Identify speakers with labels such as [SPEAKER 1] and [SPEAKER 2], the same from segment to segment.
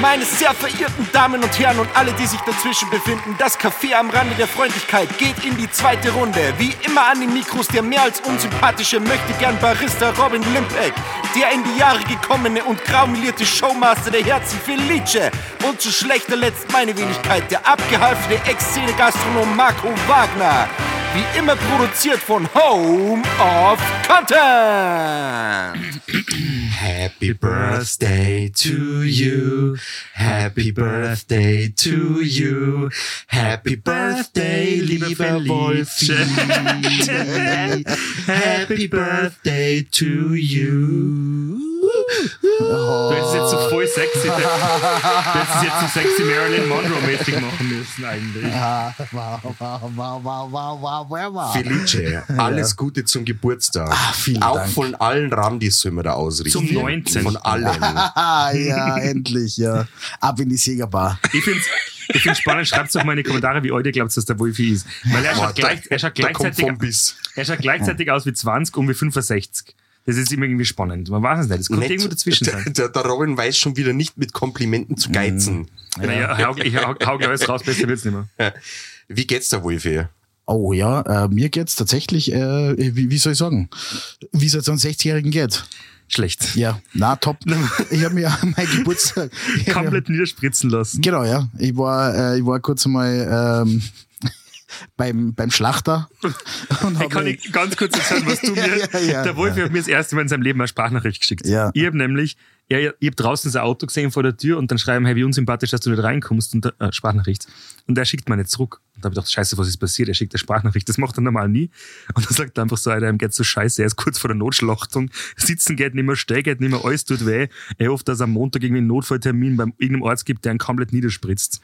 [SPEAKER 1] meine sehr verehrten Damen und Herren und alle, die sich dazwischen befinden, das Café am Rande der Freundlichkeit geht in die zweite Runde. Wie immer an den Mikros der mehr als unsympathische möchte gern Barista Robin Limpeck, der in die Jahre gekommene und graumelierte Showmaster der Herzen Felice und zu schlechter Letzt meine Wenigkeit, der abgehalfene Ex-Szene-Gastronom Marco Wagner. Wie immer produziert von Home of Content.
[SPEAKER 2] Happy birthday to you. Happy birthday to you. Happy birthday, lieber Wolfi. Happy birthday to you.
[SPEAKER 3] Du hättest jetzt so voll sexy. Du hättest jetzt so sexy Marilyn Monroe-mäßig machen müssen, eigentlich.
[SPEAKER 4] Wow, wow, wow, wow, wow, wow, wow, wow.
[SPEAKER 2] Felice, alles Gute zum Geburtstag.
[SPEAKER 4] vielen
[SPEAKER 2] Auch
[SPEAKER 4] Dank.
[SPEAKER 2] von allen Randis sollen wir da ausrichten.
[SPEAKER 3] Zum 19.
[SPEAKER 2] Von allen.
[SPEAKER 4] Ah, ja, endlich, ja. Ab in die Siegerbar.
[SPEAKER 3] Ich finde ich find's spannend, schreibt doch mal in die Kommentare, wie alt ihr glaubt, dass der Wolfi ist. Weil er
[SPEAKER 2] Boah,
[SPEAKER 3] schaut, gleich, er schaut,
[SPEAKER 2] der kommt
[SPEAKER 3] gleichzeitig,
[SPEAKER 2] vom Biss.
[SPEAKER 3] er schaut gleichzeitig aus wie 20 und wie 65. Das ist immer irgendwie spannend. Man weiß es nicht. Das könnte irgendwo dazwischen
[SPEAKER 2] der,
[SPEAKER 3] sein.
[SPEAKER 2] der, der Robin weiß schon wieder nicht mit Komplimenten zu geizen.
[SPEAKER 3] Naja, Genau, hau, ich hau, hau gleich alles raus, besser wird's nicht mehr.
[SPEAKER 2] Wie geht's der Wolfi?
[SPEAKER 4] Oh ja, äh, mir geht's tatsächlich, äh, wie, wie soll ich sagen, wie es jetzt einem 60-Jährigen geht.
[SPEAKER 3] Schlecht.
[SPEAKER 4] Ja, na top. Ich habe mir mein Geburtstag. ich hab mir-
[SPEAKER 3] Komplett niederspritzen lassen.
[SPEAKER 4] Genau, ja. Ich war, äh, ich war kurz einmal ähm, beim, beim Schlachter. Und
[SPEAKER 3] Hey,
[SPEAKER 4] hab
[SPEAKER 3] kann
[SPEAKER 4] mich-
[SPEAKER 3] ich ganz kurz erzählen, was du mir.
[SPEAKER 4] Ja, ja, ja.
[SPEAKER 3] der Wolfi hat mir das erste Mal in seinem Leben eine Sprachnachricht geschickt.
[SPEAKER 4] Ja.
[SPEAKER 3] Ich habe nämlich, er, ich habe draußen sein Auto gesehen vor der Tür und dann schreiben, hey, wie unsympathisch, dass du nicht reinkommst und äh, Sprachnachricht. Und er schickt mir nicht zurück. Und da habe ich gedacht, scheiße, was ist passiert? Er schickt eine Sprachnachricht. Das macht er normal nie. Und dann sagt er einfach so, Alter, ihm geht's so scheiße. Er ist kurz vor der Notschlachtung. Sitzen geht nicht mehr, stehen geht nicht mehr, alles tut weh. Er hofft, dass es am Montag irgendwie einen Notfalltermin beim irgendeinem Arzt gibt, der ihn komplett niederspritzt.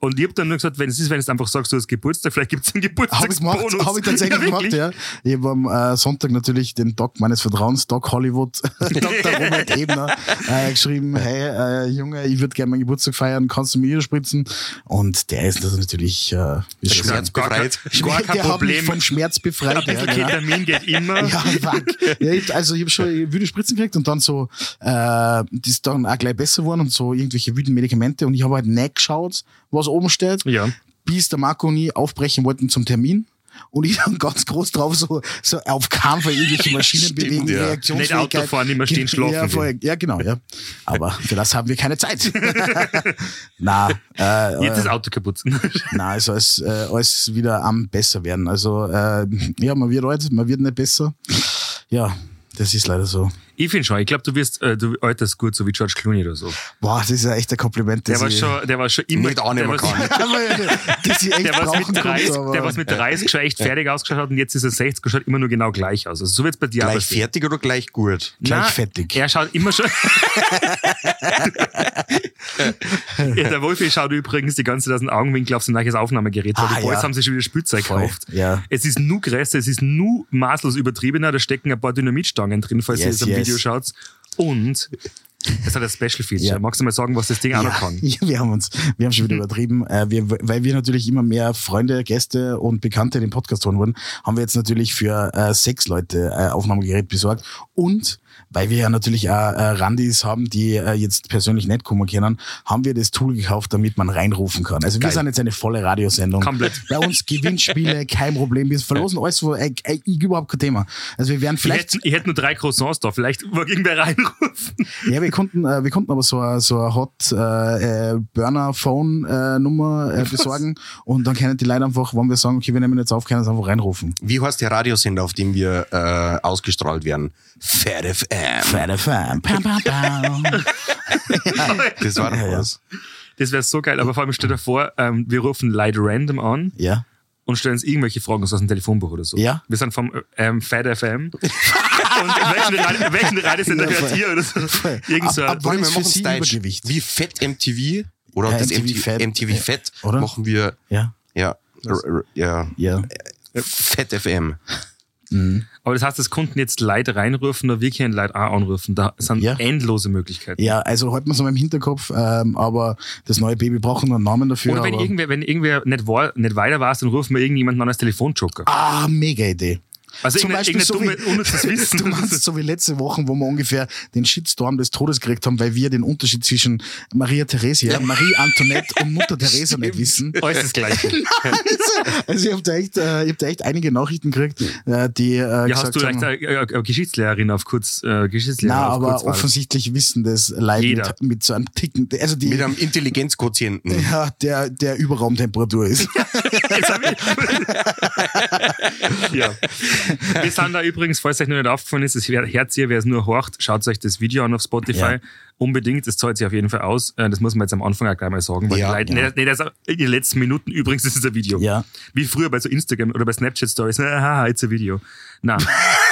[SPEAKER 3] Und ich habe dann nur gesagt, wenn es ist, wenn du es einfach sagst, du hast Geburtstag, vielleicht gibt es einen
[SPEAKER 4] Hab ich gemacht,
[SPEAKER 3] Geburtstagsbonus.
[SPEAKER 4] hab ich tatsächlich
[SPEAKER 3] Ja,
[SPEAKER 4] gemacht,
[SPEAKER 3] wirklich.
[SPEAKER 4] ja. Ich habe am äh, Sonntag natürlich den Doc meines Vertrauens, Doc Hollywood, Dr. Robert Ebner, äh, geschrieben, hey äh, Junge, ich würde gerne meinen Geburtstag feiern, kannst du mir spritzen? Und der ist das natürlich äh, ist
[SPEAKER 2] Schmerz-
[SPEAKER 4] schwer.
[SPEAKER 2] Schmerzbefreit.
[SPEAKER 3] Gar
[SPEAKER 4] der
[SPEAKER 3] kein
[SPEAKER 4] hat mich
[SPEAKER 3] Problem.
[SPEAKER 4] vom Schmerz befreit.
[SPEAKER 3] Ein bisschen
[SPEAKER 4] ja, genau.
[SPEAKER 3] Ketamin geht immer.
[SPEAKER 4] Ja, fuck. ja, ich, also ich habe schon wüde Spritzen gekriegt und dann so, äh, die ist dann auch gleich besser geworden und so irgendwelche wüden Medikamente und ich habe halt nicht geschaut, was oben steht,
[SPEAKER 3] Ja.
[SPEAKER 4] bis der Marco und ich aufbrechen wollten zum Termin. Und ich dann ganz groß drauf, so, so auf Kampf irgendwelche Maschinen
[SPEAKER 2] Stimmt,
[SPEAKER 4] bewegen,
[SPEAKER 2] ja.
[SPEAKER 4] Reaktionsfähigkeit.
[SPEAKER 3] Nicht Auto fahren, immer stehen, schlafen
[SPEAKER 4] Ja,
[SPEAKER 3] gehen.
[SPEAKER 4] voll, ja, genau, ja. Aber für das haben wir keine Zeit. Na, äh,
[SPEAKER 3] Jetzt ist Auto kaputt.
[SPEAKER 4] na, also alles, äh, alles wieder am besser werden. Also äh, ja, man wird alt, man wird nicht besser. Ja, das ist leider so.
[SPEAKER 3] Ich finde schon, ich glaube, du wirst, äh, du alterst gut, so wie George Clooney oder so.
[SPEAKER 4] Boah, das ist ein echter Kompliment.
[SPEAKER 3] Der
[SPEAKER 4] das
[SPEAKER 3] war
[SPEAKER 4] ich-
[SPEAKER 3] schon, der war schon immer.
[SPEAKER 2] Nicht annehmen
[SPEAKER 3] der war,
[SPEAKER 2] kann.
[SPEAKER 4] das ich echt
[SPEAKER 3] Der war,
[SPEAKER 4] brauchen
[SPEAKER 3] mit 30,
[SPEAKER 4] konnte, aber-
[SPEAKER 3] der war mit 30 schon echt fertig ausgeschaut hat und jetzt ist er 60 und schaut immer nur genau gleich aus. Also so wird's bei dir
[SPEAKER 2] Gleich
[SPEAKER 3] auch sein.
[SPEAKER 2] fertig oder gleich gut?
[SPEAKER 4] Gleich
[SPEAKER 3] Na,
[SPEAKER 4] fettig.
[SPEAKER 3] Er schaut immer schon. ja, der Wolfi schaut übrigens die ganze Zeit aus dem Augenwinkel auf sein neues Aufnahmegerät. weil
[SPEAKER 4] Ah,
[SPEAKER 3] die Boys
[SPEAKER 4] ja.
[SPEAKER 3] haben sich schon wieder Spielzeug
[SPEAKER 4] Voll,
[SPEAKER 3] gekauft.
[SPEAKER 4] ja.
[SPEAKER 3] Es ist nur Gräser, es ist nur maßlos übertriebener. Da stecken ein paar Dynamitstangen drin, falls
[SPEAKER 4] Yes,
[SPEAKER 3] ihr das am
[SPEAKER 4] yes.
[SPEAKER 3] Video schaut. Und es hat ein Special Feature.
[SPEAKER 4] Ja.
[SPEAKER 3] Magst du mal sagen, was das Ding auch noch kann?
[SPEAKER 4] Ja, wir haben uns, wir haben schon wieder übertrieben, äh, wir, weil wir natürlich immer mehr Freunde, Gäste und Bekannte in den Podcast holen wollen, haben wir jetzt natürlich für äh, sechs Leute äh, Aufnahmegerät besorgt und weil wir ja natürlich auch äh, Randis haben, die äh, jetzt persönlich nicht kommen können, haben wir das Tool gekauft, damit man reinrufen kann. Also wir sind jetzt eine volle Radiosendung.
[SPEAKER 3] Komplett.
[SPEAKER 4] Bei uns Gewinnspiele, kein Problem. Wir verlosen alles, wo, äh, äh, überhaupt kein Thema. Also wir werden
[SPEAKER 3] Ich
[SPEAKER 4] vielleicht
[SPEAKER 3] hätte, ich hätte nur drei Croissants da. Vielleicht mag irgendwer reinrufen.
[SPEAKER 4] ja, wir konnten, äh, wir konnten aber so eine so eine Hot äh, äh, Burner Phone äh, Nummer äh, besorgen und dann können die Leute einfach, wenn wir sagen, okay, wir nehmen jetzt auf, können sie einfach reinrufen.
[SPEAKER 2] Wie heißt der Radiosender, auf dem wir äh, ausgestrahlt werden? Fat FM.
[SPEAKER 4] Fat FM. Pam, pam, pam.
[SPEAKER 2] Das war doch
[SPEAKER 4] Ja, ja.
[SPEAKER 2] was.
[SPEAKER 3] Das wäre so geil. Aber vor allem stell dir vor, ähm, wir rufen Light Random an.
[SPEAKER 4] Ja.
[SPEAKER 3] und stellen uns irgendwelche Fragen aus dem Telefonbuch oder so.
[SPEAKER 4] Ja.
[SPEAKER 3] Wir sind vom ähm, Fat FM. und welchen, Ra- welchen Radiosender
[SPEAKER 4] Ja,
[SPEAKER 3] hört
[SPEAKER 4] voll.
[SPEAKER 3] ihr oder so? Irgend
[SPEAKER 4] Ab-
[SPEAKER 3] so
[SPEAKER 4] ab
[SPEAKER 3] ein-
[SPEAKER 4] wann
[SPEAKER 2] Oder wir
[SPEAKER 4] ist für
[SPEAKER 2] machen
[SPEAKER 4] Sie
[SPEAKER 2] Style.
[SPEAKER 4] Übergewicht?
[SPEAKER 2] Wie Fett MTV oder
[SPEAKER 4] Ja,
[SPEAKER 2] das
[SPEAKER 4] MTV
[SPEAKER 2] MTV
[SPEAKER 4] Fett.
[SPEAKER 2] Fett, MTV Fett
[SPEAKER 4] Oder?
[SPEAKER 2] machen wir
[SPEAKER 4] Ja.
[SPEAKER 2] ja, r- r- ja,
[SPEAKER 4] Ja.
[SPEAKER 2] Fett FM.
[SPEAKER 3] Aber das heißt, es konnten jetzt Leute reinrufen, oder wir können Leute auch anrufen. Da sind
[SPEAKER 4] Ja.
[SPEAKER 3] endlose Möglichkeiten.
[SPEAKER 4] Ja, also halten wir es noch mal im Hinterkopf, ähm, aber das neue Baby braucht noch einen Namen dafür.
[SPEAKER 3] Oder wenn
[SPEAKER 4] aber,
[SPEAKER 3] irgendwer, wenn irgendwer nicht, war, nicht weiter war, dann rufen wir irgendjemanden an als Telefonjoker.
[SPEAKER 4] ah, mega Idee.
[SPEAKER 3] Also
[SPEAKER 4] Zum
[SPEAKER 3] irgendein,
[SPEAKER 4] Beispiel
[SPEAKER 3] irgendein
[SPEAKER 4] so wie-
[SPEAKER 3] dumme, unnützes Wissen.
[SPEAKER 4] Du meinst so wie letzte Woche, wo wir ungefähr den Shitstorm des Todes gekriegt haben, weil wir den Unterschied zwischen Maria Theresia, Marie Antoinette und Mutter Teresa nicht wissen.
[SPEAKER 3] Alles das Gleiche.
[SPEAKER 4] Also ich habe da, echt, äh, ich hab da echt einige Nachrichten gekriegt, äh, die äh,
[SPEAKER 3] Ja,
[SPEAKER 4] gesagt
[SPEAKER 3] hast du
[SPEAKER 4] haben,
[SPEAKER 3] vielleicht eine, eine Geschichtslehrerin auf kurz, äh, Geschichtslehrer
[SPEAKER 4] genau. na,
[SPEAKER 3] auf
[SPEAKER 4] aber
[SPEAKER 3] kurz war das.
[SPEAKER 4] offensichtlich wissen das Leute
[SPEAKER 3] Jeder.
[SPEAKER 4] mit, mit so einem Ticken, also die,
[SPEAKER 2] Mit einem Intelligenzquotienten.
[SPEAKER 4] ja, der, der Überraumtemperatur ist.
[SPEAKER 3] Jetzt hab ich- ja. Wir sind da übrigens, falls euch noch nicht aufgefallen ist, das Herz hier, wer es nur horcht, schaut euch das Video an auf Spotify.
[SPEAKER 4] Ja.
[SPEAKER 3] Unbedingt, das zahlt sich auf jeden Fall aus. Äh, Das muss man jetzt am Anfang auch gleich mal sagen, weil
[SPEAKER 4] Ja,
[SPEAKER 3] die Leute,
[SPEAKER 4] ja.
[SPEAKER 3] Nee, das, in den letzten Minuten übrigens ist es ein Video.
[SPEAKER 4] Ja.
[SPEAKER 3] Wie früher bei so Instagram oder bei Snapchat-Stories. Na, Haha, jetzt ein Video. Na,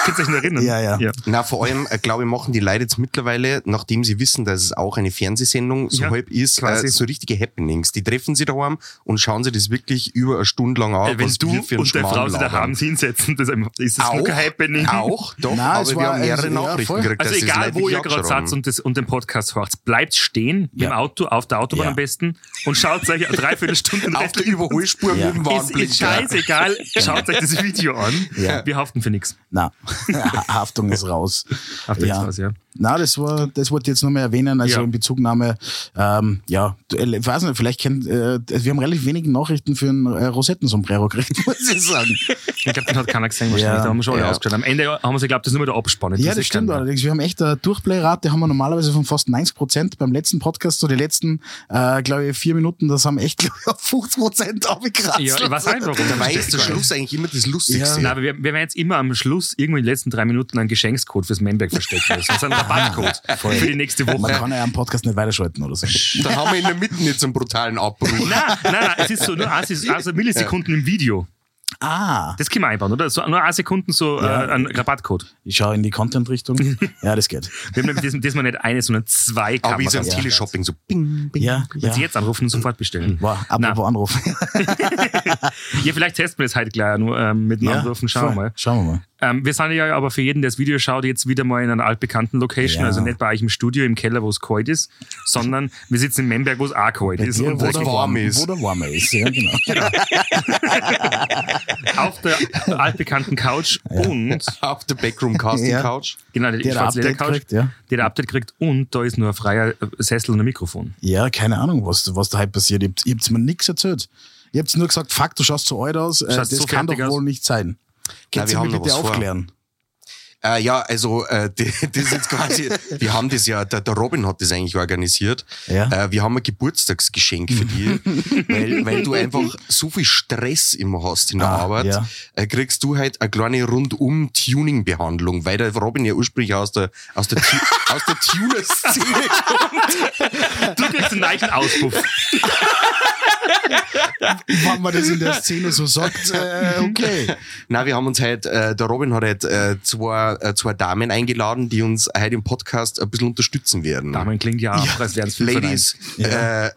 [SPEAKER 3] könnt ihr euch noch erinnern?
[SPEAKER 4] Ja, ja.
[SPEAKER 2] Na, vor allem, äh, glaube ich, machen die Leute jetzt mittlerweile, nachdem sie wissen, dass es auch eine Fernsehsendung so
[SPEAKER 3] Ja,
[SPEAKER 2] halb ist, äh,
[SPEAKER 3] quasi.
[SPEAKER 2] so richtige Happenings. Die treffen sie daheim und schauen sie das wirklich über eine Stunde lang an.
[SPEAKER 3] Äh, Wenn
[SPEAKER 2] was
[SPEAKER 3] du
[SPEAKER 2] wir für einen
[SPEAKER 3] und deine
[SPEAKER 2] Schmarrn
[SPEAKER 3] Frau sich
[SPEAKER 2] labern.
[SPEAKER 3] daheim hinsetzen, das ist das
[SPEAKER 2] auch,
[SPEAKER 3] nur kein Happening.
[SPEAKER 2] auch, doch,
[SPEAKER 4] Nein, es
[SPEAKER 2] aber wir
[SPEAKER 4] war-
[SPEAKER 2] haben mehrere
[SPEAKER 4] es- ja,
[SPEAKER 2] Nachrichten
[SPEAKER 4] voll.
[SPEAKER 2] gekriegt.
[SPEAKER 3] Also
[SPEAKER 2] dass das
[SPEAKER 3] egal,
[SPEAKER 2] Leute sich
[SPEAKER 3] wo ihr gerade
[SPEAKER 2] angeschaut haben.
[SPEAKER 3] seid und, das- und den Podcast hört, bleibt stehen im
[SPEAKER 4] Ja.
[SPEAKER 3] Auto, auf der Autobahn
[SPEAKER 4] Ja.
[SPEAKER 3] am besten und schaut euch eine Dreiviertelstunde den
[SPEAKER 2] auf
[SPEAKER 3] Rest
[SPEAKER 2] der Überholspur
[SPEAKER 4] Ja.
[SPEAKER 2] mit dem
[SPEAKER 3] Ist,
[SPEAKER 2] Warnblick.
[SPEAKER 3] ist scheißegal, schaut euch das Video an.
[SPEAKER 4] Ja.
[SPEAKER 3] Wir haften für nichts.
[SPEAKER 4] Na, Haftung ist raus.
[SPEAKER 3] Haftung ist raus, ja.
[SPEAKER 4] Na, das war, das wollte ich jetzt nochmal erwähnen, also
[SPEAKER 3] Ja.
[SPEAKER 4] in Bezugnahme, ähm, ja, du- äh, ich weiß nicht, vielleicht kennt, äh, wir haben relativ wenige Nachrichten für einen äh, Rosetten-Sombrero gekriegt, muss ich sagen.
[SPEAKER 3] Ich glaube, den hat keiner gesehen wahrscheinlich.
[SPEAKER 4] Ja.
[SPEAKER 3] Da haben wir schon alle
[SPEAKER 2] Ja.
[SPEAKER 3] ausgeschaut. Am Ende haben wir sie, glaube das ist eh nur wieder abspannen.
[SPEAKER 4] ja, das stimmt allerdings. Wir haben echt eine Durchplayrate, haben wir normalerweise von fast 90 Prozent beim letzten Podcast, so die letzten, äh, glaube ich, vier Minuten, das haben echt, glaube ich, auf 50 Prozent aufgekratzt.
[SPEAKER 3] Ja, ich weiß nicht, warum.
[SPEAKER 2] Dabei
[SPEAKER 3] Verstehe
[SPEAKER 2] ist der
[SPEAKER 3] ich gar nicht.
[SPEAKER 2] Schluss eigentlich immer das
[SPEAKER 4] Ja.
[SPEAKER 2] Lustigste.
[SPEAKER 3] Nein, aber wir, wir werden jetzt immer am Schluss irgendwo in den letzten drei Minuten einen Geschenkscode fürs Manback verstecken müssen. Also einen Rabattcode für die nächste
[SPEAKER 4] Man
[SPEAKER 3] Woche.
[SPEAKER 4] kann ja am Podcast nicht weiterschalten oder so.
[SPEAKER 2] Da haben wir in der Mitte nicht so einen brutalen Abbruch.
[SPEAKER 3] Nein, nein, nein, es ist so nur ein, also Millisekunden im Video.
[SPEAKER 4] Ah,
[SPEAKER 3] Das können wir einbauen, oder? So, nur eine Sekunden so äh, ein Rabattcode.
[SPEAKER 4] ich schaue in die Content-Richtung. Ja, das geht.
[SPEAKER 3] Wir haben nämlich diesmal- diesmal nicht eine, sondern zwei
[SPEAKER 2] Aber wie
[SPEAKER 3] Kameras.
[SPEAKER 2] so ein
[SPEAKER 3] Wenn
[SPEAKER 2] Teleshopping, so bing, bing.
[SPEAKER 4] Ja, ja. Mhm.
[SPEAKER 3] Sie jetzt anrufen und sofort bestellen.
[SPEAKER 4] Wow, apropos Anruf.
[SPEAKER 3] Ja, vielleicht testen wir das halt gleich nur ähm, mit dem
[SPEAKER 4] Ja,
[SPEAKER 3] Anrufen, schauen wir
[SPEAKER 4] voll.
[SPEAKER 3] mal.
[SPEAKER 4] Schauen wir mal.
[SPEAKER 3] Ähm, wir sind ja aber für jeden, der das Video schaut, jetzt wieder mal in einer altbekannten Location,
[SPEAKER 4] Ja.
[SPEAKER 3] also nicht bei euch im Studio, im Keller, wo es kalt ist, sondern wir sitzen in Memberg, wo es auch kalt ist.
[SPEAKER 4] Ja,
[SPEAKER 3] Und
[SPEAKER 4] wo
[SPEAKER 2] wirklich
[SPEAKER 4] der
[SPEAKER 2] warm
[SPEAKER 4] warm
[SPEAKER 2] ist.
[SPEAKER 4] Wo der warm ist, ja, genau.
[SPEAKER 3] auf der altbekannten Couch und,
[SPEAKER 2] Auf der Backroom Casting
[SPEAKER 4] Ja.
[SPEAKER 2] Couch.
[SPEAKER 3] genau, die
[SPEAKER 4] Der ein
[SPEAKER 3] schwarze
[SPEAKER 4] Update
[SPEAKER 3] Ledercouch,
[SPEAKER 4] kriegt, ja.
[SPEAKER 3] der ein Update kriegt und da ist nur ein freier äh, Sessel und ein Mikrofon.
[SPEAKER 4] Ja, keine Ahnung, was, was da halt passiert. Ihr habt, ihr habt mir nichts erzählt. Ihr habt nur gesagt, fuck, du schaust so alt aus. Äh, das
[SPEAKER 3] schaust so
[SPEAKER 4] kann doch
[SPEAKER 3] fertig aus.
[SPEAKER 4] wohl nicht
[SPEAKER 2] Na,
[SPEAKER 4] sein. Kannst
[SPEAKER 2] wir
[SPEAKER 4] du
[SPEAKER 2] haben
[SPEAKER 4] mir
[SPEAKER 2] noch
[SPEAKER 4] bitte
[SPEAKER 2] was vor.
[SPEAKER 4] aufklären?
[SPEAKER 2] Äh, ja, also äh, die- das ist jetzt quasi, wir haben das ja, der, der Robin hat das eigentlich organisiert.
[SPEAKER 4] Ja.
[SPEAKER 2] Äh, wir haben ein Geburtstagsgeschenk für dich, weil, weil du einfach so viel Stress immer hast in der
[SPEAKER 4] Ah,
[SPEAKER 2] Arbeit,
[SPEAKER 4] ja.
[SPEAKER 2] äh, kriegst du halt eine kleine Rundum-Tuning-Behandlung, weil der Robin ja ursprünglich aus der, aus der, Tu- aus der Tuner-Szene
[SPEAKER 3] Du kriegst einen neuen Auspuff.
[SPEAKER 4] Wenn man das in der Szene so sagt, äh, okay.
[SPEAKER 2] Na, wir haben uns halt, äh, der Robin hat halt äh, zwei, äh, zwei Damen eingeladen, die uns heute im Podcast ein bisschen unterstützen werden.
[SPEAKER 3] Damen klingt ja, auch, als wären es fünf
[SPEAKER 2] Ladies, äh,
[SPEAKER 3] Girl.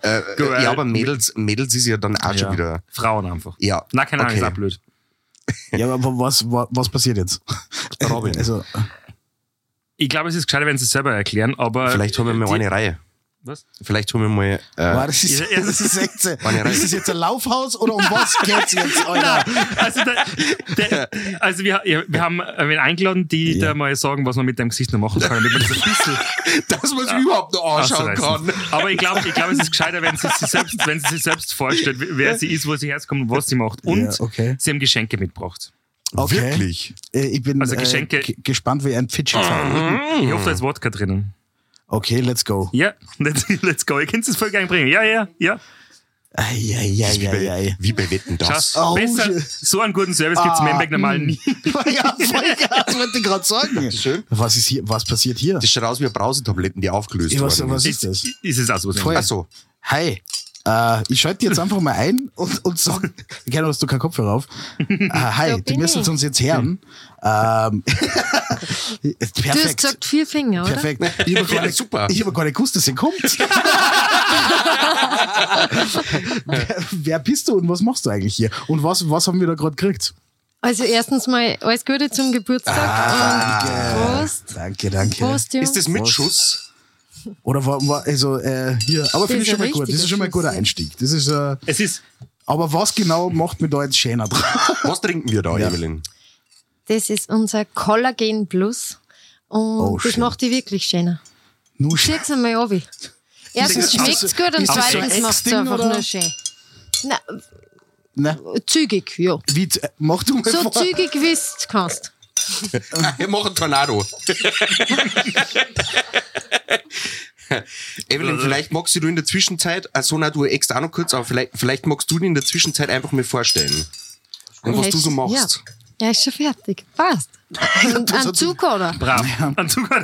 [SPEAKER 2] äh, ja, aber Mädels, Mädels ist ja dann auch schon
[SPEAKER 3] von einem. ja.
[SPEAKER 2] wieder.
[SPEAKER 3] Frauen einfach.
[SPEAKER 2] Ja.
[SPEAKER 3] Na, keine Ahnung,
[SPEAKER 2] Okay.
[SPEAKER 3] ist auch blöd.
[SPEAKER 4] Ja, aber was, wa- was passiert jetzt?
[SPEAKER 2] Robin.
[SPEAKER 4] Also,
[SPEAKER 3] Ich glaube, es ist gescheiter, wenn sie es selber erklären, aber.
[SPEAKER 2] Vielleicht haben wir mal
[SPEAKER 3] Die-
[SPEAKER 2] eine Reihe.
[SPEAKER 3] Was?
[SPEAKER 2] Vielleicht haben wir mal.
[SPEAKER 4] boah,
[SPEAKER 2] Äh,
[SPEAKER 4] das ist,
[SPEAKER 3] Ja,
[SPEAKER 4] das ist, echt, äh,
[SPEAKER 2] Wann ihr reist.
[SPEAKER 4] ist das jetzt ein Laufhaus oder um was geht's jetzt, Alter?
[SPEAKER 3] Also, der, der, also wir, ja, wir haben äh, wen eingeladen, die
[SPEAKER 4] Ja.
[SPEAKER 3] da mal sagen, was man mit dem Gesicht noch machen kann, damit man das ein bisschen
[SPEAKER 2] dass man es
[SPEAKER 3] Ah.
[SPEAKER 2] überhaupt noch
[SPEAKER 3] ausreißen. Aber ich glaube, ich glaub, es ist gescheiter, wenn sie, sich selbst, wenn sie sich selbst vorstellt, wer sie ist, wo sie herkommt und was sie macht. Und
[SPEAKER 4] Ja, okay.
[SPEAKER 3] sie haben Geschenke mitgebracht.
[SPEAKER 4] Okay.
[SPEAKER 2] Wirklich?
[SPEAKER 4] Äh, ich bin
[SPEAKER 3] Also Geschenke-
[SPEAKER 4] äh, g- gespannt wie ein Fidget. Mhm.
[SPEAKER 3] Ich hoffe, da ist Wodka drinnen.
[SPEAKER 4] Okay, let's go.
[SPEAKER 3] Ja, let's, let's go. Ihr könnt es voll gerne bringen. Ja, ja, ja.
[SPEAKER 2] Das ist wie, bei,
[SPEAKER 4] Eieieiei.
[SPEAKER 2] wie bei Wetten das.
[SPEAKER 3] Schau,
[SPEAKER 4] Oh,
[SPEAKER 3] besser,
[SPEAKER 4] shit.
[SPEAKER 3] so einen guten Service gibt es im Memberg normal nie.
[SPEAKER 4] ja, voll, ja, das wollte ich gerade sagen.
[SPEAKER 2] Schön.
[SPEAKER 4] Was, ist hier, was passiert hier?
[SPEAKER 2] Das schaut aus wie Brausetabletten, die aufgelöst
[SPEAKER 4] Ja, was-
[SPEAKER 2] wurden.
[SPEAKER 4] was- ist das?
[SPEAKER 3] Ist es auch so was
[SPEAKER 4] Voll.
[SPEAKER 2] Ach so.
[SPEAKER 4] Hi. Äh, ich schalte die jetzt einfach mal ein und, und sag, gerne hast du keinen Kopfhörer auf. Äh, hi,
[SPEAKER 5] So
[SPEAKER 4] die
[SPEAKER 5] bin
[SPEAKER 4] müssen
[SPEAKER 5] ich.
[SPEAKER 4] uns jetzt hören. Ähm,
[SPEAKER 5] Du hast
[SPEAKER 4] perfekt.
[SPEAKER 5] gesagt vier Finger, oder?
[SPEAKER 4] Perfekt. Ich habe gar,
[SPEAKER 2] Ja,
[SPEAKER 4] nicht-
[SPEAKER 2] super.
[SPEAKER 4] ich hab gar nicht gewusst, dass sie kommt. wer, wer bist du und was machst du eigentlich hier? Und was, was haben wir da gerade gekriegt?
[SPEAKER 5] Also erstens mal alles Gute zum Geburtstag und Prost.
[SPEAKER 4] Ah, Danke, danke.
[SPEAKER 5] Prost, Jungs.
[SPEAKER 2] Ist das mit Schuss?
[SPEAKER 4] Oder war, war also äh, hier, aber finde
[SPEAKER 5] ist
[SPEAKER 4] ich schon
[SPEAKER 5] ein
[SPEAKER 4] mal gut. Das ist
[SPEAKER 5] richtiger
[SPEAKER 4] schon mal ein guter
[SPEAKER 5] Schuss.
[SPEAKER 4] Einstieg. Das ist, äh,
[SPEAKER 3] Es ist
[SPEAKER 4] aber was genau macht mir da jetzt schöner drauf?
[SPEAKER 2] Was trinken wir da, Evelyn?
[SPEAKER 5] Das ist unser Collagen Plus. Und
[SPEAKER 4] Oh,
[SPEAKER 5] das
[SPEAKER 4] schön.
[SPEAKER 5] macht die wirklich schöner.
[SPEAKER 4] Nur sch-
[SPEAKER 5] Schick's einmal ab. Erstens
[SPEAKER 4] Ist das-
[SPEAKER 5] schmeckt's
[SPEAKER 4] ist-
[SPEAKER 5] gut und
[SPEAKER 4] ist das so ein
[SPEAKER 5] zweitens macht's
[SPEAKER 4] Ex-Ding,
[SPEAKER 5] einfach
[SPEAKER 4] oder?
[SPEAKER 5] nur schön. Na,
[SPEAKER 4] Na,
[SPEAKER 5] zügig, ja.
[SPEAKER 4] wie, z- mach du mal
[SPEAKER 5] So
[SPEAKER 4] vor.
[SPEAKER 5] zügig wie du kannst.
[SPEAKER 2] Wir machen Tornado. Evelyn, vielleicht magst du in der Zwischenzeit, also na, du eckst auch noch kurz, aber vielleicht, vielleicht magst du dir in der Zwischenzeit einfach mir vorstellen. Und was
[SPEAKER 5] Ja,
[SPEAKER 2] du so
[SPEAKER 5] ist-
[SPEAKER 2] machst.
[SPEAKER 5] Ja, ja ist schon fertig. Passt. Und ein Zucker, oder?
[SPEAKER 3] Brav. An Zucker.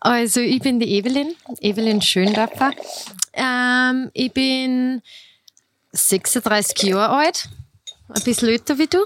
[SPEAKER 5] Also, ich bin die Evelyn, Evelyn Schönrapper. Ähm, ich bin 36 Jahre alt, ein bisschen älter wie du.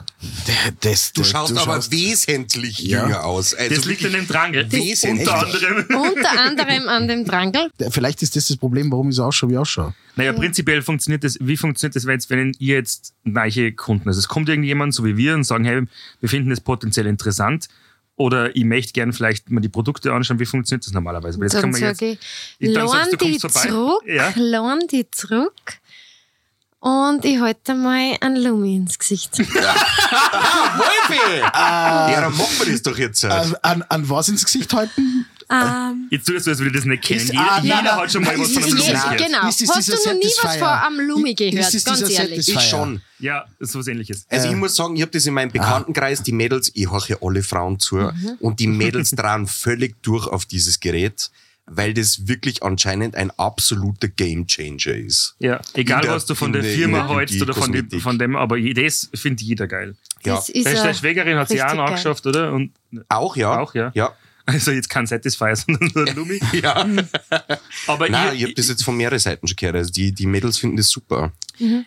[SPEAKER 4] Das,
[SPEAKER 2] Du schaust aber wesentlich
[SPEAKER 4] Ja.
[SPEAKER 2] jünger aus. Also
[SPEAKER 3] Das liegt an
[SPEAKER 2] wirklich-
[SPEAKER 3] dem Drangel.
[SPEAKER 2] Wesentlich.
[SPEAKER 3] Unter anderem.
[SPEAKER 5] Unter anderem an dem Drangel.
[SPEAKER 4] Vielleicht ist das das Problem, warum ich so ausschaue, wie ich ausschaue.
[SPEAKER 3] Naja, prinzipiell funktioniert das, wie funktioniert das, wenn jetzt- wenn ihr jetzt neue Kunden, also es kommt irgendjemand, so wie wir, und sagen, hey, wir finden das potenziell interessant oder ich möchte gern vielleicht mal die Produkte anschauen, wie funktioniert das normalerweise? Weil jetzt kann
[SPEAKER 5] Dann
[SPEAKER 3] man jetzt,
[SPEAKER 5] sage ich,
[SPEAKER 3] ich- dann
[SPEAKER 5] lohn
[SPEAKER 3] sagst du,
[SPEAKER 5] die
[SPEAKER 3] kommst vorbei.
[SPEAKER 5] zurück,
[SPEAKER 3] Ja.
[SPEAKER 5] lohn die zurück. Und ich halte mal einen Lumi ins Gesicht.
[SPEAKER 2] Wolfi! Ja, dann machen wir das doch jetzt.
[SPEAKER 4] An, Also, an, an was ins Gesicht halten?
[SPEAKER 5] ähm,
[SPEAKER 3] Jetzt tust du, als würde ich das nicht kennen.
[SPEAKER 4] Ist-
[SPEAKER 3] jeder
[SPEAKER 4] ah,
[SPEAKER 3] jeder
[SPEAKER 4] nein, nein,
[SPEAKER 3] hat schon mal
[SPEAKER 4] nein,
[SPEAKER 3] was
[SPEAKER 4] ist
[SPEAKER 3] von
[SPEAKER 4] es
[SPEAKER 3] einem
[SPEAKER 4] nicht-
[SPEAKER 3] Lumi
[SPEAKER 5] ja,
[SPEAKER 4] Satisfier.
[SPEAKER 3] gehört.
[SPEAKER 5] genau.
[SPEAKER 4] Ist es
[SPEAKER 5] Hast du
[SPEAKER 4] dieser
[SPEAKER 5] noch nie was
[SPEAKER 4] Satisfier?
[SPEAKER 5] von einem Lumi
[SPEAKER 4] Ist es
[SPEAKER 5] gehört?
[SPEAKER 4] dieser
[SPEAKER 5] Ganz ehrlich.
[SPEAKER 4] Satisfier?
[SPEAKER 2] Ich schon.
[SPEAKER 3] Ja, das ist was ähnliches.
[SPEAKER 2] Also ich muss sagen, ich habe das
[SPEAKER 4] Ah.
[SPEAKER 2] in meinem Bekanntenkreis, die Mädels, ich horche alle Frauen zu
[SPEAKER 4] Mhm.
[SPEAKER 2] und die Mädels dran völlig durch auf dieses Gerät, weil das wirklich anscheinend ein absoluter Gamechanger ist.
[SPEAKER 3] Ja, egal
[SPEAKER 2] der-
[SPEAKER 3] was du von
[SPEAKER 2] in
[SPEAKER 3] der,
[SPEAKER 2] der- in
[SPEAKER 3] Firma
[SPEAKER 2] der
[SPEAKER 3] holst oder von dem,
[SPEAKER 2] Kosmetik.
[SPEAKER 3] von dem, aber je- das findet jeder geil.
[SPEAKER 5] Das
[SPEAKER 2] ja.
[SPEAKER 5] ist
[SPEAKER 3] Deine
[SPEAKER 5] ein-
[SPEAKER 3] Schwägerin hat sie auch
[SPEAKER 5] richtig
[SPEAKER 3] noch
[SPEAKER 5] geil.
[SPEAKER 3] angeschafft, oder? Und,
[SPEAKER 2] Auch ja.
[SPEAKER 3] Auch, ja.
[SPEAKER 2] Ja.
[SPEAKER 3] also jetzt kein Satisfier, sondern nur ein Lumi.
[SPEAKER 2] ja.
[SPEAKER 3] Aber
[SPEAKER 2] Nein,
[SPEAKER 3] ihr-
[SPEAKER 2] ich habe das jetzt von mehreren Seiten schon gehört. Also die, die Mädels finden das super.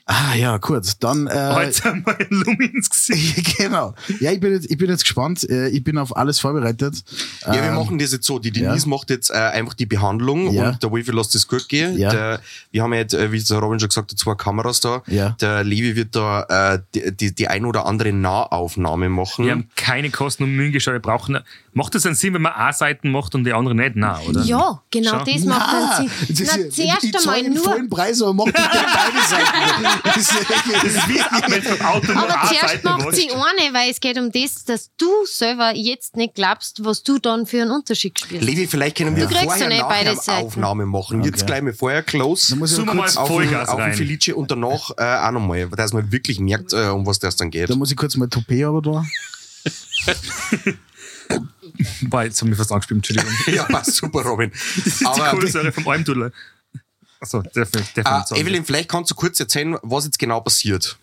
[SPEAKER 4] Ah ja, gut. Dann äh,
[SPEAKER 3] heute mal ein Lumi ins Gesicht.
[SPEAKER 4] genau. Ja, ich bin jetzt, ich bin jetzt gespannt. Äh, Ich bin auf alles vorbereitet.
[SPEAKER 2] Ja, wir
[SPEAKER 4] Ähm,
[SPEAKER 2] machen das jetzt so. Die Denise macht jetzt äh, einfach die Behandlung
[SPEAKER 4] Ja.
[SPEAKER 2] und der Wifi lässt das gut gehen.
[SPEAKER 4] Ja.
[SPEAKER 2] Der, wir haben ja jetzt, äh, wie es der Robin schon gesagt hat, zwei Kameras da.
[SPEAKER 4] Ja.
[SPEAKER 2] Der Levi wird da äh, die, die, die ein oder andere Nahaufnahme machen.
[SPEAKER 3] Wir haben keine Kosten und Mühen geschaut. Wir brauchen, macht das einen Sinn, wenn man A-Seiten macht und die andere nicht? Nein, oder?
[SPEAKER 5] Ja, genau,
[SPEAKER 3] Schau.
[SPEAKER 5] das macht
[SPEAKER 4] Ah,
[SPEAKER 5] dann
[SPEAKER 4] das
[SPEAKER 5] Sinn.
[SPEAKER 4] ist,
[SPEAKER 5] Na,
[SPEAKER 4] die
[SPEAKER 5] zuerst einmal
[SPEAKER 4] zahlen
[SPEAKER 5] nur.
[SPEAKER 4] vollen Preis, aber macht nicht gleich beide Seiten. Das ist-
[SPEAKER 3] Wie wenn vom Auto nur
[SPEAKER 5] Aber zuerst
[SPEAKER 3] A-Seiten
[SPEAKER 5] macht sie
[SPEAKER 3] machst.
[SPEAKER 5] eine, weil es geht um das, dass du selber jetzt nicht glaubst, was du dann für einen Unterschied spürst.
[SPEAKER 2] Levi, vielleicht können wir
[SPEAKER 5] Du kriegst
[SPEAKER 2] vorher
[SPEAKER 5] ja nicht äh,
[SPEAKER 2] nachher
[SPEAKER 5] beide
[SPEAKER 2] eine
[SPEAKER 5] Seiten.
[SPEAKER 2] Aufnahme machen. Jetzt
[SPEAKER 4] Okay.
[SPEAKER 2] gleich mal vorher close.
[SPEAKER 4] Da muss ich,
[SPEAKER 3] Suchen
[SPEAKER 4] aber
[SPEAKER 3] wir mal
[SPEAKER 4] kurz,
[SPEAKER 3] das
[SPEAKER 2] auf den,
[SPEAKER 3] Vollgas
[SPEAKER 2] auf den
[SPEAKER 3] rein.
[SPEAKER 2] Felice und danach äh, auch nochmal, dass man wirklich merkt, äh, um was das dann geht.
[SPEAKER 4] da muss ich kurz mal Toupet aber da.
[SPEAKER 3] Boah, jetzt haben wir fast angespielt, Entschuldigung.
[SPEAKER 2] ja, passt super, Robin.
[SPEAKER 3] die
[SPEAKER 2] Aber
[SPEAKER 3] Kohlensäure vom Almdudler. Achso, darf ich, darf ich nicht
[SPEAKER 2] äh,
[SPEAKER 3] sagen.
[SPEAKER 2] Evelyn, vielleicht kannst du kurz erzählen, was jetzt genau passiert.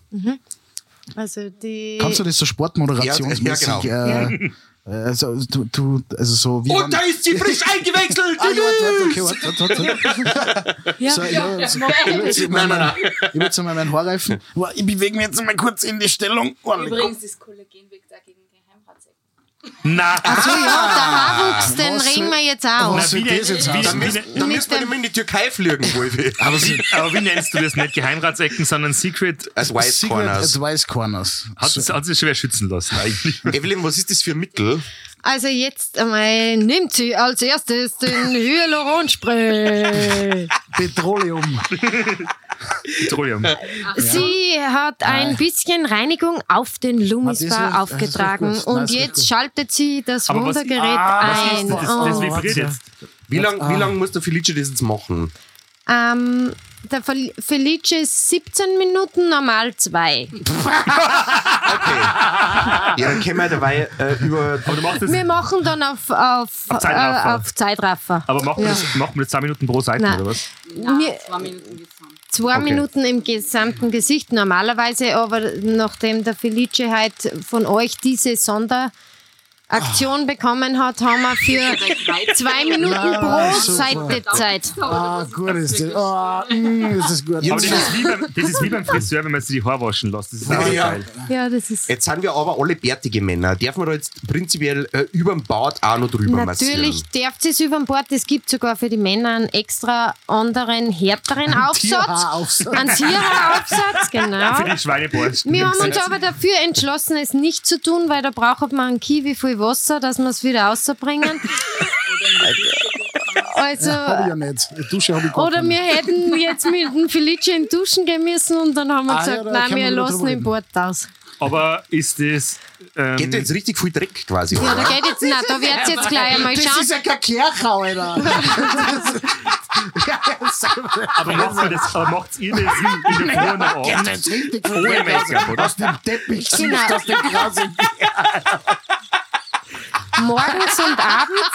[SPEAKER 5] Also die.
[SPEAKER 4] Kannst du das so sportmoderationsmäßig?
[SPEAKER 2] Äh, Ja, genau.
[SPEAKER 4] äh, äh, so, du, du, also so wie man-
[SPEAKER 2] Oh, ist sie frisch eingewechselt!
[SPEAKER 4] Ah, ja, warte, warte, okay, warte, warte, warte.
[SPEAKER 5] ja,
[SPEAKER 4] So, ich
[SPEAKER 5] ja,
[SPEAKER 4] hab jetzt- ich hab jetzt mal meinen- ich hab jetzt mal meinen Haarreifen. Boah, Ich bewege mich jetzt mal kurz in die Stellung. Oh,
[SPEAKER 6] Übrigens, das Kollagen wirkt auch gegen Geheimratsecken.
[SPEAKER 3] Na,
[SPEAKER 5] so, ja, der Haarwuchs, den
[SPEAKER 4] Was
[SPEAKER 5] reden wir jetzt auch.
[SPEAKER 4] was
[SPEAKER 5] aus.
[SPEAKER 3] Na,
[SPEAKER 4] soll
[SPEAKER 3] wie
[SPEAKER 4] das
[SPEAKER 3] denn-
[SPEAKER 4] jetzt
[SPEAKER 3] wie-
[SPEAKER 4] heißen?
[SPEAKER 2] Dann, müssen- dann
[SPEAKER 5] Mit
[SPEAKER 2] müssen wir
[SPEAKER 5] dem-
[SPEAKER 2] nicht in die Türkei fliegen, Wolfi.
[SPEAKER 3] aber, wie, aber wie nennst du das nicht? Geheimratsecken, sondern Secret.
[SPEAKER 2] Als White
[SPEAKER 4] Secret
[SPEAKER 2] Corners.
[SPEAKER 4] Advice Corners.
[SPEAKER 3] Hat, hat sich schwer schützen lassen, eigentlich.
[SPEAKER 2] Evelyn, was ist das für ein Mittel?
[SPEAKER 5] Also jetzt einmal nimmt sie als erstes den Hyaluronspray.
[SPEAKER 4] Petroleum.
[SPEAKER 3] Petroleum.
[SPEAKER 5] Äh, Sie hat ein bisschen Reinigung auf den
[SPEAKER 4] Ah, das ist-
[SPEAKER 5] Lumispa
[SPEAKER 4] das ist
[SPEAKER 5] aufgetragen
[SPEAKER 4] doch gut. Nein,
[SPEAKER 5] und
[SPEAKER 4] das ist
[SPEAKER 5] jetzt
[SPEAKER 4] gut. Ah,
[SPEAKER 5] schaltet sie das
[SPEAKER 3] Aber was- Ah,
[SPEAKER 5] Wundergerät
[SPEAKER 3] was
[SPEAKER 5] ein.
[SPEAKER 3] ist das? Das
[SPEAKER 5] Oh.
[SPEAKER 3] vibriert jetzt.
[SPEAKER 2] Wie lange lang muss der Felice das jetzt machen?
[SPEAKER 5] Ähm, der Fel- Felice ist 17 Minuten, normal 2.
[SPEAKER 2] Okay. ja, dann können wir dabei äh, über.
[SPEAKER 3] Aber du machst das,
[SPEAKER 5] Wir machen dann auf, auf,
[SPEAKER 3] Auf Zeitraffer.
[SPEAKER 5] Äh, auf Zeitraffer.
[SPEAKER 3] aber mach
[SPEAKER 5] Ja.
[SPEAKER 3] das, mach das 10 Minuten pro Seite,
[SPEAKER 5] Nein.
[SPEAKER 3] oder was?
[SPEAKER 6] Nein,
[SPEAKER 5] Mir-
[SPEAKER 6] zwei Minuten geht's an.
[SPEAKER 5] Zwei
[SPEAKER 2] Okay.
[SPEAKER 5] Minuten im gesamten Gesicht normalerweise, aber nachdem der Felice halt von euch diese Sonderaktion bekommen hat, haben wir für zwei Minuten
[SPEAKER 4] Nein,
[SPEAKER 5] pro
[SPEAKER 4] super.
[SPEAKER 5] Seite Zeit.
[SPEAKER 4] Ah, gut ist das. Ah, mm, das ist gut.
[SPEAKER 3] Aber das ist, wie beim, das ist wie beim Friseur, wenn man sich die Haare waschen lässt. Das ist auch
[SPEAKER 2] Ja.
[SPEAKER 3] geil.
[SPEAKER 5] Ja, das ist
[SPEAKER 2] Jetzt sind wir aber alle bärtige Männer. Dürfen wir da jetzt prinzipiell äh, über den Bart auch noch drüber
[SPEAKER 5] Natürlich
[SPEAKER 2] massieren?
[SPEAKER 5] darf sie es über den Bord. Es gibt sogar für die Männer einen extra anderen, härteren Aufsatz.
[SPEAKER 4] Tieraufsatz.
[SPEAKER 5] Einen Tieraufsatz, genau.
[SPEAKER 3] Für die Schweineborst.
[SPEAKER 5] Wir haben uns aber dafür entschlossen, es nicht zu tun, weil da braucht man einen Kiwi viel Wasser, dass wir es wieder rausbringen. Also,
[SPEAKER 4] Hab ich Ah, ja nicht. Dusche habe ich gar
[SPEAKER 5] oder
[SPEAKER 4] keine.
[SPEAKER 5] wir hätten jetzt mit dem Felice in Duschen gehen müssen und dann haben wir
[SPEAKER 4] Ah, ja,
[SPEAKER 5] gesagt,
[SPEAKER 4] da
[SPEAKER 5] nein,
[SPEAKER 4] kann man
[SPEAKER 5] wir
[SPEAKER 4] wieder
[SPEAKER 5] lassen
[SPEAKER 4] drüber
[SPEAKER 5] den
[SPEAKER 4] reden.
[SPEAKER 5] Bord aus.
[SPEAKER 3] Aber ist das. Ähm,
[SPEAKER 2] Geht da jetzt richtig viel Dreck quasi.
[SPEAKER 5] Ja,
[SPEAKER 2] oder?
[SPEAKER 5] da geht jetzt, na, da wird's jetzt gleich einmal
[SPEAKER 4] Das
[SPEAKER 5] schauen.
[SPEAKER 4] ist ja kein Kirchau, Alter. Das ist- Ja,
[SPEAKER 3] aber macht man das, aber macht's ihr das in, in der Früh und am Abend?
[SPEAKER 4] das ist richtig
[SPEAKER 3] Ohne Make-up, oder?
[SPEAKER 4] Aus dem Teppich
[SPEAKER 5] Genau.
[SPEAKER 4] siehst, aus dem Krausen.
[SPEAKER 5] Morgens und abends.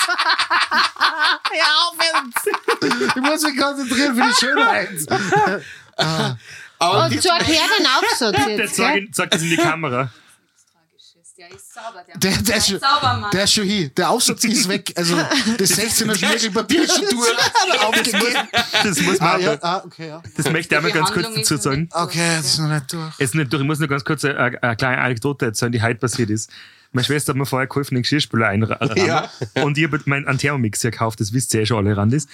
[SPEAKER 4] Ich muss mich konzentrieren für die Schönheit.
[SPEAKER 2] Aber
[SPEAKER 5] Und so erklärt ein Aufsatz
[SPEAKER 3] Der
[SPEAKER 5] jetzt.
[SPEAKER 3] sagt
[SPEAKER 5] Gell?
[SPEAKER 3] ihn- sagt das in die Kamera.
[SPEAKER 6] Tragisches. Der ist sauber. Der,
[SPEAKER 4] Der, der,
[SPEAKER 6] der
[SPEAKER 4] ist,
[SPEAKER 6] ist
[SPEAKER 4] schon-
[SPEAKER 6] sauber, Mann.
[SPEAKER 4] der ist schon hier. Der Aufsatz ist weg. Also das 16er Schmirgelpapier ist schon durch. Aufgegeben.
[SPEAKER 3] Das muss
[SPEAKER 4] Ah,
[SPEAKER 3] man.
[SPEAKER 4] ja, ah, okay, ja.
[SPEAKER 3] Das möchte ich einmal
[SPEAKER 6] Die
[SPEAKER 3] ganz kurz
[SPEAKER 6] Handlung
[SPEAKER 3] dazu
[SPEAKER 6] ist noch
[SPEAKER 3] sagen.
[SPEAKER 6] nicht so
[SPEAKER 4] Okay, das ist noch nicht durch.
[SPEAKER 3] Jetzt nicht durch, ich muss nur ganz kurz eine, eine kleine Anekdote erzählen, die heute passiert ist. Meine Schwester hat mir vorher geholfen, den Geschirrspüler einrahmen.
[SPEAKER 2] Ja.
[SPEAKER 3] Und ich habe meinen einen Thermomix hier gekauft, das wisst ihr eh schon alle Randis.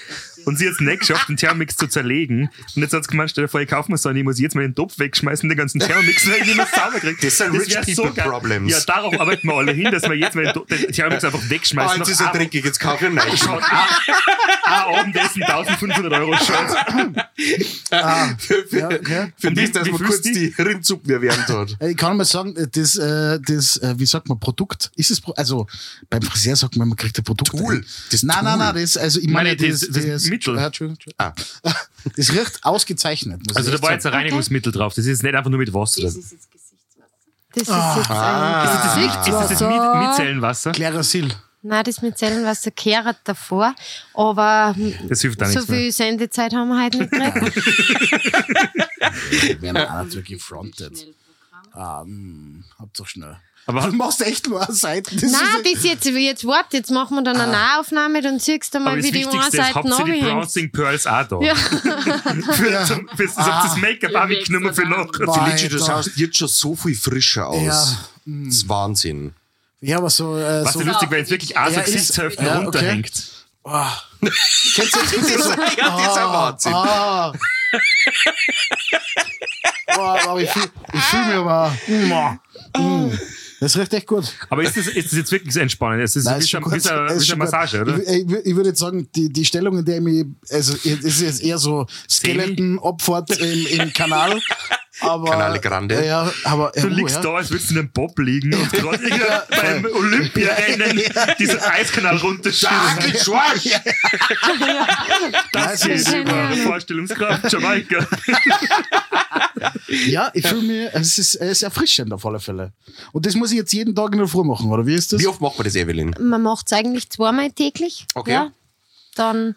[SPEAKER 3] Und sie hat es nicht geschafft, den Thermomix zu zerlegen. Und jetzt hat sie gemeint, stell dir vor, ich kaufe mir so einen, ich muss jetzt mal den Topf wegschmeißen, den ganzen Thermomix, weil ich nicht mehr sauber kriege.
[SPEAKER 2] Das sind rich
[SPEAKER 3] wär
[SPEAKER 2] people
[SPEAKER 3] geil.
[SPEAKER 2] problems.
[SPEAKER 3] Ja, darauf arbeiten wir alle hin, dass wir jetzt mal den, Do- den Thermomix einfach
[SPEAKER 2] Ah,
[SPEAKER 3] wegschmeißen.
[SPEAKER 2] jetzt ist er dreckig, jetzt kann ich ihn nicht.
[SPEAKER 3] Schaut, ah, ah, Abendessen 1500 Euro Scheiß.
[SPEAKER 2] Für, für,
[SPEAKER 4] Ja, okay.
[SPEAKER 2] für
[SPEAKER 3] Und wie-
[SPEAKER 2] das, dass
[SPEAKER 3] wie
[SPEAKER 2] man kurz
[SPEAKER 3] fühlst du
[SPEAKER 2] die Rindsuppen erwärmt hat.
[SPEAKER 4] Äh, Ich kann mal sagen, das, äh, das, äh, wie sagt man, Produkt? Ist es, Pro- also beim Friseur sagt man, man kriegt ein Produkt.
[SPEAKER 2] Tool.
[SPEAKER 4] Das nein, nein, nein, das, also ich
[SPEAKER 3] Meine,
[SPEAKER 4] meine,
[SPEAKER 3] das- das Mittel.
[SPEAKER 4] Ja, Entschuldigung, Entschuldigung.
[SPEAKER 2] Ah.
[SPEAKER 4] Das riecht ausgezeichnet. muss
[SPEAKER 3] Also
[SPEAKER 4] ich
[SPEAKER 3] da
[SPEAKER 4] echt
[SPEAKER 3] war
[SPEAKER 4] sagen.
[SPEAKER 3] jetzt ein Reinigungsmittel drauf. Das ist nicht einfach nur mit Wasser.
[SPEAKER 6] Das ist jetzt Gesichtswasser.
[SPEAKER 5] Das ist jetzt ein
[SPEAKER 3] Ist das das Mit-
[SPEAKER 5] Gesichtswasser.
[SPEAKER 3] Micellenwasser?
[SPEAKER 4] Klerasil.
[SPEAKER 5] Nein, das mit Zellenwasser gehört davor. Aber hm,
[SPEAKER 3] Das hilft auch
[SPEAKER 5] so
[SPEAKER 3] nichts mehr.
[SPEAKER 5] viel Sendezeit haben wir heute nicht gekriegt.
[SPEAKER 4] Wir werden auch natürlich
[SPEAKER 6] Wie
[SPEAKER 4] gefrontet.
[SPEAKER 6] schnell Programm.
[SPEAKER 4] Habt doch schnell.
[SPEAKER 3] Aber
[SPEAKER 4] Du machst echt nur eine Seite. Das
[SPEAKER 5] Nein,
[SPEAKER 4] ist,
[SPEAKER 5] das jetzt, jetzt wart, jetzt machen wir dann eine Nahaufnahme, dann siehst du
[SPEAKER 3] Ah. Aber
[SPEAKER 5] mal,
[SPEAKER 3] das
[SPEAKER 5] wie die eine
[SPEAKER 3] Wichtigste ist,
[SPEAKER 5] Seite
[SPEAKER 3] habt ihr die
[SPEAKER 5] nachhängt.
[SPEAKER 3] Bronzing Pearls auch da?
[SPEAKER 5] Ja. Ah.
[SPEAKER 3] für, zum, für, das- das Make-up auch mitgenommen für noch.
[SPEAKER 4] Boah,
[SPEAKER 2] Litschi, du
[SPEAKER 4] Alter.
[SPEAKER 2] schaust jetzt schon so viel frischer aus.
[SPEAKER 4] Ja. mm.
[SPEAKER 2] Das ist Wahnsinn.
[SPEAKER 4] ja, aber so. Äh,
[SPEAKER 3] Was
[SPEAKER 4] so
[SPEAKER 3] ist lustig, weil jetzt wirklich auch so
[SPEAKER 4] Ja, ist-
[SPEAKER 3] Gesichtshälften
[SPEAKER 4] ja, okay.
[SPEAKER 3] runterhängt.
[SPEAKER 4] Kennst du das? Das ist so-
[SPEAKER 2] Ja, das ist ein Wahnsinn.
[SPEAKER 4] Ah. Boah, aber ich fühle fühl mich aber. Mua. Mm. Das riecht echt gut.
[SPEAKER 3] Aber ist das, ist das jetzt wirklich so entspannend? Es ist
[SPEAKER 4] Nein,
[SPEAKER 3] Also wie
[SPEAKER 4] ist
[SPEAKER 3] so
[SPEAKER 4] schon
[SPEAKER 3] wie so-
[SPEAKER 4] gut.
[SPEAKER 3] wie
[SPEAKER 4] Es ist
[SPEAKER 3] so
[SPEAKER 4] schon
[SPEAKER 3] eine
[SPEAKER 4] gut.
[SPEAKER 3] Massage, oder?
[SPEAKER 4] Ich, ich, ich würde jetzt sagen, die, die Stellung, in der ich mich, also es ist jetzt eher so Skeleton-Opfert im, im Kanal. Aber,
[SPEAKER 2] Canale Grande.
[SPEAKER 4] Ja, aber,
[SPEAKER 3] Du
[SPEAKER 4] oh,
[SPEAKER 3] liegst
[SPEAKER 4] ja.
[SPEAKER 3] da, als würdest du in einem Bob liegen und gerade beim Olympiarennen diesen Eiskanal runterschießen.
[SPEAKER 2] Schwarz!
[SPEAKER 3] Das
[SPEAKER 4] Nein,
[SPEAKER 3] ist
[SPEAKER 5] ist
[SPEAKER 3] über
[SPEAKER 5] genial.
[SPEAKER 3] Vorstellungskraft, Jamaika.
[SPEAKER 4] Ja, ich fühle mich, es ist, es ist erfrischend auf alle Fälle. Und das muss ich jetzt jeden Tag in der Früh machen, oder wie ist das?
[SPEAKER 2] Wie oft macht man das, Evelyn?
[SPEAKER 5] Man macht es eigentlich zweimal täglich.
[SPEAKER 2] Okay.
[SPEAKER 5] Ja. Dann,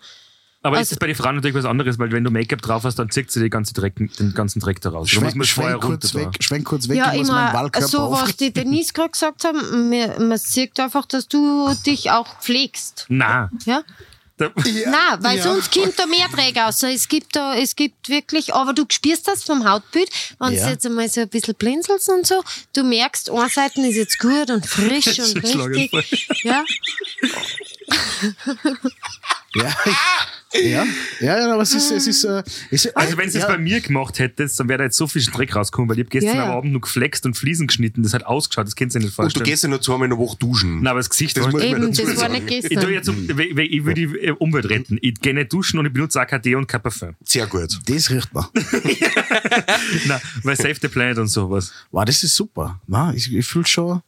[SPEAKER 3] Aber
[SPEAKER 5] Also-
[SPEAKER 3] ist das bei den Frauen natürlich was anderes, weil wenn du Make-up drauf hast, dann zieht sie die ganze Dreck, den ganzen Dreck da raus. Du musst
[SPEAKER 4] Schwenk,
[SPEAKER 3] mal vorher
[SPEAKER 4] schwenk,
[SPEAKER 3] runter
[SPEAKER 4] kurz
[SPEAKER 3] da.
[SPEAKER 4] weg, schwenk kurz weg,
[SPEAKER 5] ja,
[SPEAKER 4] ich muss meinen
[SPEAKER 5] immer
[SPEAKER 4] Wahlkörper
[SPEAKER 5] so, was
[SPEAKER 4] aufrichten.
[SPEAKER 5] die Denise gerade gesagt hat, man, man sieht einfach, dass du dich auch pflegst.
[SPEAKER 3] Nein.
[SPEAKER 5] Ja?
[SPEAKER 3] Da,
[SPEAKER 5] Nein, weil
[SPEAKER 4] Ja.
[SPEAKER 5] sonst kommt da mehr Dreck raus. Es gibt da, es gibt wirklich, aber du spürst das vom Hautbild, wenn
[SPEAKER 4] Ja.
[SPEAKER 5] du jetzt einmal so ein bisschen blinzelst und so, du merkst, eine Seite ist jetzt gut und frisch und
[SPEAKER 3] ist ein
[SPEAKER 5] richtig. Ja?
[SPEAKER 4] Ja, ja, ja, ja, aber es ist, es ist, äh, es ist
[SPEAKER 3] Also wenn es
[SPEAKER 4] ja,
[SPEAKER 3] jetzt bei mir gemacht hättest, dann wäre da jetzt so viel Dreck rausgekommen, weil ich hab gestern
[SPEAKER 5] Ja, ja.
[SPEAKER 3] am Abend nur geflext und Fliesen geschnitten. Das hat ausgeschaut, das kannst du dir
[SPEAKER 2] Und
[SPEAKER 3] nicht
[SPEAKER 2] du
[SPEAKER 3] vorstellen.
[SPEAKER 2] gehst ja nur zweimal in der Woche duschen.
[SPEAKER 3] Nein, aber das Gesicht... Das
[SPEAKER 2] muss ich mir
[SPEAKER 5] Eben,
[SPEAKER 2] dazu
[SPEAKER 5] das war
[SPEAKER 2] sagen.
[SPEAKER 5] nicht
[SPEAKER 3] ich, tu
[SPEAKER 5] gestern.
[SPEAKER 3] jetzt, um- weil- weil ich will die äh, Umwelt retten. Ich gehe nicht duschen und ich benutze auch kein Deo und kein Parfum.
[SPEAKER 2] Sehr gut.
[SPEAKER 4] das riecht man.
[SPEAKER 3] Nein, weil Save the Planet und sowas.
[SPEAKER 4] Wow, das ist super. Na, ich, ich fühle schon,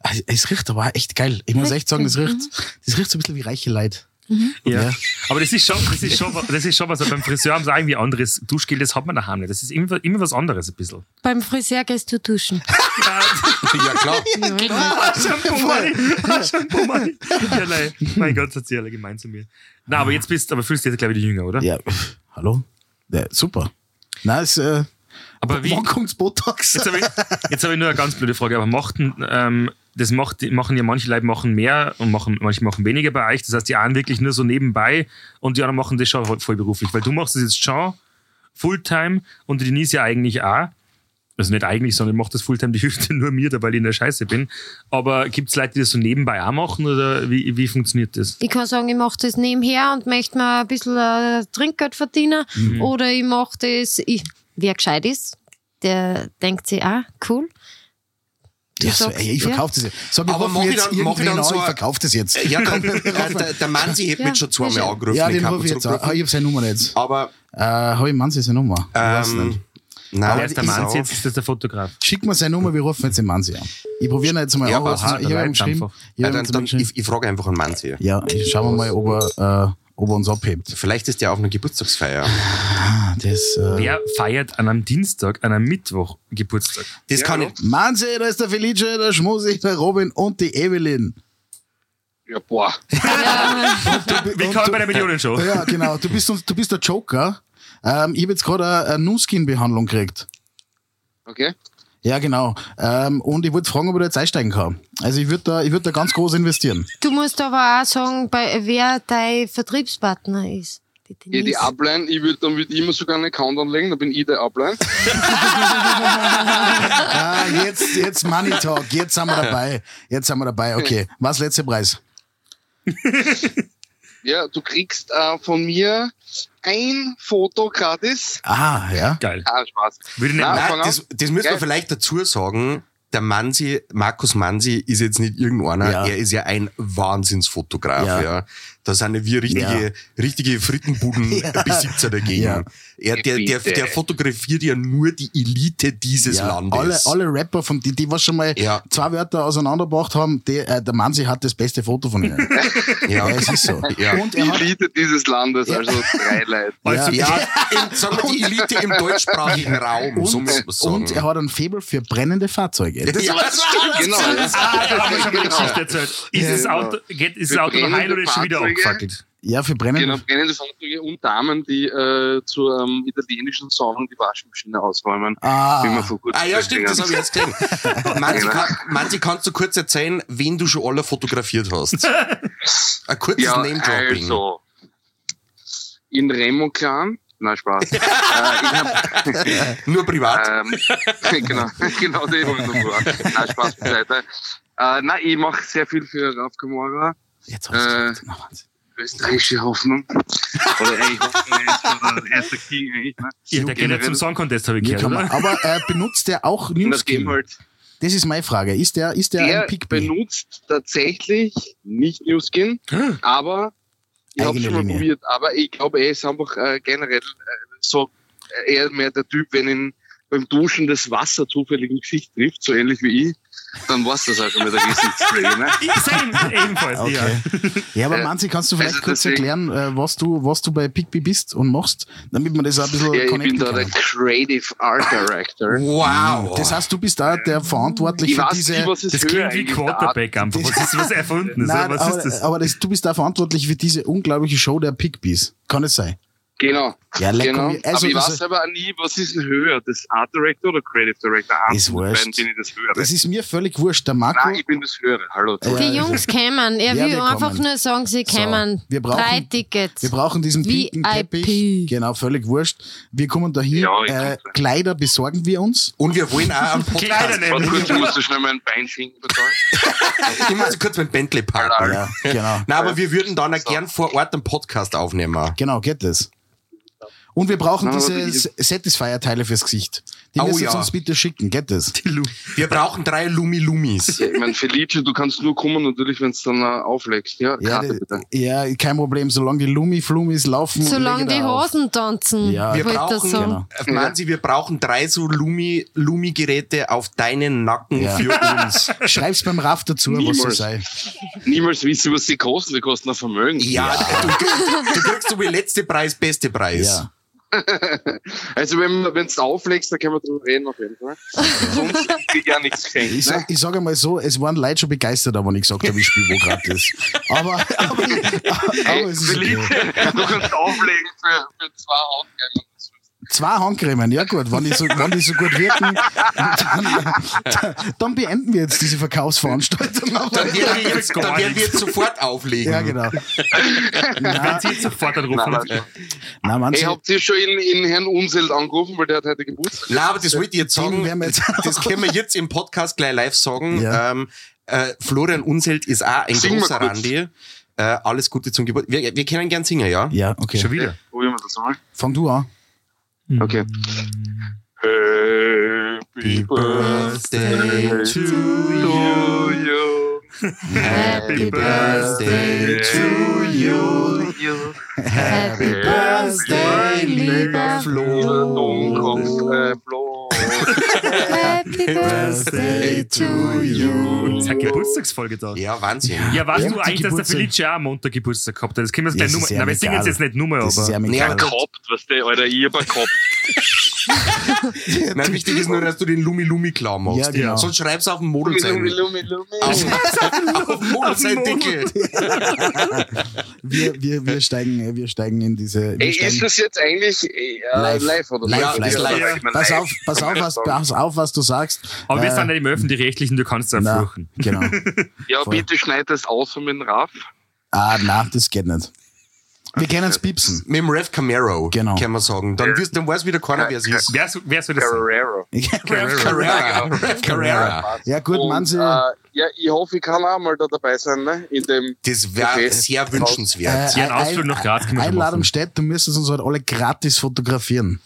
[SPEAKER 4] also, es riecht aber echt geil. Ich muss echt sagen, das riecht,
[SPEAKER 5] mhm.
[SPEAKER 4] das riecht so ein bisschen wie reiche Leid.
[SPEAKER 3] Ja.
[SPEAKER 4] Ja.
[SPEAKER 3] Aber das ist schon, das ist schon, das ist schon was. Aber Beim Friseur haben sie auch irgendwie anderes Duschgel, das hat man daheim nicht. Das ist immer, immer was anderes ein bisschen.
[SPEAKER 5] Beim Friseur gehst du duschen.
[SPEAKER 2] Ja, klar.
[SPEAKER 3] Shampoo Money. Shampoo Money. Ja, nein. Mein Gott, hat sie alle gemein zu mir. Na, aber jetzt bist, aber fühlst du dich jetzt, glaube ich, wieder jünger, oder?
[SPEAKER 4] Ja, hallo? Ja, super. Na, es, äh,
[SPEAKER 3] Aber wie?
[SPEAKER 4] wann kommt's Botox?
[SPEAKER 3] Jetzt habe ich, jetzt hab ich nur eine ganz blöde Frage. Aber machten, ähm, das macht, machen ja manche Leute machen mehr und machen, manche machen weniger bei euch. Das heißt, die einen wirklich nur so nebenbei und die anderen machen das schon vollberuflich. Weil du machst das jetzt schon Fulltime und die Denise ja eigentlich auch. Also nicht eigentlich, sondern macht das Fulltime, die hilft ja nur mir, da, weil ich in der Scheiße bin. Aber gibt es Leute, die das so nebenbei auch machen oder wie, wie funktioniert das?
[SPEAKER 5] Ich kann sagen, ich mache das nebenher und möchte mir ein bisschen äh, Trinkgeld verdienen.
[SPEAKER 4] Mhm.
[SPEAKER 5] Oder ich mache das, ich, wer gescheit ist, der denkt sich, ah, cool.
[SPEAKER 4] Ja, so,
[SPEAKER 5] sagst,
[SPEAKER 4] ey, ich
[SPEAKER 5] ja.
[SPEAKER 4] verkaufe das jetzt. Sag,
[SPEAKER 2] Aber
[SPEAKER 4] aber
[SPEAKER 2] mach
[SPEAKER 4] mach
[SPEAKER 2] ich
[SPEAKER 4] jetzt
[SPEAKER 2] dann- mach ich
[SPEAKER 4] irgendwie
[SPEAKER 2] dann
[SPEAKER 4] an,
[SPEAKER 2] so
[SPEAKER 4] ich
[SPEAKER 2] ein-
[SPEAKER 4] verkaufe das jetzt.
[SPEAKER 2] Ja, der, der, der, der Mansi hätte
[SPEAKER 5] Ja,
[SPEAKER 2] mich schon zweimal
[SPEAKER 5] sicher.
[SPEAKER 2] angerufen.
[SPEAKER 4] Ja,
[SPEAKER 2] ich
[SPEAKER 4] den
[SPEAKER 2] kann
[SPEAKER 4] rufe ich
[SPEAKER 2] ihn
[SPEAKER 4] jetzt an.
[SPEAKER 2] zurückrufen.
[SPEAKER 4] Ah, Ich habe seine Nummer nicht.
[SPEAKER 2] Aber
[SPEAKER 4] Äh, habe ich Manns seine Nummer? Ich weiß
[SPEAKER 2] Ähm,
[SPEAKER 4] nicht.
[SPEAKER 2] Nein,
[SPEAKER 3] Aber
[SPEAKER 2] aber
[SPEAKER 3] er ist der
[SPEAKER 2] ich
[SPEAKER 3] Mann,
[SPEAKER 2] sauf.
[SPEAKER 3] jetzt ist das der Fotograf.
[SPEAKER 4] Schick mir seine Nummer, wir rufen jetzt den Mann sie an. Ich probiere ihn jetzt mal
[SPEAKER 2] Ja,
[SPEAKER 4] aus.
[SPEAKER 2] aha,
[SPEAKER 4] ich habe
[SPEAKER 3] dann
[SPEAKER 4] ihm geschrieben.
[SPEAKER 3] einfach.
[SPEAKER 4] Ich
[SPEAKER 2] Ja,
[SPEAKER 4] hab ihm
[SPEAKER 2] dann,
[SPEAKER 4] zum
[SPEAKER 2] dann,
[SPEAKER 4] Beispiel-
[SPEAKER 2] ich, ich frage einfach einen Mann hier.
[SPEAKER 4] ja, ich- schauen wir mal, ob er, äh, ob er uns abhebt.
[SPEAKER 2] Vielleicht ist der auf einer Geburtstagsfeier.
[SPEAKER 4] Ah, Das, äh,
[SPEAKER 3] Wer feiert an einem Dienstag, an einem Mittwoch Geburtstag?
[SPEAKER 2] Das kann
[SPEAKER 7] hallo?
[SPEAKER 2] ich.
[SPEAKER 4] Manse, da ist der Felice, der Schmusi, der Robin und die Evelyn.
[SPEAKER 7] Ja, boah.
[SPEAKER 3] Willkommen bei der Millionenshow.
[SPEAKER 4] Ja, genau. Du bist, uns- du bist der Joker. Ähm, ich habe jetzt gerade eine, eine Nuskin-Behandlung gekriegt.
[SPEAKER 7] Okay.
[SPEAKER 4] Ja, genau. Ähm, und ich wollte fragen, ob ich da jetzt einsteigen kann. Also ich würde da, ich würd da ganz groß investieren.
[SPEAKER 5] Du musst aber auch sagen, bei, wer dein Vertriebspartner ist. Die
[SPEAKER 7] Ja, die
[SPEAKER 5] Denise.
[SPEAKER 7] Ablein, ich würde dann würd ich immer sogar eine Count anlegen, dann bin ich der Ablein.
[SPEAKER 4] Ah, jetzt, jetzt Money Talk, jetzt sind wir dabei. Jetzt sind wir dabei, okay. Was letzter Preis?
[SPEAKER 7] Ja, du kriegst äh, von mir ein Foto gratis.
[SPEAKER 4] Ah, ja.
[SPEAKER 3] Geil.
[SPEAKER 7] Ah, Spaß.
[SPEAKER 3] Würde ich nicht
[SPEAKER 7] Nein,
[SPEAKER 2] Nein,
[SPEAKER 7] fang an.
[SPEAKER 2] das, das müssen wir
[SPEAKER 7] Gell?
[SPEAKER 2] vielleicht dazu sagen. Der Mansi, Markus Mansi ist jetzt nicht irgendeiner,
[SPEAKER 4] Ja.
[SPEAKER 2] er ist ja ein Wahnsinnsfotograf.
[SPEAKER 4] Ja.
[SPEAKER 2] Ja. Da sind wir richtige, richtige Frittenbuden-Besitzer dagegen.
[SPEAKER 4] Ja.
[SPEAKER 2] Er, der, der,
[SPEAKER 7] Bitte.
[SPEAKER 2] der fotografiert ja nur die Elite dieses
[SPEAKER 4] Ja, alle,
[SPEAKER 2] Landes.
[SPEAKER 4] alle Rapper, von die, die was schon mal
[SPEAKER 2] Ja.
[SPEAKER 4] zwei Wörter auseinandergebracht haben, die, äh, der Mansi hat das beste Foto von ihnen.
[SPEAKER 2] Ja.
[SPEAKER 4] ja, es ist so.
[SPEAKER 2] Ja.
[SPEAKER 4] Und
[SPEAKER 7] Die
[SPEAKER 4] er hat
[SPEAKER 7] Elite dieses Landes, also drei Leute.
[SPEAKER 2] Also ja, im, sagen wir die Elite im deutschsprachigen Raum, so muss man sagen.
[SPEAKER 4] und er hat ein Faible für brennende Fahrzeuge.
[SPEAKER 2] das
[SPEAKER 4] ja.
[SPEAKER 2] ja, das stimmt.
[SPEAKER 7] Genau.
[SPEAKER 3] Ah, da haben wir schon mal die
[SPEAKER 7] Genau.
[SPEAKER 3] Geschichte erzählt. halt, Ist das Auto, geht, ist das
[SPEAKER 7] Wir
[SPEAKER 3] Auto noch heil
[SPEAKER 7] brennende
[SPEAKER 3] oder ist schon wieder
[SPEAKER 7] Fahrzeuge.
[SPEAKER 3] abgefackelt?
[SPEAKER 4] für brennende.
[SPEAKER 7] Genau, brennende Fahrzeuge und Damen, die äh, zu ähm, italienischen Song die Waschmaschine ausräumen. Wie man
[SPEAKER 4] Ah,
[SPEAKER 7] vor kurzem
[SPEAKER 2] Ah ja,
[SPEAKER 7] gesehen
[SPEAKER 2] stimmt, das
[SPEAKER 7] hat.
[SPEAKER 2] habe ich jetzt gesehen.
[SPEAKER 4] Genau.
[SPEAKER 2] Manzi, kann, Manzi, kannst du kurz erzählen, wen du schon alle fotografiert hast? Ein kurzes
[SPEAKER 7] ja,
[SPEAKER 2] Name-Dropping.
[SPEAKER 7] Also, in Remo Clan, na Spaß. äh, ich hab,
[SPEAKER 2] Nur privat.
[SPEAKER 7] ähm, genau, genau die habe ich noch vor. Na Spaß beiseite. Äh, nein, ich mache sehr viel für Raf Kamora,
[SPEAKER 4] jetzt
[SPEAKER 7] Äh,
[SPEAKER 4] hast du
[SPEAKER 7] österreichische Hoffnung. Oder eigentlich Hoffnung er ist schon der erste King eigentlich. Ne?
[SPEAKER 3] Ja, der geht ja zum Song Contest, habe ich gehört, oder?
[SPEAKER 4] Aber äh, benutzt er auch
[SPEAKER 7] Und das
[SPEAKER 4] Newskin?
[SPEAKER 7] Game halt
[SPEAKER 4] Das ist meine Frage. Ist der, ist der,
[SPEAKER 7] Der
[SPEAKER 4] ein Pickbee?
[SPEAKER 7] benutzt tatsächlich nicht Newskin, aber ich habe
[SPEAKER 4] Eigene
[SPEAKER 7] schon mal
[SPEAKER 4] Linie.
[SPEAKER 7] probiert. Aber ich glaube, er ist einfach äh, generell äh, so äh, eher mehr der Typ, wenn ihn beim Duschen das Wasser zufällig im Gesicht trifft, so ähnlich wie ich, dann war's das auch schon mit der Gesichtspflege. Ne?
[SPEAKER 3] Ich same, ebenfalls, ja.
[SPEAKER 4] Okay. Ja, aber
[SPEAKER 7] Äh,
[SPEAKER 4] Manzi, kannst du vielleicht
[SPEAKER 7] also
[SPEAKER 4] kurz
[SPEAKER 7] deswegen-
[SPEAKER 4] erklären, äh, was du, was du bei Pickbee bist und machst, damit man das auch ein bisschen
[SPEAKER 7] Ja, ich bin
[SPEAKER 4] connecten
[SPEAKER 7] da der
[SPEAKER 4] kann?
[SPEAKER 7] Creative Art Director.
[SPEAKER 3] Also
[SPEAKER 2] wow.
[SPEAKER 4] Äh, Das heißt, du bist da der verantwortlich
[SPEAKER 7] Ich
[SPEAKER 4] für
[SPEAKER 7] weiß nicht,
[SPEAKER 4] diese.
[SPEAKER 7] was ist
[SPEAKER 3] Das
[SPEAKER 7] höher
[SPEAKER 3] klingt wie
[SPEAKER 7] eigentlich, der Art-
[SPEAKER 3] Quarterback einfach. Was ist was Erfundenes?
[SPEAKER 4] Nein,
[SPEAKER 3] oder? Was
[SPEAKER 4] aber,
[SPEAKER 3] ist das?
[SPEAKER 4] aber das, du bist da verantwortlich für diese unglaubliche Show der Pickbees. Kann es sein?
[SPEAKER 7] Genau,
[SPEAKER 4] Ja, lecker
[SPEAKER 7] genau.
[SPEAKER 4] mir. Also,
[SPEAKER 7] aber ich
[SPEAKER 4] also-
[SPEAKER 7] weiß aber auch nie, was ist denn höher, das Art Director oder Creative Director?
[SPEAKER 4] Ist
[SPEAKER 7] Von den
[SPEAKER 4] wurscht.
[SPEAKER 7] beiden bin ich das höhere.
[SPEAKER 4] Das ist mir völlig wurscht. Der Marco.
[SPEAKER 7] Nein, ich bin das höhere. Hallo.
[SPEAKER 4] Ja.
[SPEAKER 5] Die Jungs kämen. Er
[SPEAKER 4] Ja,
[SPEAKER 5] will
[SPEAKER 4] wir
[SPEAKER 5] einfach
[SPEAKER 4] kommen.
[SPEAKER 5] nur sagen, sie kämen.
[SPEAKER 4] wir brauchen-
[SPEAKER 5] Drei Tickets.
[SPEAKER 4] Wir brauchen diesen
[SPEAKER 5] VIP.
[SPEAKER 4] pinken Teppich. Genau, völlig wurscht. Wir kommen dahin.
[SPEAKER 7] Ja, ich
[SPEAKER 4] äh,
[SPEAKER 7] komm's.
[SPEAKER 4] Kleider besorgen wir uns.
[SPEAKER 2] Und wir wollen auch einen
[SPEAKER 3] Kleider
[SPEAKER 2] Podcast.
[SPEAKER 7] Warte kurz,
[SPEAKER 3] nehmen.
[SPEAKER 7] ich muss da schnell mein Bein schinken, verzeihen.
[SPEAKER 2] Ich muss kurz mit Bentley parken.
[SPEAKER 4] Ja, genau.
[SPEAKER 2] Nein, aber wir würden dann auch gern vor Ort einen Podcast aufnehmen.
[SPEAKER 4] Genau, geht das. Und wir brauchen
[SPEAKER 7] Nein,
[SPEAKER 4] diese
[SPEAKER 7] aber die-
[SPEAKER 4] S- Satisfier-Teile fürs Gesicht. Die
[SPEAKER 2] Oh
[SPEAKER 4] müssen Sie
[SPEAKER 2] ja.
[SPEAKER 4] uns bitte schicken, geht das?
[SPEAKER 2] Wir brauchen drei Lumi-Lumis.
[SPEAKER 7] Ich meine, Felice, du kannst nur kommen, natürlich, wenn es dann äh, auflegst. Ja,
[SPEAKER 4] Ja,
[SPEAKER 7] Karte bitte.
[SPEAKER 4] die- ja, kein Problem, solange die Lumi-Flumis laufen.
[SPEAKER 5] Solange
[SPEAKER 4] lege ich
[SPEAKER 5] die
[SPEAKER 4] da auf.
[SPEAKER 5] Hosen tanzen,
[SPEAKER 4] Ja.
[SPEAKER 2] Wir
[SPEAKER 5] wollte er
[SPEAKER 2] brauchen,
[SPEAKER 5] sagen.
[SPEAKER 2] äh, Mansi, wir brauchen drei so Lumi- Lumi-Geräte auf deinen Nacken
[SPEAKER 4] Ja.
[SPEAKER 2] für uns.
[SPEAKER 4] Schreib's beim Raff dazu, was so
[SPEAKER 7] Niemals.
[SPEAKER 4] sei.
[SPEAKER 7] Niemals wissen, was die kosten. Die kosten ein Vermögen.
[SPEAKER 2] Ja, Du, kriegst, du kriegst so wie letzte Preis, beste Preis.
[SPEAKER 4] Ja.
[SPEAKER 7] Also, wenn es auflegst, dann können wir drüber reden, auf jeden Fall. Sonst krieg ich ja nichts
[SPEAKER 4] Ich
[SPEAKER 7] geschenkt. Ne?
[SPEAKER 4] sag, ich sag einmal so, es waren Leute schon begeistert, aber ich gesagt habe, ich spiele wo gratis. Aber, aber, aber es ist okay.
[SPEAKER 7] Felice, du kannst auflegen für, für zwei Hautcreme.
[SPEAKER 4] Zwei Handcremen, ja gut, wenn die so, wenn die so gut wirken, dann, dann beenden wir jetzt diese Verkaufsveranstaltung.
[SPEAKER 2] Dann werden wir jetzt,
[SPEAKER 3] Gar
[SPEAKER 2] dann werden wir
[SPEAKER 3] nichts.
[SPEAKER 2] jetzt sofort auflegen.
[SPEAKER 4] Ja, genau.
[SPEAKER 3] Wenn sie jetzt sofort anrufen.
[SPEAKER 4] Nein, man,
[SPEAKER 7] Ich habt ihr schon in, in Herrn Unselt angerufen, weil der hat heute Geburtstag.
[SPEAKER 2] Na, aber das wollte ich jetzt sagen.
[SPEAKER 4] Den werden wir jetzt-
[SPEAKER 2] das können wir jetzt im Podcast gleich live sagen.
[SPEAKER 4] Ja.
[SPEAKER 2] Ähm, äh, Florian Unselt ist auch ein
[SPEAKER 7] Singen wir
[SPEAKER 2] großer
[SPEAKER 7] kurz.
[SPEAKER 2] Randi. Äh, alles Gute zum Geburt. Wir, wir können gern singen, ja?
[SPEAKER 4] ja, okay.
[SPEAKER 3] Schon wieder.
[SPEAKER 7] Probieren wir das mal.
[SPEAKER 4] Fang du an.
[SPEAKER 7] Mhm. Okay. Happy
[SPEAKER 2] Birthday
[SPEAKER 7] to you.
[SPEAKER 4] Genau.
[SPEAKER 5] Happy
[SPEAKER 2] Birthday to you.
[SPEAKER 5] Happy Birthday, lieber
[SPEAKER 7] Flo.
[SPEAKER 5] Flo.
[SPEAKER 7] Flo. Flo.
[SPEAKER 5] Happy Birthday to you.
[SPEAKER 3] Es hat Geburtstagsfolge da.
[SPEAKER 2] Ja, Wahnsinn.
[SPEAKER 3] Ja, weißt du
[SPEAKER 4] Stimmt, die
[SPEAKER 3] eigentlich, dass der
[SPEAKER 4] Geburtstag.
[SPEAKER 3] Felice auch am Montag Geburtstag gehabt hat? Das können wir uns
[SPEAKER 4] Ja,
[SPEAKER 3] gleich
[SPEAKER 4] es
[SPEAKER 3] Nummer.
[SPEAKER 4] ist ja
[SPEAKER 3] Na, wir singen jetzt
[SPEAKER 4] egal.
[SPEAKER 3] jetzt nicht Nummer,
[SPEAKER 4] Das ist ja
[SPEAKER 3] aber.
[SPEAKER 4] mega.
[SPEAKER 2] Ja,
[SPEAKER 7] Koppt, was der, Alter, ich hab gekoppt.
[SPEAKER 2] Nein, wichtig ist nur, dass du den Lumi-Lumi-Klau machst.
[SPEAKER 4] Ja, genau.
[SPEAKER 2] Sonst schreibst du auf dem Model sein. Auf, auf dem Model sein
[SPEAKER 3] Auf dem
[SPEAKER 2] Deckel.
[SPEAKER 4] Wir, wir, wir, steigen, wir steigen in diese. Wir
[SPEAKER 7] Ey, ist
[SPEAKER 4] steigen,
[SPEAKER 7] das jetzt eigentlich äh,
[SPEAKER 4] Live.
[SPEAKER 7] live. live oder
[SPEAKER 2] Live,
[SPEAKER 7] Ja,
[SPEAKER 2] live,
[SPEAKER 7] ist
[SPEAKER 2] live.
[SPEAKER 7] Ich mein,
[SPEAKER 4] pass
[SPEAKER 7] live.
[SPEAKER 4] auf, pass auf, was, pass auf, was du sagst.
[SPEAKER 3] Aber wir
[SPEAKER 4] Äh,
[SPEAKER 3] sind nicht im Öffentlich-Rechtlichen, du kannst es auch
[SPEAKER 4] na,
[SPEAKER 3] fluchen.
[SPEAKER 4] Genau.
[SPEAKER 7] Ja,
[SPEAKER 4] Voll.
[SPEAKER 7] bitte schneid das aus mit dem Raff.
[SPEAKER 4] Ah, na, das geht nicht. Wir können es piepsen.
[SPEAKER 2] Mit dem Rev Camaro,
[SPEAKER 4] Genau.
[SPEAKER 2] kann man sagen. Dann, wirst, dann weiß wieder keiner, wer es ist.
[SPEAKER 3] Wer, so- wer soll das sein?
[SPEAKER 7] Guerrero.
[SPEAKER 2] Carrera. Rev Carrera.
[SPEAKER 4] Ja, gut,
[SPEAKER 7] Und,
[SPEAKER 4] manche.
[SPEAKER 7] äh, ja, ich hoffe, ich kann auch mal da dabei sein, ne? In dem.
[SPEAKER 2] Das wäre
[SPEAKER 7] Okay.
[SPEAKER 2] sehr wünschenswert.
[SPEAKER 3] Sie einen Ausflug nach Graz können wir schon
[SPEAKER 4] Äh, Einladung
[SPEAKER 3] machen.
[SPEAKER 4] steht, du müsstest uns halt alle gratis fotografieren.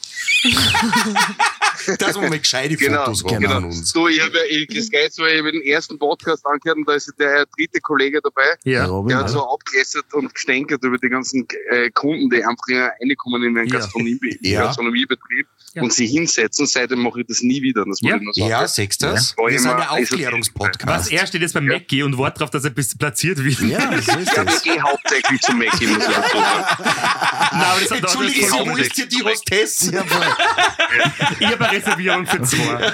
[SPEAKER 2] Dass wir mal gescheite
[SPEAKER 7] Genau,
[SPEAKER 2] Fotos haben
[SPEAKER 4] genau.
[SPEAKER 2] an uns.
[SPEAKER 7] So, ich habe ich, das Geilste war, ich habe den ersten Podcast angehört und da ist der dritte Kollege dabei.
[SPEAKER 3] Ja.
[SPEAKER 4] Robin,
[SPEAKER 7] Der hat
[SPEAKER 4] also.
[SPEAKER 7] so abgelästert und gestänkert über die ganzen äh, Kunden, die einfach reinkommen in einen
[SPEAKER 3] Ja.
[SPEAKER 7] Gastronomie
[SPEAKER 2] Ja.
[SPEAKER 7] Gastronomiebetrieb
[SPEAKER 3] Ja.
[SPEAKER 7] und sie hinsetzen. Seitdem mache ich das nie wieder. Das
[SPEAKER 3] Ja.
[SPEAKER 7] wollte ich nur sagen.
[SPEAKER 2] Ja, sechst das?
[SPEAKER 7] Ja.
[SPEAKER 2] Wir sind der
[SPEAKER 7] Also-
[SPEAKER 3] Was?
[SPEAKER 2] Aufklärungspodcast.
[SPEAKER 3] Er steht jetzt beim Mackie und wart drauf, dass er bis platziert wird.
[SPEAKER 4] Ja, so ist
[SPEAKER 7] Ja,
[SPEAKER 4] das.
[SPEAKER 7] ich gehe hauptsächlich zum Mac, ich muss ich dazu sagen.
[SPEAKER 3] Nein, aber das hat auch
[SPEAKER 2] Entschuldigen
[SPEAKER 3] nicht
[SPEAKER 2] Sie,
[SPEAKER 3] voll-
[SPEAKER 2] wo ist hier die Hostess?
[SPEAKER 4] Ja, voll.
[SPEAKER 3] Ich habe eine Reservierung für zwei.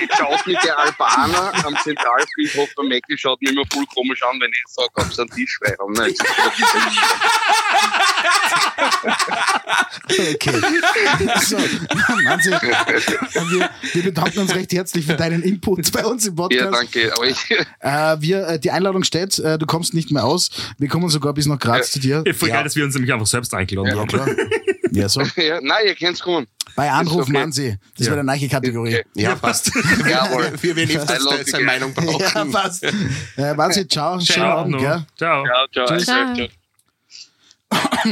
[SPEAKER 7] Jetzt schaut mich der Albaner am Zentralfriedhof der Mac, schaut mich immer voll komisch an, wenn ich sage, ob sie einen Tisch frei haben. Nein,
[SPEAKER 4] Okay. So, Manzi, wir, wir bedanken uns recht herzlich für deinen Input bei uns im
[SPEAKER 7] ja,
[SPEAKER 4] Podcast.
[SPEAKER 7] danke. Aber ich,
[SPEAKER 4] äh, wir, äh, die Einladung steht, äh, du kommst nicht mehr aus. Wir kommen sogar bis nach Graz zu dir.
[SPEAKER 3] Voll geil, dass wir uns nämlich einfach selbst eingeladen
[SPEAKER 4] Ja,
[SPEAKER 3] haben.
[SPEAKER 4] klar. Ja, so.
[SPEAKER 7] ja, nein, ihr kennt's kommen.
[SPEAKER 4] Bei Anruf
[SPEAKER 7] okay.
[SPEAKER 4] Manzi. Das
[SPEAKER 3] Ja.
[SPEAKER 4] wäre eine neue Kategorie.
[SPEAKER 7] Okay.
[SPEAKER 2] Ja, passt.
[SPEAKER 7] Jawohl.
[SPEAKER 2] Wir werden öfters
[SPEAKER 7] I love
[SPEAKER 2] da
[SPEAKER 7] you
[SPEAKER 2] seine
[SPEAKER 7] guys.
[SPEAKER 2] Meinung brauchen.
[SPEAKER 4] Ja, passt. Äh, Manzi, ciao. Schönen
[SPEAKER 3] Ciao.
[SPEAKER 4] Abend, gell?
[SPEAKER 3] Ciao.
[SPEAKER 7] Ciao, ciao.
[SPEAKER 5] Ciao.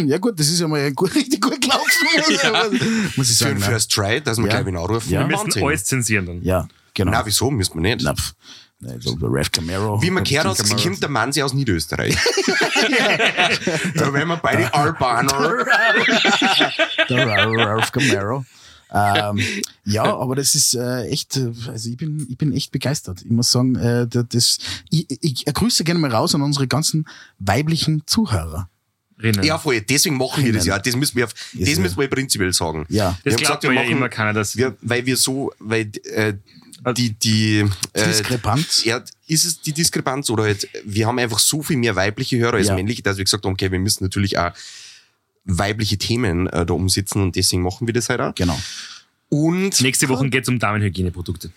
[SPEAKER 4] Ja gut, das ist ja mal gut, richtig gut gelaufen. Muss ich
[SPEAKER 2] Für
[SPEAKER 4] sagen.
[SPEAKER 2] den
[SPEAKER 4] ne?
[SPEAKER 2] First Try, dass wir
[SPEAKER 4] Ja.
[SPEAKER 2] gleich wieder anrufen.
[SPEAKER 4] Ja.
[SPEAKER 3] Wir müssen
[SPEAKER 2] Wahnsinn.
[SPEAKER 3] alles zensieren dann.
[SPEAKER 4] Ja, genau.
[SPEAKER 2] Na, wieso müssen wir nicht?
[SPEAKER 4] Na, pf. Na, so der Rev Camaro.
[SPEAKER 2] Wie man gehört hat, sie kommt der Mann sie aus Niederösterreich. da wären wir beide Albaner.
[SPEAKER 4] Der Ra- Ralph Camaro. ähm, ja, aber das ist äh, echt, äh, also ich bin, ich bin echt begeistert. Ich muss sagen, äh, da- das, ich, ich ich grüße gerne mal raus an unsere ganzen weiblichen Zuhörer.
[SPEAKER 3] Rinnen.
[SPEAKER 2] Ja, voll. Deswegen machen wir das ja. Das müssen wir, auf,
[SPEAKER 4] Ist
[SPEAKER 2] das
[SPEAKER 4] ja.
[SPEAKER 2] müssen wir prinzipiell sagen.
[SPEAKER 4] Ja.
[SPEAKER 2] Wir
[SPEAKER 3] das
[SPEAKER 2] haben
[SPEAKER 3] glaubt
[SPEAKER 2] gesagt, wir
[SPEAKER 3] mir ja
[SPEAKER 2] machen,
[SPEAKER 3] immer keiner, dass
[SPEAKER 2] wir, weil wir so, weil äh, die, die äh,
[SPEAKER 4] Diskrepanz.
[SPEAKER 2] Ja, ist es die Diskrepanz oder halt, wir haben einfach so viel mehr weibliche Hörer als
[SPEAKER 4] Ja.
[SPEAKER 2] männliche, dass wir gesagt haben, okay, wir müssen natürlich auch weibliche Themen äh, da umsetzen und deswegen machen wir das halt auch.
[SPEAKER 4] Genau.
[SPEAKER 2] Und
[SPEAKER 3] nächste Woche geht es um Damenhygieneprodukte.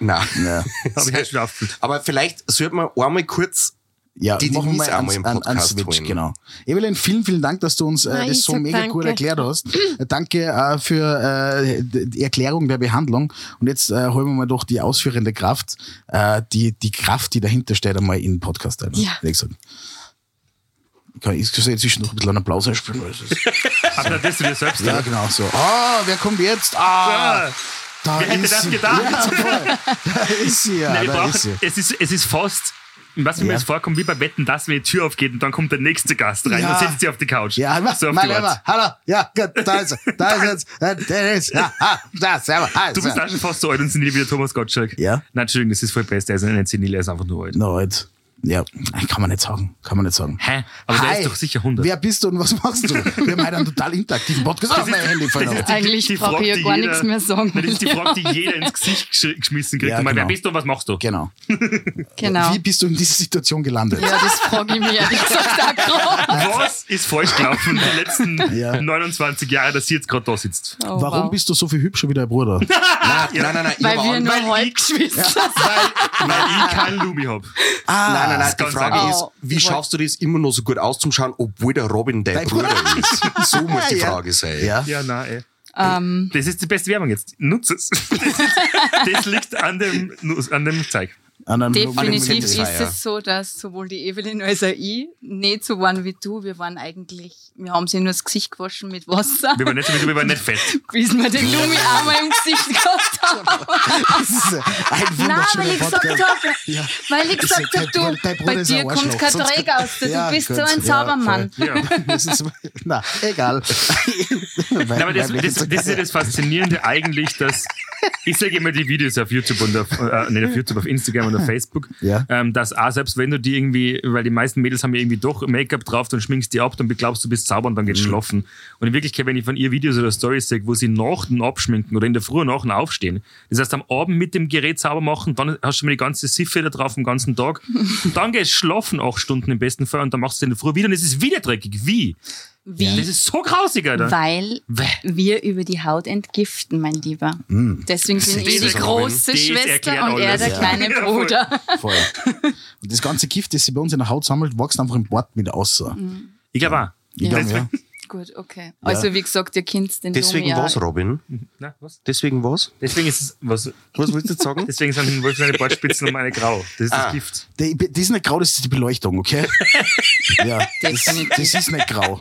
[SPEAKER 2] na, na.
[SPEAKER 4] Ja,
[SPEAKER 3] Habe ich jetzt schon aufgefüllt.
[SPEAKER 2] Aber vielleicht sollten wir einmal kurz
[SPEAKER 4] ja
[SPEAKER 2] Die- die
[SPEAKER 4] machen wir
[SPEAKER 2] müssen auch
[SPEAKER 4] ans,
[SPEAKER 2] mal im
[SPEAKER 4] an, an
[SPEAKER 2] Podcast
[SPEAKER 4] Switch,
[SPEAKER 2] holen.
[SPEAKER 4] genau. Evelyn, vielen, vielen Dank, dass du uns äh,
[SPEAKER 5] Nein,
[SPEAKER 4] das
[SPEAKER 5] ich
[SPEAKER 4] so
[SPEAKER 5] sag
[SPEAKER 4] mega gut
[SPEAKER 5] danke.
[SPEAKER 4] erklärt hast. Äh, Danke äh, für äh, die Erklärung der Behandlung. Und jetzt äh, holen wir mal doch die ausführende Kraft, äh, die, die Kraft, die dahinter steht, einmal in den Podcast rein.
[SPEAKER 5] Ja.
[SPEAKER 4] hätte Ich gesagt. Ich kann ich soll inzwischen noch ein bisschen einen Applaus einspielen. weil es ist-
[SPEAKER 3] Applaudierst du dir selbst?
[SPEAKER 4] ja,
[SPEAKER 3] Ja.
[SPEAKER 4] genau so. Ah, wer kommt jetzt? Ah,
[SPEAKER 3] Ah,
[SPEAKER 4] da
[SPEAKER 3] wer hätte
[SPEAKER 4] ist
[SPEAKER 3] das
[SPEAKER 4] sie.
[SPEAKER 3] gedacht?
[SPEAKER 4] Ja, voll. da ist sie ja.
[SPEAKER 3] Nein, wir
[SPEAKER 4] da ist sie.
[SPEAKER 3] brauchen, es, ist, es ist fast, was mir
[SPEAKER 4] Ja.
[SPEAKER 3] jetzt vorkommt, wie bei Wetten, dass wenn die Tür aufgeht und dann kommt der nächste Gast rein
[SPEAKER 4] Ja.
[SPEAKER 3] und setzt sie auf die Couch.
[SPEAKER 4] Ja, hallo,
[SPEAKER 3] so auf
[SPEAKER 4] mein
[SPEAKER 3] die Art.
[SPEAKER 4] Lieber, hallo, ja, gut, da ist er, da ist er, der ist, ja, ah, da, servus, hi,
[SPEAKER 3] Du bist
[SPEAKER 4] servus.
[SPEAKER 3] auch schon fast so alt und senil wie der Thomas Gottschalk.
[SPEAKER 4] Ja.
[SPEAKER 3] Nein, Entschuldigung, das ist voll best. Er ist nicht senil, er ist einfach nur alt.
[SPEAKER 4] Na, halt. Ja, kann man nicht sagen, kann man nicht sagen.
[SPEAKER 3] Hä? Aber der
[SPEAKER 4] Hi,
[SPEAKER 3] ist doch sicher 100.
[SPEAKER 4] Wer bist du und was machst du? Wir haben heute einen total interaktiven Podcast. Oh, mein Handy
[SPEAKER 3] Das
[SPEAKER 4] fallen
[SPEAKER 3] ist
[SPEAKER 4] auf.
[SPEAKER 3] die-
[SPEAKER 8] Eigentlich
[SPEAKER 3] die
[SPEAKER 8] brauche
[SPEAKER 3] Frage,
[SPEAKER 8] ich ja
[SPEAKER 3] die
[SPEAKER 8] gar
[SPEAKER 3] jeder-
[SPEAKER 8] nichts mehr sagen.
[SPEAKER 3] Nein, Das ist die Frage, die jeder ins Gesicht gesch- geschmissen kriegt.
[SPEAKER 4] Ja,
[SPEAKER 3] Und meint,
[SPEAKER 4] genau.
[SPEAKER 3] Wer bist du und was machst du?
[SPEAKER 4] Genau.
[SPEAKER 8] Genau.
[SPEAKER 4] Wie bist du in diese Situation gelandet?
[SPEAKER 8] Ja, das frage ich mich ehrlich gesagt auch gerade.
[SPEAKER 3] Was ist falsch gelaufen die letzten
[SPEAKER 4] Ja.
[SPEAKER 3] 29 Jahre, dass sie jetzt gerade da sitzt?
[SPEAKER 8] Oh,
[SPEAKER 4] Warum
[SPEAKER 8] wow.
[SPEAKER 4] bist du so viel hübscher wie dein Bruder?
[SPEAKER 2] Ah, nein, nein, nein, ich
[SPEAKER 8] Weil
[SPEAKER 2] war-
[SPEAKER 8] wir nur
[SPEAKER 3] weil ich-
[SPEAKER 8] Halbgeschwister sind.
[SPEAKER 3] Weil ich keinen Lumi habe.
[SPEAKER 2] nein, nein,
[SPEAKER 4] Ah,
[SPEAKER 2] nein,
[SPEAKER 3] das
[SPEAKER 2] die
[SPEAKER 3] kann's
[SPEAKER 2] Frage
[SPEAKER 8] sein.
[SPEAKER 2] ist,
[SPEAKER 8] Oh,
[SPEAKER 2] wie
[SPEAKER 8] ich wollt-
[SPEAKER 2] schaffst du das immer noch so gut auszuschauen, obwohl der Robin dein
[SPEAKER 4] Dein
[SPEAKER 2] Bruder ist? So muss die
[SPEAKER 4] Ja.
[SPEAKER 2] Frage sein.
[SPEAKER 4] Ja.
[SPEAKER 3] Ja, nein, ey.
[SPEAKER 8] Ähm,
[SPEAKER 3] Das ist die beste Werbung jetzt. Nutze es. Das, ist, das liegt an dem, an dem Zeig.
[SPEAKER 4] An einem
[SPEAKER 8] Definitiv
[SPEAKER 2] Aluminium-
[SPEAKER 8] ist
[SPEAKER 2] Feier.
[SPEAKER 8] es so, dass sowohl die Evelyn als auch ich nicht so waren wie du. Wir waren eigentlich, wir haben sie nur das Gesicht gewaschen mit Wasser,
[SPEAKER 3] Wir waren nicht so wie du, wir waren nicht fett.
[SPEAKER 8] bis wir den Lumi einmal im Gesicht gehabt haben.
[SPEAKER 4] Das ist ein
[SPEAKER 8] Nein, weil
[SPEAKER 4] wunderschöner
[SPEAKER 8] ich gesagt
[SPEAKER 4] Podcast.
[SPEAKER 8] habe,
[SPEAKER 4] Ja.
[SPEAKER 8] weil ich gesagt
[SPEAKER 4] Dein
[SPEAKER 8] habe, du,
[SPEAKER 4] Bruder- dein Bruder
[SPEAKER 8] bei
[SPEAKER 4] ist ein
[SPEAKER 8] dir kommt
[SPEAKER 4] Arschloch,
[SPEAKER 8] kein
[SPEAKER 4] sonst-
[SPEAKER 8] Dreck aus, du
[SPEAKER 4] Ja,
[SPEAKER 8] bist
[SPEAKER 4] gut,
[SPEAKER 8] so ein
[SPEAKER 4] ja,
[SPEAKER 8] Saubermann.
[SPEAKER 4] voll.
[SPEAKER 3] Ja.
[SPEAKER 4] Das ist, na, egal. Weil-
[SPEAKER 3] Ja, aber das,
[SPEAKER 4] weil-
[SPEAKER 3] das, das ist ja das Faszinierende eigentlich, dass ich sage immer die Videos auf YouTube und auf, äh, nicht auf YouTube, auf Instagram und auf Facebook,
[SPEAKER 4] Ja.
[SPEAKER 3] ähm, dass auch selbst wenn du die irgendwie, weil die meisten Mädels haben ja irgendwie doch Make-up drauf, dann schminkst die ab, dann glaubst du bist sauber und dann geht's schlafen. Und in Wirklichkeit, wenn ich von ihr Videos oder Stories sehe, wo sie nach und abschminken oder in der Früh und nach und aufstehen, das heißt am Abend mit dem Gerät sauber machen, dann hast du schon mal die ganze Siffe da drauf den ganzen Tag und dann gehst schlafen acht Stunden im besten Fall und dann machst du es in der Früh wieder und es ist wieder dreckig. Wie? Das
[SPEAKER 8] Wie?
[SPEAKER 3] ist so grausig, Alter.
[SPEAKER 8] Weil
[SPEAKER 3] Bäh.
[SPEAKER 8] wir über die Haut entgiften, mein Lieber.
[SPEAKER 3] Hm.
[SPEAKER 8] Deswegen bin ich die
[SPEAKER 2] ist Robin.
[SPEAKER 8] große
[SPEAKER 3] Das erklärt
[SPEAKER 8] Schwester und er
[SPEAKER 3] alles.
[SPEAKER 8] der
[SPEAKER 3] Ja.
[SPEAKER 8] kleine
[SPEAKER 3] Ja, voll.
[SPEAKER 8] Bruder.
[SPEAKER 4] Voll. Und das ganze Gift, das sie bei uns in der Haut sammelt, wächst einfach im Bord mit aus. so.
[SPEAKER 3] Ich glaube auch.
[SPEAKER 4] Ich glaub, ja.
[SPEAKER 8] Gut, okay. Also wie gesagt, ihr kennt den
[SPEAKER 2] Deswegen
[SPEAKER 8] Domi
[SPEAKER 2] was,
[SPEAKER 8] ja.
[SPEAKER 2] Robin?
[SPEAKER 3] Na, was?
[SPEAKER 2] Deswegen was?
[SPEAKER 3] Deswegen ist es, was,
[SPEAKER 2] Was willst du jetzt sagen?
[SPEAKER 3] deswegen sind Wolf seine Bartspitzen um eine grau. Das ist das
[SPEAKER 2] Ah.
[SPEAKER 3] Gift.
[SPEAKER 4] Die- Das ist nicht grau, das ist die Beleuchtung, okay? ja, das, das ist nicht grau.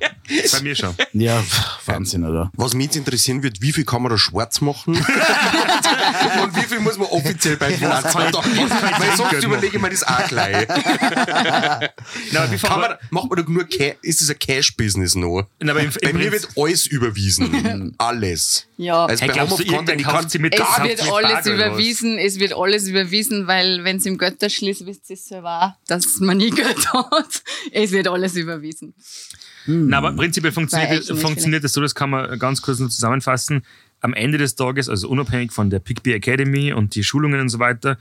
[SPEAKER 3] Bei mir schon.
[SPEAKER 4] Ja, Wahnsinn, oder?
[SPEAKER 2] Was mich jetzt interessieren wird, wie viel kann man da schwarz machen? und wie viel muss man offiziell beim Finanzamt abgeben? Weil sonst
[SPEAKER 3] Trinkgeld
[SPEAKER 2] überlege ich mir das auch gleich.
[SPEAKER 3] Na, aber wie
[SPEAKER 2] Kann
[SPEAKER 3] fahren
[SPEAKER 2] man, macht man doch nur, Ca- ist es ein Cash-Business noch?
[SPEAKER 3] Na, aber im- im
[SPEAKER 2] bei mir
[SPEAKER 3] Prinzip-
[SPEAKER 2] wird alles überwiesen. alles.
[SPEAKER 8] Ja.
[SPEAKER 2] Also
[SPEAKER 3] Hey,
[SPEAKER 2] bei Home
[SPEAKER 3] glaubst
[SPEAKER 2] of
[SPEAKER 3] du, irgendwer
[SPEAKER 2] Content, ich
[SPEAKER 3] kauft
[SPEAKER 2] kann
[SPEAKER 3] sie mit
[SPEAKER 8] Es
[SPEAKER 3] Bar-
[SPEAKER 8] wird
[SPEAKER 3] mit
[SPEAKER 8] alles
[SPEAKER 3] Bar oder was?
[SPEAKER 8] überwiesen, es wird alles überwiesen, weil wenn es im Götterschließ wisst ihr es selber auch, dass man nie Geld hat. Es wird alles überwiesen.
[SPEAKER 3] Na, aber prinzipiell
[SPEAKER 8] Bei
[SPEAKER 3] funktioniert,
[SPEAKER 8] Echten nicht
[SPEAKER 3] funktioniert das so, das kann man äh, ganz kurz nur zusammenfassen. Am Ende des Tages, also unabhängig von der PickB Academy und die Schulungen und so weiter,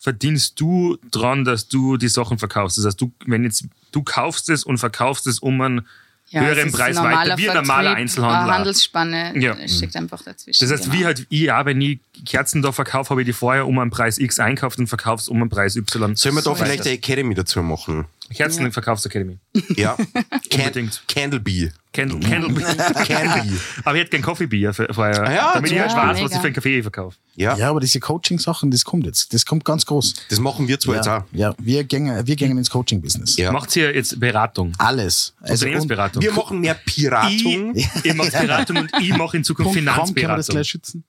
[SPEAKER 3] verdienst du dran, dass du die Sachen verkaufst. Das heißt, du, wenn jetzt, du kaufst es und verkaufst es um einen
[SPEAKER 8] Ja, es
[SPEAKER 3] höheren
[SPEAKER 8] ist
[SPEAKER 3] Preis
[SPEAKER 8] ein normaler
[SPEAKER 3] weiter, wie ein normaler
[SPEAKER 8] Vertrieb,
[SPEAKER 3] Einzelhandel.
[SPEAKER 8] eine
[SPEAKER 3] auch.
[SPEAKER 8] Handelsspanne
[SPEAKER 3] Ja.
[SPEAKER 8] äh, steckt einfach dazwischen.
[SPEAKER 3] Das heißt,
[SPEAKER 8] genau.
[SPEAKER 3] wie halt ich auch, wenn ich Kerzen da verkaufe, habe ich die vorher um einen Preis X einkauft und verkaufst um einen Preis Y.
[SPEAKER 2] Sollen wir da
[SPEAKER 3] Weiter.
[SPEAKER 2] vielleicht eine Academy dazu machen?
[SPEAKER 3] Kerzen in Verkaufsacademy.
[SPEAKER 2] Ja. Can
[SPEAKER 3] Unbedingt.
[SPEAKER 2] Candle Bee.
[SPEAKER 3] Candle, Candle.
[SPEAKER 2] Candle.
[SPEAKER 3] Aber ich hätte gern Coffee-Bier für- vorher,
[SPEAKER 2] Ah ja,
[SPEAKER 3] damit ich halt
[SPEAKER 8] ja,
[SPEAKER 3] weiß, was
[SPEAKER 8] mega.
[SPEAKER 3] ich für einen Kaffee verkaufe.
[SPEAKER 2] Ja.
[SPEAKER 4] Ja, aber diese Coaching-Sachen, das kommt jetzt. Das kommt ganz groß.
[SPEAKER 2] Das machen wir zwar jetzt auch.
[SPEAKER 4] Ja, ja wir, gängen, wir gängen ins Coaching-Business.
[SPEAKER 2] Ja.
[SPEAKER 3] Macht ihr jetzt Beratung?
[SPEAKER 4] Alles. Also, und
[SPEAKER 3] Unternehmensberatung?
[SPEAKER 2] Wir machen mehr Piratung.
[SPEAKER 3] ich, ich mache Beratung und ich mache in Zukunft
[SPEAKER 4] Punkt com, kann man das
[SPEAKER 3] Finanzberatung.
[SPEAKER 4] gleich schützen?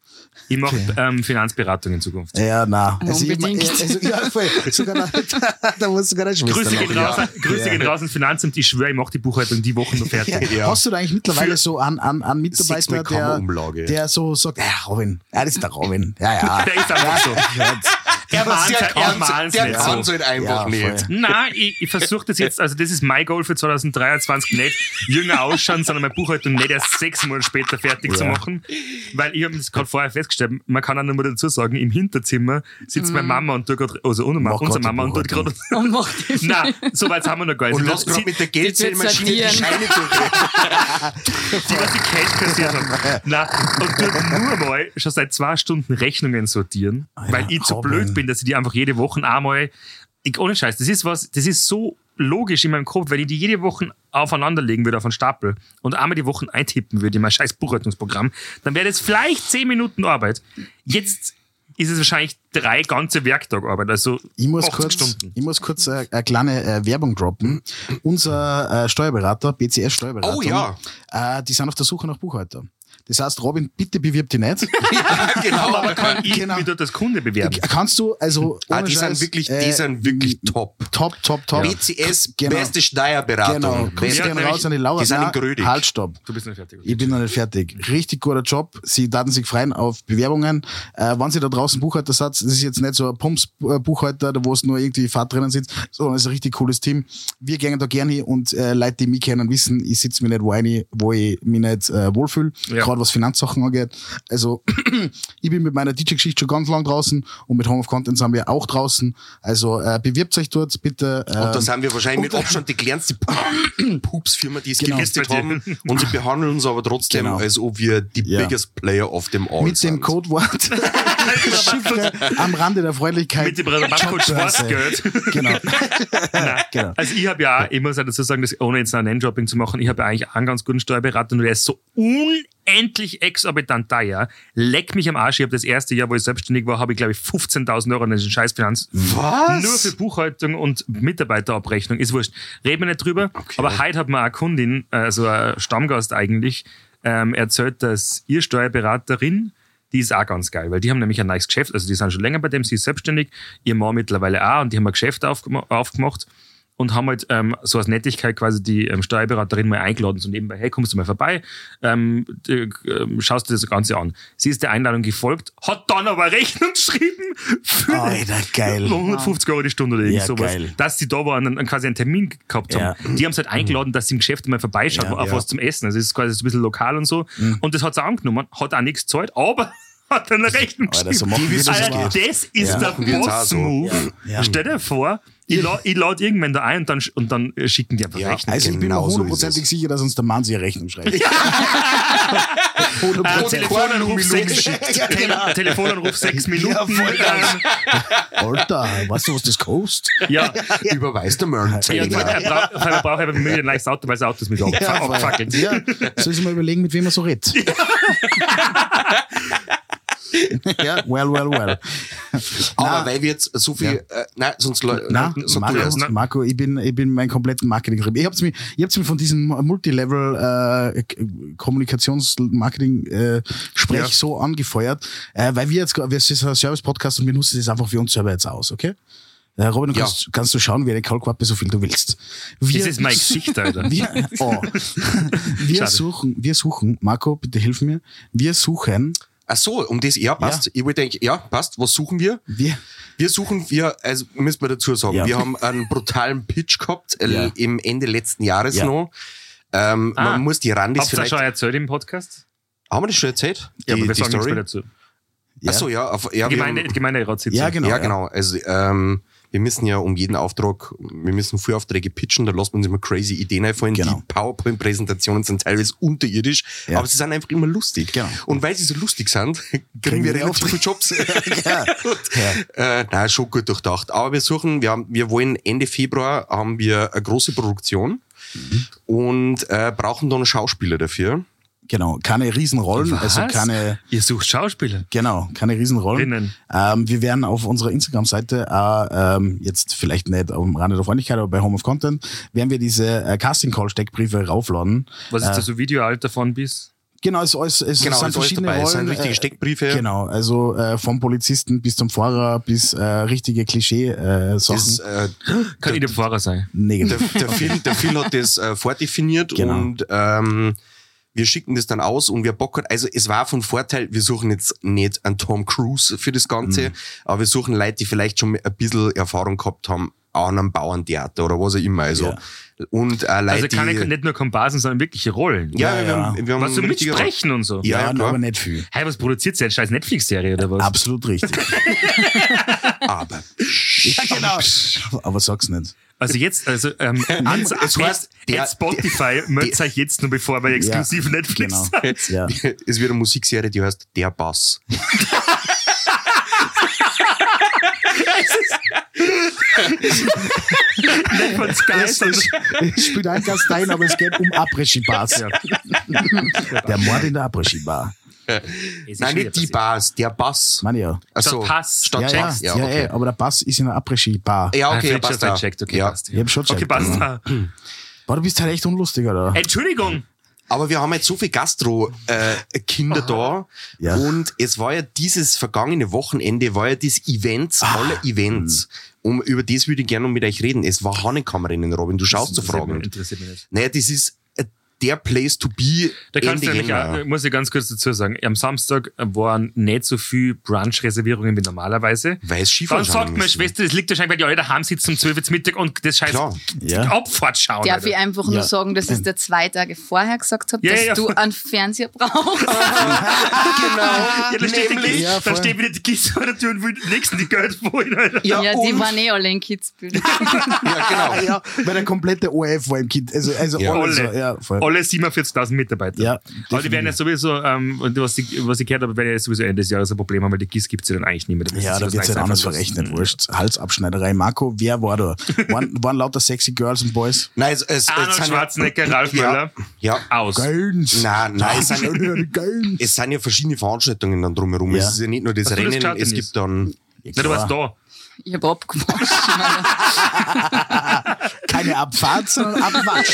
[SPEAKER 3] Ich mache ähm, Finanzberatung in Zukunft.
[SPEAKER 4] Ja, na.
[SPEAKER 8] Unbedingt.
[SPEAKER 4] also, ja, voll. Sogar da, da, da muss sogar deine Schwester
[SPEAKER 3] Grüße
[SPEAKER 4] noch,
[SPEAKER 3] gehen
[SPEAKER 4] ja.
[SPEAKER 3] raus, Grüße gehen raus ins Finanzamt. Ich schwöre, ich mache die Buchhaltung die Woche noch fertig.
[SPEAKER 2] Ja.
[SPEAKER 4] Hast du da eigentlich mittlerweile
[SPEAKER 2] Für
[SPEAKER 4] so an, an, an Mitarbeiter,
[SPEAKER 2] Sigma
[SPEAKER 4] der,
[SPEAKER 2] Kammerumlage.
[SPEAKER 4] der so sagt, ja, Robin, ja, das ist der Robin. Ja, ja.
[SPEAKER 3] Der ist einfach so. Er mahnt's halt- er mahnt's
[SPEAKER 2] der
[SPEAKER 3] nicht
[SPEAKER 2] kann
[SPEAKER 3] so.
[SPEAKER 2] so halt einfach
[SPEAKER 4] Ja, voll.
[SPEAKER 2] nicht.
[SPEAKER 3] Nein, ich, ich versuche das jetzt, also das ist mein Goal für 2023, nicht jünger ausschauen, sondern meine Buchhaltung nicht erst sechs Monate später fertig zu machen. Weil ich habe das gerade vorher festgestellt, man kann auch noch mal dazu sagen, im Hinterzimmer sitzt meine Mama und tut gerade, also unsere, Ma-
[SPEAKER 2] Oh
[SPEAKER 4] Mach
[SPEAKER 3] unsere
[SPEAKER 4] grad die
[SPEAKER 3] Mama und tut gerade,
[SPEAKER 8] Und macht die
[SPEAKER 3] nein, so weit haben wir noch gar nicht. Also
[SPEAKER 2] Und lass
[SPEAKER 3] Sie-
[SPEAKER 2] gerade
[SPEAKER 3] sie-
[SPEAKER 2] mit der Geldzählmaschine die
[SPEAKER 8] sortieren.
[SPEAKER 2] Scheine durch.
[SPEAKER 3] die, was ich Geld kassiert habe. Nein, und tut nur mal schon seit zwei Stunden Rechnungen sortieren, weil ich zu
[SPEAKER 4] Robin.
[SPEAKER 3] blöd bin, dass ich die einfach jede Woche einmal. Ich, ohne Scheiß, das ist was, das ist so logisch in meinem Kopf, wenn ich die jede Woche aufeinanderlegen würde auf einen Stapel und einmal die Wochen eintippen würde in mein scheiß Buchhaltungsprogramm, dann wäre das vielleicht zehn Minuten Arbeit. Jetzt ist es wahrscheinlich drei ganze Werktagarbeit, also
[SPEAKER 4] Ich muss
[SPEAKER 3] 80
[SPEAKER 4] kurz,
[SPEAKER 3] Stunden.
[SPEAKER 4] ich muss kurz äh, eine kleine äh, Werbung droppen. Unser äh, Steuerberater, BCS Steuerberater,
[SPEAKER 2] Oh ja.
[SPEAKER 4] äh, die sind auf der Suche nach Buchhalter. Das heißt, Robin, bitte bewirb dich nicht.
[SPEAKER 2] Ja, genau.
[SPEAKER 3] Aber kann ich
[SPEAKER 4] Genau.
[SPEAKER 3] mich dort als Kunde bewerben?
[SPEAKER 4] Kannst du, also,
[SPEAKER 2] Ah,
[SPEAKER 4] ohne
[SPEAKER 2] die
[SPEAKER 4] Scheiß,
[SPEAKER 2] sind wirklich,
[SPEAKER 4] äh,
[SPEAKER 2] die sind wirklich top.
[SPEAKER 4] top, top, top.
[SPEAKER 2] BCS,
[SPEAKER 4] Genau.
[SPEAKER 2] beste Steuerberatung.
[SPEAKER 4] Genau,
[SPEAKER 2] Beste.
[SPEAKER 4] kommst gehen
[SPEAKER 3] nämlich-
[SPEAKER 4] raus an die Laura.
[SPEAKER 2] die sind in
[SPEAKER 4] Nein,
[SPEAKER 2] Grödig.
[SPEAKER 4] Halt, stopp.
[SPEAKER 3] Du bist nicht fertig.
[SPEAKER 4] Ich bin noch nicht fertig. Richtig guter Job. Sie daten sich freien auf Bewerbungen. Äh, wenn Sie da draußen Buchhalter seid, das ist jetzt nicht so ein Pumps-Buchhalter, da wo es nur irgendwie Fahrt drinnen sitzt, sondern es ist ein richtig cooles Team. Wir gehen da gerne hin und äh, Leute, die mich kennen, wissen, ich sitze mir nicht wo rein, wo ich mich nicht äh, wohlfühle,
[SPEAKER 3] Ja.
[SPEAKER 4] gerade was Finanzsachen angeht. Also ich bin mit meiner DJ-Geschichte schon ganz lang draußen und mit Home of Content sind wir auch draußen. Also äh, bewirbt euch dort bitte. Äh,
[SPEAKER 2] Und da sind wir wahrscheinlich mit
[SPEAKER 4] und-
[SPEAKER 2] Abstand die kleinste Pu- Pups-Firma, die es
[SPEAKER 4] Genau.
[SPEAKER 2] gelistet haben. Und sie behandeln uns aber trotzdem,
[SPEAKER 4] Genau.
[SPEAKER 2] als ob wir die
[SPEAKER 4] Ja.
[SPEAKER 2] biggest Player auf dem All
[SPEAKER 4] mit dem
[SPEAKER 2] sind.
[SPEAKER 4] Codewort Chiffre am Rande der Freundlichkeit.
[SPEAKER 3] Mit dem Rabattcode Schwarzgeld.
[SPEAKER 4] Genau. genau.
[SPEAKER 3] Also ich habe ja, auch- ich muss auch dazu sagen, dass, ohne jetzt einen Name-Dropping zu machen, ich habe ja eigentlich einen ganz guten Steuerberater und der ist so endlich exorbitant teuer. Leck mich am Arsch. Ich habe das erste Jahr, wo ich selbstständig war, habe ich, glaube ich, 15.000 Euro in den scheiß Finanz.
[SPEAKER 2] Was?
[SPEAKER 3] Nur für Buchhaltung und Mitarbeiterabrechnung. Ist wurscht. Reden wir nicht drüber. Aber heute hat mir eine Kundin, also ein Stammgast eigentlich, ähm, erzählt, dass ihr Steuerberaterin, die ist auch ganz geil, weil die haben nämlich ein neues Geschäft. Also die sind schon länger bei dem, sie ist selbstständig, ihr Mann mittlerweile auch und die haben ein Geschäft aufgema aufgemacht und haben halt ähm, so als Nettigkeit quasi die ähm, Steuerberaterin mal eingeladen, so nebenbei, hey, kommst du mal vorbei, ähm, d- ähm, schaust dir das Ganze an. Sie ist der Einladung gefolgt, hat dann aber Rechnung geschrieben für
[SPEAKER 4] Alter, geil.
[SPEAKER 3] 150 Euro die Stunde oder irgendwie
[SPEAKER 4] Ja,
[SPEAKER 3] sowas.
[SPEAKER 4] geil.
[SPEAKER 3] Dass sie da waren und dann quasi einen Termin gehabt haben.
[SPEAKER 4] Ja. Mhm.
[SPEAKER 3] Die haben es halt eingeladen, dass sie im Geschäft mal vorbeischauen,
[SPEAKER 4] Ja, Mhm.
[SPEAKER 3] auf
[SPEAKER 2] ja.
[SPEAKER 3] was zum Essen. Also es ist quasi so ein bisschen lokal und so. Und das hat sie angenommen, hat auch nichts gezahlt, aber hat dann eine Rechnung
[SPEAKER 4] Alter,
[SPEAKER 3] geschrieben.
[SPEAKER 4] so machen wir das
[SPEAKER 3] Alter,
[SPEAKER 4] aber.
[SPEAKER 3] das ist
[SPEAKER 4] Ja.
[SPEAKER 3] der
[SPEAKER 2] Machen wir jetzt auch so.
[SPEAKER 3] Boss-Move.
[SPEAKER 4] Ja. Ja.
[SPEAKER 3] Stell dir vor, ich, la ich lade irgendwann da ein und dann, sch- und dann äh, schicken die einfach
[SPEAKER 2] Ja.
[SPEAKER 3] Rechnung.
[SPEAKER 4] Also ich bin mir
[SPEAKER 2] Genau so
[SPEAKER 4] hundertprozentig
[SPEAKER 2] ist es.
[SPEAKER 4] sicher, dass uns der Mann sich eine Rechnung schreibt.
[SPEAKER 3] Äh,
[SPEAKER 4] Hundertprozentig.
[SPEAKER 3] Telefonanruf
[SPEAKER 2] Lumi, Lumi
[SPEAKER 3] 6
[SPEAKER 2] schickt.
[SPEAKER 3] Telefonanruf sechs Minuten.
[SPEAKER 4] genau. Ja, voll.
[SPEAKER 3] ähm,
[SPEAKER 4] Alter, weißt du, was das kostet?
[SPEAKER 3] ja.
[SPEAKER 2] Überweist der Merlin.
[SPEAKER 3] Ja, und vor allem, er braucht- vor allem braucht er ein leichtes Auto, weil sein Auto ist mit
[SPEAKER 4] Ja, aber-
[SPEAKER 3] abgefackelt.
[SPEAKER 4] ja. Soll ich mal überlegen, mit wem er so redet? ja, well, well, well.
[SPEAKER 2] Aber weil wir jetzt so viel. Äh, nein, sonst. leu-
[SPEAKER 4] Na,
[SPEAKER 3] Äh,
[SPEAKER 2] sag du erst.
[SPEAKER 4] Marco, ne? Marco, ich bin, ich bin meinen kompletten Marketing getrieben. Ich hab's mir, ich hab's mir von diesem Multilevel äh, K- Kommunikations-Marketing äh, Sprech
[SPEAKER 3] Ja.
[SPEAKER 4] so angefeuert, äh, weil wir jetzt, gra- wir sind ein Service-Podcast und wir nutzen das einfach für uns selber jetzt aus, okay? Äh, Robin, du
[SPEAKER 2] Ja.
[SPEAKER 4] kannst, kannst du schauen, wie eine Kaulquappe so viel du willst. Wir,
[SPEAKER 3] Das ist mein Gesicht, Alter.
[SPEAKER 4] wir, oh. wir
[SPEAKER 3] Schade.
[SPEAKER 4] suchen, wir suchen, Marco, bitte hilf mir. Wir suchen,
[SPEAKER 2] Ach so, um das, ja, passt. Ich würde denken, ja, passt. Was suchen wir?
[SPEAKER 4] wir,
[SPEAKER 2] Wir suchen, wir, also müssen wir dazu sagen,
[SPEAKER 4] Ja.
[SPEAKER 2] wir haben einen brutalen Pitch gehabt äh,
[SPEAKER 4] Ja.
[SPEAKER 2] im Ende letzten Jahres
[SPEAKER 4] Ja.
[SPEAKER 2] noch. Ähm,
[SPEAKER 3] Ah.
[SPEAKER 2] Man muss die Randis
[SPEAKER 3] Habt ihr das
[SPEAKER 2] vielleicht.
[SPEAKER 3] schon erzählt im Podcast?
[SPEAKER 2] Haben wir das schon erzählt?
[SPEAKER 3] Ja,
[SPEAKER 2] die,
[SPEAKER 3] aber wir
[SPEAKER 2] die
[SPEAKER 3] sagen nichts
[SPEAKER 2] Story?
[SPEAKER 3] mehr dazu.
[SPEAKER 4] Ja.
[SPEAKER 2] Ach so, ja. Auf, ja,
[SPEAKER 3] Die
[SPEAKER 2] wir
[SPEAKER 3] Gemeinde,
[SPEAKER 2] haben-
[SPEAKER 3] die Gemeinderatssitzung.
[SPEAKER 4] ja, genau.
[SPEAKER 2] ja, genau. Also, ähm, wir müssen ja um jeden Auftrag, wir müssen Voraufträge pitchen, da lässt man uns immer crazy Ideen einfallen.
[SPEAKER 4] Genau.
[SPEAKER 2] Die PowerPoint-Präsentationen sind teilweise unterirdisch,
[SPEAKER 4] Ja.
[SPEAKER 2] aber sie sind einfach immer lustig.
[SPEAKER 4] Genau.
[SPEAKER 2] Und weil sie so lustig sind, kriegen wir
[SPEAKER 4] wir die
[SPEAKER 2] relativ viele Jobs.
[SPEAKER 4] Ja.
[SPEAKER 2] Äh, nein, schon gut durchdacht. Aber wir suchen, wir, haben, wir wollen Ende Februar haben wir eine große Produktion und äh, brauchen dann Schauspieler dafür.
[SPEAKER 4] Genau. Keine Riesenrollen, also
[SPEAKER 3] Was?
[SPEAKER 4] keine,
[SPEAKER 3] Ihr sucht Schauspieler.
[SPEAKER 4] Genau, keine Riesenrollen.
[SPEAKER 3] Innen.
[SPEAKER 4] Ähm, wir werden auf unserer Instagram-Seite, äh, ähm, jetzt vielleicht nicht am Rande der Freundlichkeit, aber bei Home of Content, werden wir diese äh, Casting-Call-Steckbriefe raufladen.
[SPEAKER 3] Was
[SPEAKER 2] Ah.
[SPEAKER 3] ist das so Videoalt davon bis?
[SPEAKER 4] Genau, es, es, es
[SPEAKER 2] Genau,
[SPEAKER 4] sind
[SPEAKER 2] ist alles
[SPEAKER 4] verschiedene
[SPEAKER 2] dabei.
[SPEAKER 4] Rollen.
[SPEAKER 2] Es sind richtige
[SPEAKER 4] äh,
[SPEAKER 2] Steckbriefe.
[SPEAKER 4] Genau, also äh, vom Polizisten bis zum Fahrer bis äh, richtige
[SPEAKER 2] Das,
[SPEAKER 4] Klischee-Sachen.
[SPEAKER 2] äh,
[SPEAKER 3] Kann ich der Pfarrer sein?
[SPEAKER 2] der,
[SPEAKER 4] Negativ.
[SPEAKER 2] der, Phil, der Phil hat das äh, vordefiniert
[SPEAKER 4] Genau.
[SPEAKER 2] und ähm, wir schicken das dann aus und wer Bock hat, also es war von Vorteil, wir suchen jetzt nicht einen Tom Cruise für das
[SPEAKER 4] Mhm.
[SPEAKER 2] Ganze, aber wir suchen Leute, die vielleicht schon ein bisschen Erfahrung gehabt haben an einem Bauerntheater oder was auch immer. Also. Und äh, Leute,
[SPEAKER 3] Also keine,
[SPEAKER 2] die,
[SPEAKER 3] nicht nur Komparsen, sondern wirkliche Rollen.
[SPEAKER 2] ja,
[SPEAKER 4] Ja,
[SPEAKER 2] wir haben, wir haben
[SPEAKER 3] Was so
[SPEAKER 2] richtige-
[SPEAKER 3] mitsprechen und so.
[SPEAKER 2] Ja, ja, klar.
[SPEAKER 4] aber nicht viel.
[SPEAKER 3] Hey, was produziert sie? Eine scheiß Netflix-Serie oder was?
[SPEAKER 4] Absolut richtig.
[SPEAKER 2] aber
[SPEAKER 4] ja, genau. Aber sag's nicht.
[SPEAKER 3] Also jetzt, also ähm, ans,
[SPEAKER 2] Es heißt,
[SPEAKER 3] jetzt,
[SPEAKER 2] der-
[SPEAKER 3] jetzt Spotify mögt euch jetzt nur bevor bei exklusiv Netflix.
[SPEAKER 4] Genau.
[SPEAKER 3] seid.
[SPEAKER 4] Ja.
[SPEAKER 2] es wird eine Musikserie, die heißt Der Bass.
[SPEAKER 3] Nicht von Sky,
[SPEAKER 4] Es,
[SPEAKER 3] sondern
[SPEAKER 4] ist, es spielt ein Gastein, aber es geht um Abregie-Bars. Der Mord in der Abregie-Bar.
[SPEAKER 2] Nein, nicht die Bass, der Bass.
[SPEAKER 4] Meine ja.
[SPEAKER 2] Also
[SPEAKER 3] Statt Pass.
[SPEAKER 2] Statt
[SPEAKER 4] ja,
[SPEAKER 2] Checks.
[SPEAKER 4] ja,
[SPEAKER 2] Ja,
[SPEAKER 4] ja,
[SPEAKER 2] okay.
[SPEAKER 4] ey, aber der Bass ist in der Abregie-Bar.
[SPEAKER 2] Ja,
[SPEAKER 3] Ah,
[SPEAKER 2] okay,
[SPEAKER 3] Fritz
[SPEAKER 2] passt
[SPEAKER 3] hat's
[SPEAKER 2] da.
[SPEAKER 3] gecheckt, okay,
[SPEAKER 2] ja.
[SPEAKER 3] passt.
[SPEAKER 4] Ich hab schon
[SPEAKER 3] Okay,
[SPEAKER 4] gecheckt,
[SPEAKER 3] passt.
[SPEAKER 2] genau.
[SPEAKER 4] ja. Boah, du bist halt echt unlustig, oder?
[SPEAKER 3] Entschuldigung.
[SPEAKER 2] Aber wir haben jetzt so viel Gastro-Kinder da.
[SPEAKER 4] Ja.
[SPEAKER 2] Und es war ja dieses vergangene Wochenende, war ja das Event
[SPEAKER 3] Ah.
[SPEAKER 2] aller Events.
[SPEAKER 3] Mhm.
[SPEAKER 2] Um, über das würde ich gerne noch mit euch reden. Es war Hanekammerinnen, Robin. Du schaust so
[SPEAKER 3] Interessiert mich-
[SPEAKER 2] fragend.
[SPEAKER 3] Interessiert mich nicht.
[SPEAKER 2] Naja, das ist äh, der Place to be.
[SPEAKER 3] Da kannst du
[SPEAKER 2] Ende
[SPEAKER 3] nämlich
[SPEAKER 2] Jänner.
[SPEAKER 3] auch, muss ich ganz kurz dazu sagen, am Samstag waren nicht so viel Brunch-Reservierungen wie normalerweise.
[SPEAKER 2] Weil es Skifahren
[SPEAKER 3] Dann sagt
[SPEAKER 2] schauen
[SPEAKER 3] meine
[SPEAKER 2] müssen.
[SPEAKER 3] Schwester, das liegt wahrscheinlich, weil die alle daheim sitzen um 12 Uhr zum Mittag und das scheiß
[SPEAKER 2] Klar.
[SPEAKER 4] Ja.
[SPEAKER 3] Abfahrt schauen.
[SPEAKER 8] Darf ich
[SPEAKER 3] Alter.
[SPEAKER 8] einfach nur
[SPEAKER 4] Ja.
[SPEAKER 8] sagen, dass es der zwei Tage vorher gesagt hat,
[SPEAKER 3] Ja,
[SPEAKER 8] dass
[SPEAKER 3] ja, ja.
[SPEAKER 8] du einen Fernseher brauchst?
[SPEAKER 3] ja, da steht,
[SPEAKER 2] Nämlich-
[SPEAKER 3] die,
[SPEAKER 4] Ja,
[SPEAKER 3] da
[SPEAKER 4] voll.
[SPEAKER 3] steht wieder die Kiste vor der Tür und will den nächsten die Geld holen. Alter.
[SPEAKER 8] Ja, die
[SPEAKER 2] und-
[SPEAKER 8] waren eh alle in Kitzbühel.
[SPEAKER 2] Ja, genau.
[SPEAKER 4] Ja, weil der komplette OF war im Kind. Also, also
[SPEAKER 2] Ja.
[SPEAKER 4] alle.
[SPEAKER 3] Alle.
[SPEAKER 4] So, ja, voll.
[SPEAKER 3] alle 47.000 Mitarbeiter.
[SPEAKER 4] Ja,
[SPEAKER 3] Aber die werden ja
[SPEAKER 4] definitiv.
[SPEAKER 3] sowieso, ähm, und was ich, was ich gehört habe, werden ja sowieso Ende des Jahres ein Problem haben, weil die GIS gibt es ja dann eigentlich nicht mehr. müssen
[SPEAKER 4] Ja,
[SPEAKER 3] sie
[SPEAKER 4] da
[SPEAKER 3] was
[SPEAKER 4] wird
[SPEAKER 3] Neues Mhm.
[SPEAKER 4] es halt anders
[SPEAKER 3] einfallen lassen.
[SPEAKER 4] verrechnet, wurscht. Halsabschneiderei. Marco, wer war da? Waren, waren lauter sexy Girls und Boys?
[SPEAKER 2] Nein, es, es, es
[SPEAKER 3] Arnold
[SPEAKER 2] sind
[SPEAKER 3] Schwarzenegger, Ralf Möller,
[SPEAKER 2] Ja, ja.
[SPEAKER 3] aus.
[SPEAKER 4] Girls.
[SPEAKER 2] Nein, nein, es sind,
[SPEAKER 4] Girls.
[SPEAKER 2] es sind ja verschiedene Veranstaltungen dann drumherum.
[SPEAKER 4] Ja.
[SPEAKER 2] Es ist ja nicht nur das
[SPEAKER 3] Hast du das
[SPEAKER 2] Rennen,
[SPEAKER 3] geschaut,
[SPEAKER 2] es
[SPEAKER 3] Dennis?
[SPEAKER 2] gibt dann.
[SPEAKER 3] Na, du warst da.
[SPEAKER 8] Ich habe abgewaschen.
[SPEAKER 4] Keine Abfahrt, sondern Abwasch.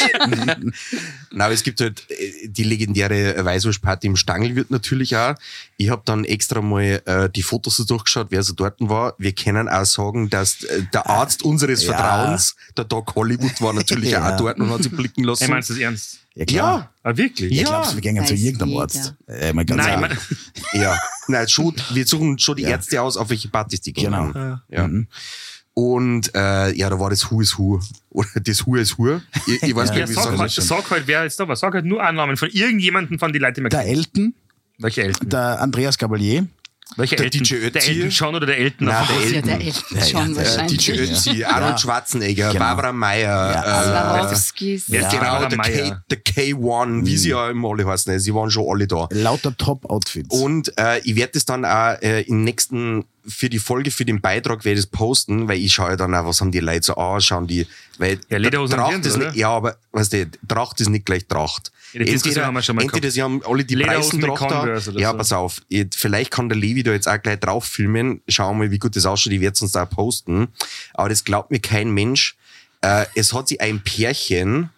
[SPEAKER 2] Na, aber es gibt halt äh, die legendäre Weißwurstparty im Stangl wird natürlich auch. Ich habe dann extra mal äh, die Fotos so durchgeschaut, wer so dort war. Wir können auch sagen, dass äh, der Arzt unseres
[SPEAKER 4] Ja.
[SPEAKER 2] Vertrauens, der Doc Hollywood, war natürlich
[SPEAKER 4] Ja.
[SPEAKER 2] auch dort und hat sich blicken lassen.
[SPEAKER 3] Ey, meinst du das ernst?
[SPEAKER 4] Ja,
[SPEAKER 2] ja,
[SPEAKER 3] Ah, wirklich?
[SPEAKER 4] Ja,
[SPEAKER 2] Ja.
[SPEAKER 4] glaubst du, wir gehen zu
[SPEAKER 8] Weiß
[SPEAKER 4] irgendeinem
[SPEAKER 8] jeder.
[SPEAKER 4] Arzt? Äh, mal ganz
[SPEAKER 3] Nein,
[SPEAKER 4] ehrlich.
[SPEAKER 3] man,
[SPEAKER 2] ja. Nein, schon, wir suchen schon die Ärzte aus, auf welche Partys die gehen.
[SPEAKER 4] Genau.
[SPEAKER 2] Ja. Und äh, ja, da war das Who is Who. Oder das Who is Who. Ich, ich weiß
[SPEAKER 3] ja,
[SPEAKER 2] gar nicht, wie
[SPEAKER 3] sag,
[SPEAKER 2] ich
[SPEAKER 3] halt,
[SPEAKER 2] sagen
[SPEAKER 3] sag halt, wer jetzt da war. Sag halt nur Annahmen von irgendjemandem von die Leute, die man
[SPEAKER 4] Der
[SPEAKER 3] kennt.
[SPEAKER 4] Elton,
[SPEAKER 3] Welche Eltern?
[SPEAKER 4] der Andreas Gabalier.
[SPEAKER 3] Welche
[SPEAKER 2] der
[SPEAKER 3] Eltern?
[SPEAKER 2] DJ
[SPEAKER 3] Der
[SPEAKER 2] Ötzi.
[SPEAKER 3] Eltern schon oder der Eltern?
[SPEAKER 2] Nein,
[SPEAKER 3] auf-
[SPEAKER 2] der
[SPEAKER 8] Ja,
[SPEAKER 2] Elton.
[SPEAKER 8] der Elton
[SPEAKER 4] Ja,
[SPEAKER 8] schon
[SPEAKER 4] ja, der
[SPEAKER 2] Äh,
[SPEAKER 8] wahrscheinlich.
[SPEAKER 2] DJ Ötzi, Arnold Schwarzenegger,
[SPEAKER 4] Genau.
[SPEAKER 2] Barbara Meyer, äh,
[SPEAKER 8] Swarovskis.
[SPEAKER 3] Wer ist die
[SPEAKER 2] genau,
[SPEAKER 3] Barbara
[SPEAKER 2] der, K,
[SPEAKER 3] Meyer?
[SPEAKER 2] der K1, wie sie ja im alle heißen, ne? sie waren schon alle da.
[SPEAKER 4] Lauter Top-Outfits.
[SPEAKER 2] Und äh, ich werde das dann auch äh, im nächsten, für die Folge, für den Beitrag werde ich es posten, weil ich schaue ja dann auch, was haben die Leute so an, schauen die, weil
[SPEAKER 3] Ja, Lederhosen
[SPEAKER 2] Tracht
[SPEAKER 3] haben die,
[SPEAKER 2] ist
[SPEAKER 3] oder?
[SPEAKER 2] nicht, ja, aber weißt du, Tracht ist nicht gleich Tracht.
[SPEAKER 3] Ja, die Diskussion haben wir schon mal
[SPEAKER 2] entweder
[SPEAKER 3] gehabt.
[SPEAKER 2] sie haben alle die
[SPEAKER 3] Lederhosen
[SPEAKER 2] Preisen
[SPEAKER 3] mit
[SPEAKER 2] Tracht da,
[SPEAKER 3] Converse oder
[SPEAKER 2] ja,
[SPEAKER 3] so.
[SPEAKER 2] pass auf, ich, vielleicht kann der Levi da jetzt auch gleich drauf filmen, schauen wir mal, wie gut das ausschaut, ich werde es uns da auch posten, aber das glaubt mir kein Mensch, äh, es hat sich ein Pärchen,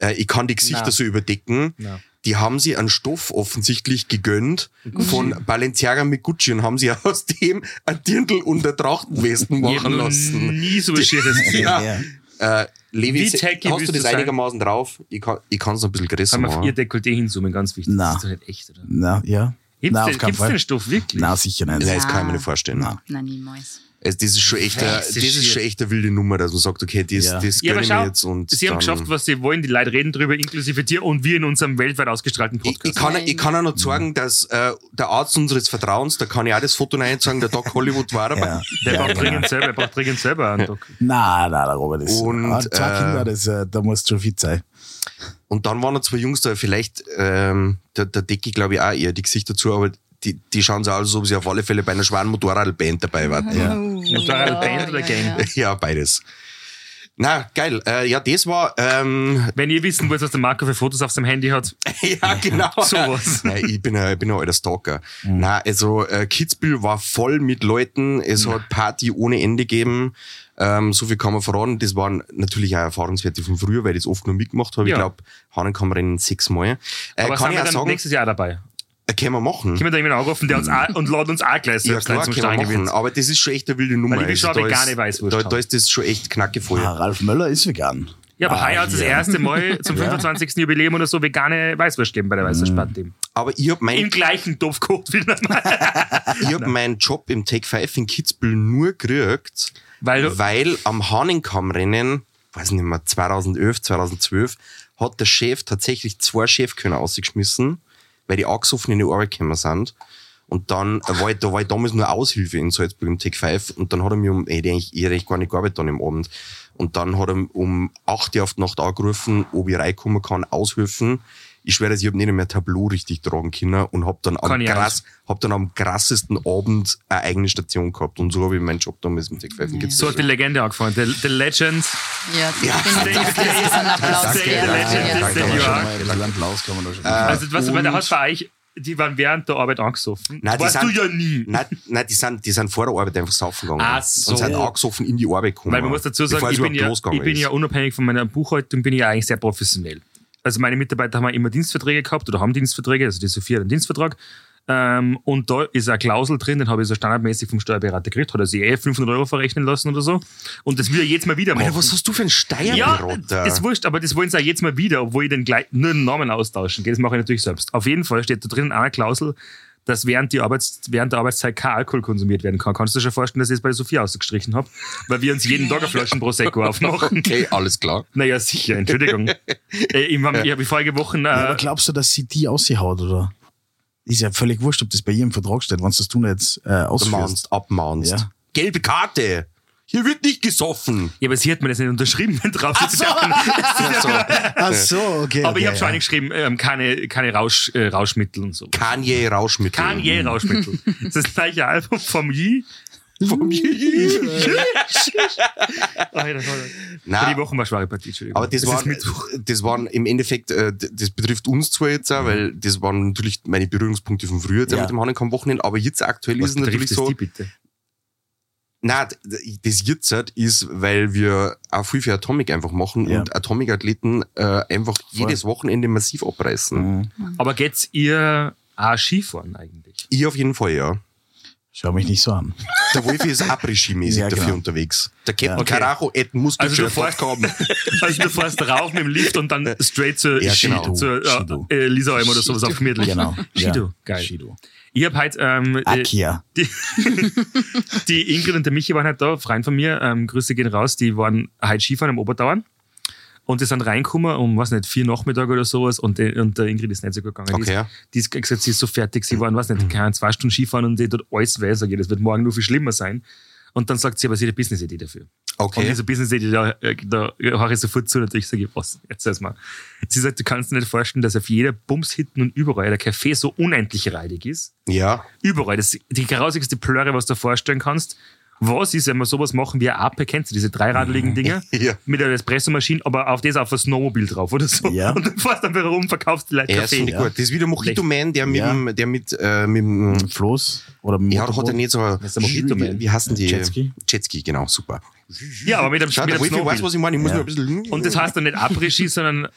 [SPEAKER 2] äh, ich kann die Gesichter so überdecken.
[SPEAKER 3] Na.
[SPEAKER 2] Die haben sie einen Stoff offensichtlich gegönnt von Balenciaga mit Gucci und haben sie aus dem ein Dirndl und der Trachtenwesten
[SPEAKER 3] Ich hab
[SPEAKER 2] machen
[SPEAKER 3] noch
[SPEAKER 2] lassen.
[SPEAKER 3] nie so ein schieres gesehen.
[SPEAKER 2] Ja.
[SPEAKER 4] ja.
[SPEAKER 2] Äh, Levi,
[SPEAKER 3] Wie
[SPEAKER 2] se-
[SPEAKER 3] tacky
[SPEAKER 2] hast du
[SPEAKER 3] willst
[SPEAKER 2] das
[SPEAKER 3] du sein?
[SPEAKER 2] einigermaßen drauf? Ich kann es kann's noch ein bisschen gerissen
[SPEAKER 3] Kann man auf ihr
[SPEAKER 2] machen.
[SPEAKER 3] Dekolleté hinzoomen, ganz wichtig.
[SPEAKER 4] Na.
[SPEAKER 3] Das ist doch nicht echt, oder?
[SPEAKER 4] Na, ja.
[SPEAKER 3] Gibt's,
[SPEAKER 4] Na,
[SPEAKER 3] den,
[SPEAKER 4] auf keinen
[SPEAKER 3] gibt's den
[SPEAKER 4] Fall.
[SPEAKER 3] Stoff wirklich?
[SPEAKER 4] Na, sicher nicht.
[SPEAKER 2] Nein, das kann ich mir
[SPEAKER 8] Ah.
[SPEAKER 2] nicht vorstellen.
[SPEAKER 4] Nein.
[SPEAKER 8] Nein, niemals.
[SPEAKER 2] Also das ist schon echt, eine, das
[SPEAKER 3] Das ist
[SPEAKER 2] ist schon
[SPEAKER 3] shit.
[SPEAKER 2] echt eine wilde Nummer, dass man sagt, okay, das,
[SPEAKER 4] Ja.
[SPEAKER 2] das
[SPEAKER 3] Ja,
[SPEAKER 2] gönn
[SPEAKER 3] aber
[SPEAKER 2] ich
[SPEAKER 3] schau,
[SPEAKER 2] mir jetzt. Und
[SPEAKER 3] sie haben
[SPEAKER 2] dann-
[SPEAKER 3] geschafft, was sie wollen. Die Leute reden drüber, inklusive dir und wir in unserem weltweit ausgestrahlten
[SPEAKER 2] Ich, ich,
[SPEAKER 3] Podcast.
[SPEAKER 2] kann,
[SPEAKER 8] Nein.
[SPEAKER 2] ich kann auch noch sagen, dass äh, der Arzt unseres Vertrauens, da kann ich auch das Foto reinzeigen, der Doc Hollywood war dabei.
[SPEAKER 4] Ja.
[SPEAKER 3] der
[SPEAKER 4] ja,
[SPEAKER 3] braucht
[SPEAKER 4] genau.
[SPEAKER 3] dringend selber, er braucht dringend selber einen Doc.
[SPEAKER 4] Na, na, der Robert ist.
[SPEAKER 2] Und,
[SPEAKER 4] ah, zwei
[SPEAKER 2] äh,
[SPEAKER 4] Kinder, das, äh, da musst du schon fit sein.
[SPEAKER 2] Und dann waren noch zwei Jungs da, vielleicht, ähm, da, da decke ich glaube ich auch eher die Gesichter zu, aber die, die schauen so aus, als ob sie auf alle Fälle bei einer schweren Motorradband dabei waren.
[SPEAKER 4] Ja.
[SPEAKER 3] Motorrad Band oder Gang?
[SPEAKER 2] Ja, beides. Na, geil. Äh, ja, das war, ähm,
[SPEAKER 3] Wenn ihr wissen wollt, was der Marco für Fotos auf seinem Handy hat,
[SPEAKER 2] ja, genau.
[SPEAKER 3] Sowas. Mhm.
[SPEAKER 2] Nein, ich bin ein, ich bin ein alter Stalker. Na, also, äh, Kitzbühel war voll mit Leuten. Es
[SPEAKER 3] Mhm.
[SPEAKER 2] hat Party ohne Ende gegeben. Ähm, so viel kann man verraten. Das waren natürlich auch Erfahrungswerte von früher, weil ich das oft nur mitgemacht habe.
[SPEAKER 3] Ja.
[SPEAKER 2] Ich glaube, Hannen kann man rennen sechsmal. Äh,
[SPEAKER 3] aber
[SPEAKER 2] kann
[SPEAKER 3] sind
[SPEAKER 2] ich
[SPEAKER 3] wir
[SPEAKER 2] auch
[SPEAKER 3] dann
[SPEAKER 2] sagen,
[SPEAKER 3] nächstes Jahr dabei?
[SPEAKER 2] äh, können wir machen.
[SPEAKER 3] Können wir da jemanden anrufen, der uns auch, und lädt uns auch gleich
[SPEAKER 2] Ja,
[SPEAKER 3] selbst ein
[SPEAKER 2] klar,
[SPEAKER 3] zum
[SPEAKER 2] können wir
[SPEAKER 3] Stein
[SPEAKER 2] machen,
[SPEAKER 3] gewinnt?
[SPEAKER 2] aber das ist schon echt eine wilde Nummer. Also
[SPEAKER 3] Weil ich will schon
[SPEAKER 2] da,
[SPEAKER 3] eine vegane
[SPEAKER 2] ist,
[SPEAKER 3] Weißwurst
[SPEAKER 2] da,
[SPEAKER 3] haben.
[SPEAKER 2] da ist das schon echt knackevoll.
[SPEAKER 4] Ah, Ralf Möller ist vegan.
[SPEAKER 3] Ja, aber
[SPEAKER 4] Ah,
[SPEAKER 3] heuer hat es das
[SPEAKER 4] ja.
[SPEAKER 3] erste Mal zum
[SPEAKER 4] Ja.
[SPEAKER 3] 25. Jubiläum oder so vegane Weißwurst geben bei der Weißwurstparty.
[SPEAKER 2] Aber ich habe
[SPEAKER 3] Im
[SPEAKER 2] mein,
[SPEAKER 3] gleichen Topf gekocht wie normal.
[SPEAKER 2] ich hab meinen Job im Take 5 in Kitzbühel nur gekriegt,
[SPEAKER 3] Weil du-
[SPEAKER 2] weil am Hahnenkammrennen, weiß nicht mehr, 2011, 2012, hat der Chef tatsächlich zwei Chefkönner ausgeschmissen, weil die angesoffen in die Arbeit gekommen sind. Und dann war ich, da war ich damals nur Aushilfe in Salzburg im Take 5 und dann hat er mir um, ich hätte eigentlich, ich hätte eigentlich gar nicht gearbeitet dann im Abend. Und dann hat er um 8 Uhr auf die Nacht angerufen, ob ich reinkommen kann, aushilfen. Ich schwöre, ich habe nicht mehr Tableau richtig tragen können und habe dann,
[SPEAKER 3] Kann
[SPEAKER 2] am
[SPEAKER 3] ich
[SPEAKER 2] krass, hab dann am krassesten Abend eine eigene Station gehabt. Und so habe ich meinen Job damals im Take 5
[SPEAKER 3] so hat die Legende angefangen. The, the Legend.
[SPEAKER 8] Ja,
[SPEAKER 2] Ja.
[SPEAKER 8] das bin ich- das ist ein Applaus.
[SPEAKER 3] Danke,
[SPEAKER 8] wert.
[SPEAKER 3] danke,
[SPEAKER 8] Ja.
[SPEAKER 3] danke.
[SPEAKER 4] Kann man
[SPEAKER 3] Ja.
[SPEAKER 4] schon mal ein bisschen Applaus kann man da schon machen.
[SPEAKER 3] Also, was bei der hat bei euch, die waren während der Arbeit angesoffen.
[SPEAKER 2] Nein, die
[SPEAKER 3] Warst
[SPEAKER 2] sind-
[SPEAKER 3] du ja nie.
[SPEAKER 2] Nein, nein die, sind, die sind vor der Arbeit einfach saufen gegangen.
[SPEAKER 3] Ach so.
[SPEAKER 2] Und sind angesoffen in die Arbeit gekommen.
[SPEAKER 3] Weil man muss dazu sagen,
[SPEAKER 2] bevor es
[SPEAKER 3] ich bin,
[SPEAKER 2] überhaupt
[SPEAKER 3] ja,
[SPEAKER 2] losgegangen
[SPEAKER 3] ich bin ja
[SPEAKER 2] ist.
[SPEAKER 3] unabhängig von meiner Buchhaltung, bin ich ja eigentlich sehr professionell. Also meine Mitarbeiter haben ja immer Dienstverträge gehabt oder haben Dienstverträge, also die Sophia hat einen Dienstvertrag. Ähm, und da ist eine Klausel drin, den habe ich so standardmäßig vom Steuerberater gekriegt, hat er sich eh 500 Euro verrechnen lassen oder so. Und das will er jetzt mal wieder machen.
[SPEAKER 2] Alter, was hast du für einen
[SPEAKER 3] Ja,
[SPEAKER 2] Steuerberater?
[SPEAKER 3] ist wurscht, aber das wollen sie auch jetzt mal wieder, obwohl ich den gleich nur den Namen austauschen gehe. Das mache ich natürlich selbst. Auf jeden Fall steht da drin eine Klausel, dass während, die Arbeits während der Arbeitszeit kein Alkohol konsumiert werden kann. Kannst du dir schon vorstellen, dass ich das bei der Sophia ausgestrichen habe, weil wir uns jeden Tag eine Flaschen Prosecco aufmachen?
[SPEAKER 2] okay, alles klar.
[SPEAKER 3] Naja, sicher, Entschuldigung. Äh, ich hab- ich habe vorige Woche. Äh,
[SPEAKER 4] Ja, aber glaubst du, dass sie die aushaut, oder? Ist ja völlig wurscht, ob das bei ihrem Vertrag steht, wenn du das tun jetzt äh, ausführst.
[SPEAKER 2] Mahnst, abmahnst.
[SPEAKER 4] Ja.
[SPEAKER 2] Gelbe Karte. Hier wird nicht gesoffen.
[SPEAKER 3] ja, aber sie hat mir das nicht unterschrieben, wenn drauf
[SPEAKER 4] Ach so.
[SPEAKER 3] steht.
[SPEAKER 2] Also,
[SPEAKER 4] Ah, Ach so, okay.
[SPEAKER 3] Aber
[SPEAKER 4] okay,
[SPEAKER 3] ich habe schon
[SPEAKER 4] ja.
[SPEAKER 3] eingeschrieben, ähm, keine, keine Rausch, äh, Rauschmittel und so.
[SPEAKER 2] Kanye Rauschmittel.
[SPEAKER 3] Kanye Rauschmittel. Das ist das gleiche Album vom Yi.
[SPEAKER 2] Vom
[SPEAKER 3] Alter, Alter.
[SPEAKER 2] Na,
[SPEAKER 3] Die Woche war schwere Partie, Entschuldigung.
[SPEAKER 2] Aber das,
[SPEAKER 3] Genau. Es
[SPEAKER 2] war,
[SPEAKER 3] ist Mittwoch.
[SPEAKER 2] das waren im Endeffekt, äh, d- das betrifft uns zwar jetzt auch,
[SPEAKER 3] Mhm.
[SPEAKER 2] weil das waren natürlich meine Berührungspunkte von früher jetzt auch
[SPEAKER 4] Ja.
[SPEAKER 2] mit dem Hanukkah am Wochenende, aber jetzt aktuell
[SPEAKER 3] Was
[SPEAKER 2] ist es natürlich
[SPEAKER 3] betrifft es
[SPEAKER 2] so.
[SPEAKER 3] die bitte?
[SPEAKER 2] Nein, d- das jetzt halt ist, weil wir auch viel für Atomic einfach machen
[SPEAKER 4] Ja.
[SPEAKER 2] und Atomic-Athleten äh, einfach jedes Wochenende massiv abreißen.
[SPEAKER 4] Mhm.
[SPEAKER 3] Aber geht's ihr auch Skifahren eigentlich?
[SPEAKER 2] Ich auf jeden Fall, ja.
[SPEAKER 4] Schau mich nicht so an.
[SPEAKER 2] Der Wolfi ist abregimäßig
[SPEAKER 4] Ja, genau.
[SPEAKER 2] dafür unterwegs. Der Captain
[SPEAKER 3] Okay.
[SPEAKER 2] Carajo et Muskelschirm
[SPEAKER 3] Also du fährst-
[SPEAKER 2] kommen.
[SPEAKER 3] Also du fährst rauf mit dem Lift und dann straight zur,
[SPEAKER 2] Ja,
[SPEAKER 3] Ski-
[SPEAKER 2] genau.
[SPEAKER 3] zur
[SPEAKER 4] Skido.
[SPEAKER 3] äh, äh, Lisa Alm oder sowas auf gemütlich.
[SPEAKER 4] Genau.
[SPEAKER 3] Shido,
[SPEAKER 4] Ja.
[SPEAKER 3] geil.
[SPEAKER 4] Shido.
[SPEAKER 3] Ich hab halt ähm,
[SPEAKER 2] Ah,
[SPEAKER 3] äh,
[SPEAKER 4] Akia.
[SPEAKER 3] die Ingrid und der Michi waren halt da, Freund von mir, ähm, Grüße gehen raus, die waren halt Skifahren am Oberdauern. Und die sind reingekommen um, weiß nicht, vier Nachmittag oder sowas und, die, und der Ingrid ist nicht so gut gegangen. Die
[SPEAKER 2] Okay.
[SPEAKER 3] ist, die ist gesagt, sie ist so fertig, sie waren, weiß nicht, keine Ahnung, zwei Stunden Skifahren und die tut alles weh, sag ich, das wird morgen nur viel schlimmer sein. Und dann sagt sie, aber sie hat eine Business-Idee dafür. Und
[SPEAKER 2] Okay.
[SPEAKER 3] diese Business-Idee, da, äh, da höre ich sofort zu, natürlich sage ich, was, jetzt erst mal. Sie sagt, du kannst dir nicht vorstellen, dass auf jeder Bums hinten und überall der Kaffee so unendlich reidig ist
[SPEAKER 2] Ja.
[SPEAKER 3] überall. Das ist die grausigste Plörre, was du dir vorstellen kannst. Was ist, wenn wir sowas machen wie eine Ape, kennst du diese dreiradligen Dinger?
[SPEAKER 2] Ja.
[SPEAKER 3] Mit einer Espressomaschine, aber auf das auf ein Snowmobil drauf oder so.
[SPEAKER 4] Ja.
[SPEAKER 3] Und dann fährst du einfach rum, verkaufst die Leute
[SPEAKER 2] Ja,
[SPEAKER 3] Kaffee.
[SPEAKER 2] finde ich gut. Das ist wieder Mojito Man, der mit,
[SPEAKER 4] Ja.
[SPEAKER 2] dem- der mit, äh, mit dem
[SPEAKER 4] Floß oder
[SPEAKER 2] Ja, da hat er nicht so ein,
[SPEAKER 3] ist der Mojito, man.
[SPEAKER 2] wie heißen die?
[SPEAKER 4] Jetski?
[SPEAKER 2] Jetski, genau, super.
[SPEAKER 3] Ja, aber mit einem,
[SPEAKER 2] Schau,
[SPEAKER 3] mit
[SPEAKER 2] der
[SPEAKER 3] einem
[SPEAKER 2] Wolfi
[SPEAKER 3] Snowmobil.
[SPEAKER 2] weiß, was ich meine. Ich muss
[SPEAKER 4] Ja.
[SPEAKER 2] nur ein bisschen...
[SPEAKER 3] Und das heißt dann nicht Après-Ski, sondern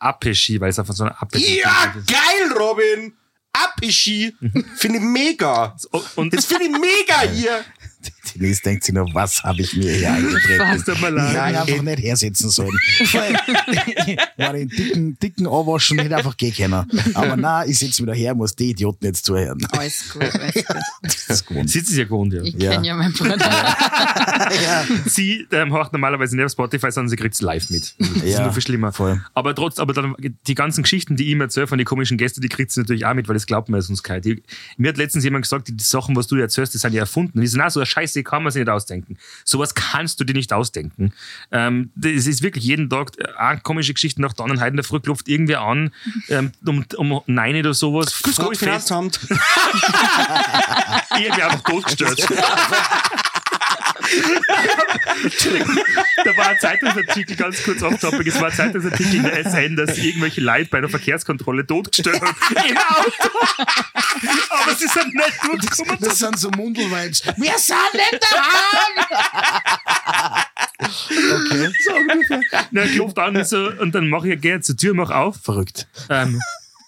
[SPEAKER 3] Ape-Ski, weil es einfach so eine Ape
[SPEAKER 2] ja, Mhm. geil, Robin! Apischi! Finde ich mega!
[SPEAKER 3] Und, und
[SPEAKER 2] Das finde ich mega hier!
[SPEAKER 4] Denise denkt sich nur, was habe ich mir hier eingeprägt?
[SPEAKER 3] es tut mir leid.
[SPEAKER 4] Ich
[SPEAKER 2] Nein,
[SPEAKER 4] hätte
[SPEAKER 2] ich-
[SPEAKER 4] einfach nicht hersetzen sollen. War den dicken, dicken Anwaschen hätte einfach gehen können. Aber na, ich sitze wieder her, muss die Idioten jetzt zuhören.
[SPEAKER 8] Alles gut, alles gut.
[SPEAKER 4] Das ist gewohnt.
[SPEAKER 3] Sie ist es ja gewohnt, ja.
[SPEAKER 8] Ich
[SPEAKER 4] Ja.
[SPEAKER 8] kenne ja meinen Bruder.
[SPEAKER 3] Sie ähm, hört normalerweise nicht auf Spotify, sondern sie kriegt es live mit. Das ist
[SPEAKER 4] Ja,
[SPEAKER 3] noch viel schlimmer.
[SPEAKER 4] voll.
[SPEAKER 3] Aber trotz, aber dann, die ganzen Geschichten, die ich immer erzähle von den komischen Gästen, die kriegt sie natürlich auch mit, weil das glaubt mir sonst keiner. Die- Mir hat letztens jemand gesagt, die, die Sachen, was du dir erzählst, die sind ja erfunden. Und ich so, na, so eine Scheiße kann man sich nicht ausdenken. Sowas kannst du dir nicht ausdenken. Ähm, das ist wirklich jeden Tag äh, eine komische Geschichte nach der anderen. Heute in der Früh ruft irgendwer an, ähm, um, um nein oder sowas.
[SPEAKER 2] Grüß Gott,
[SPEAKER 3] Voll fest.
[SPEAKER 2] Finanzamt!
[SPEAKER 3] Irgendwie einfach totgestört. Entschuldigung, da war ein Zeitungsartikel, ganz kurz off topic, es war ein Zeitungsartikel in der SN, dass irgendwelche Leute bei der Verkehrskontrolle totgestört haben. Im Auto. Aber sie sind nicht durchgekommen.
[SPEAKER 4] Das sind so Mundelweins. Wir sind nicht daheim! Okay,
[SPEAKER 3] Dann klopft an und, so, und dann mache ich, gehe zur Tür, mach auf.
[SPEAKER 4] verrückt.
[SPEAKER 3] Ähm,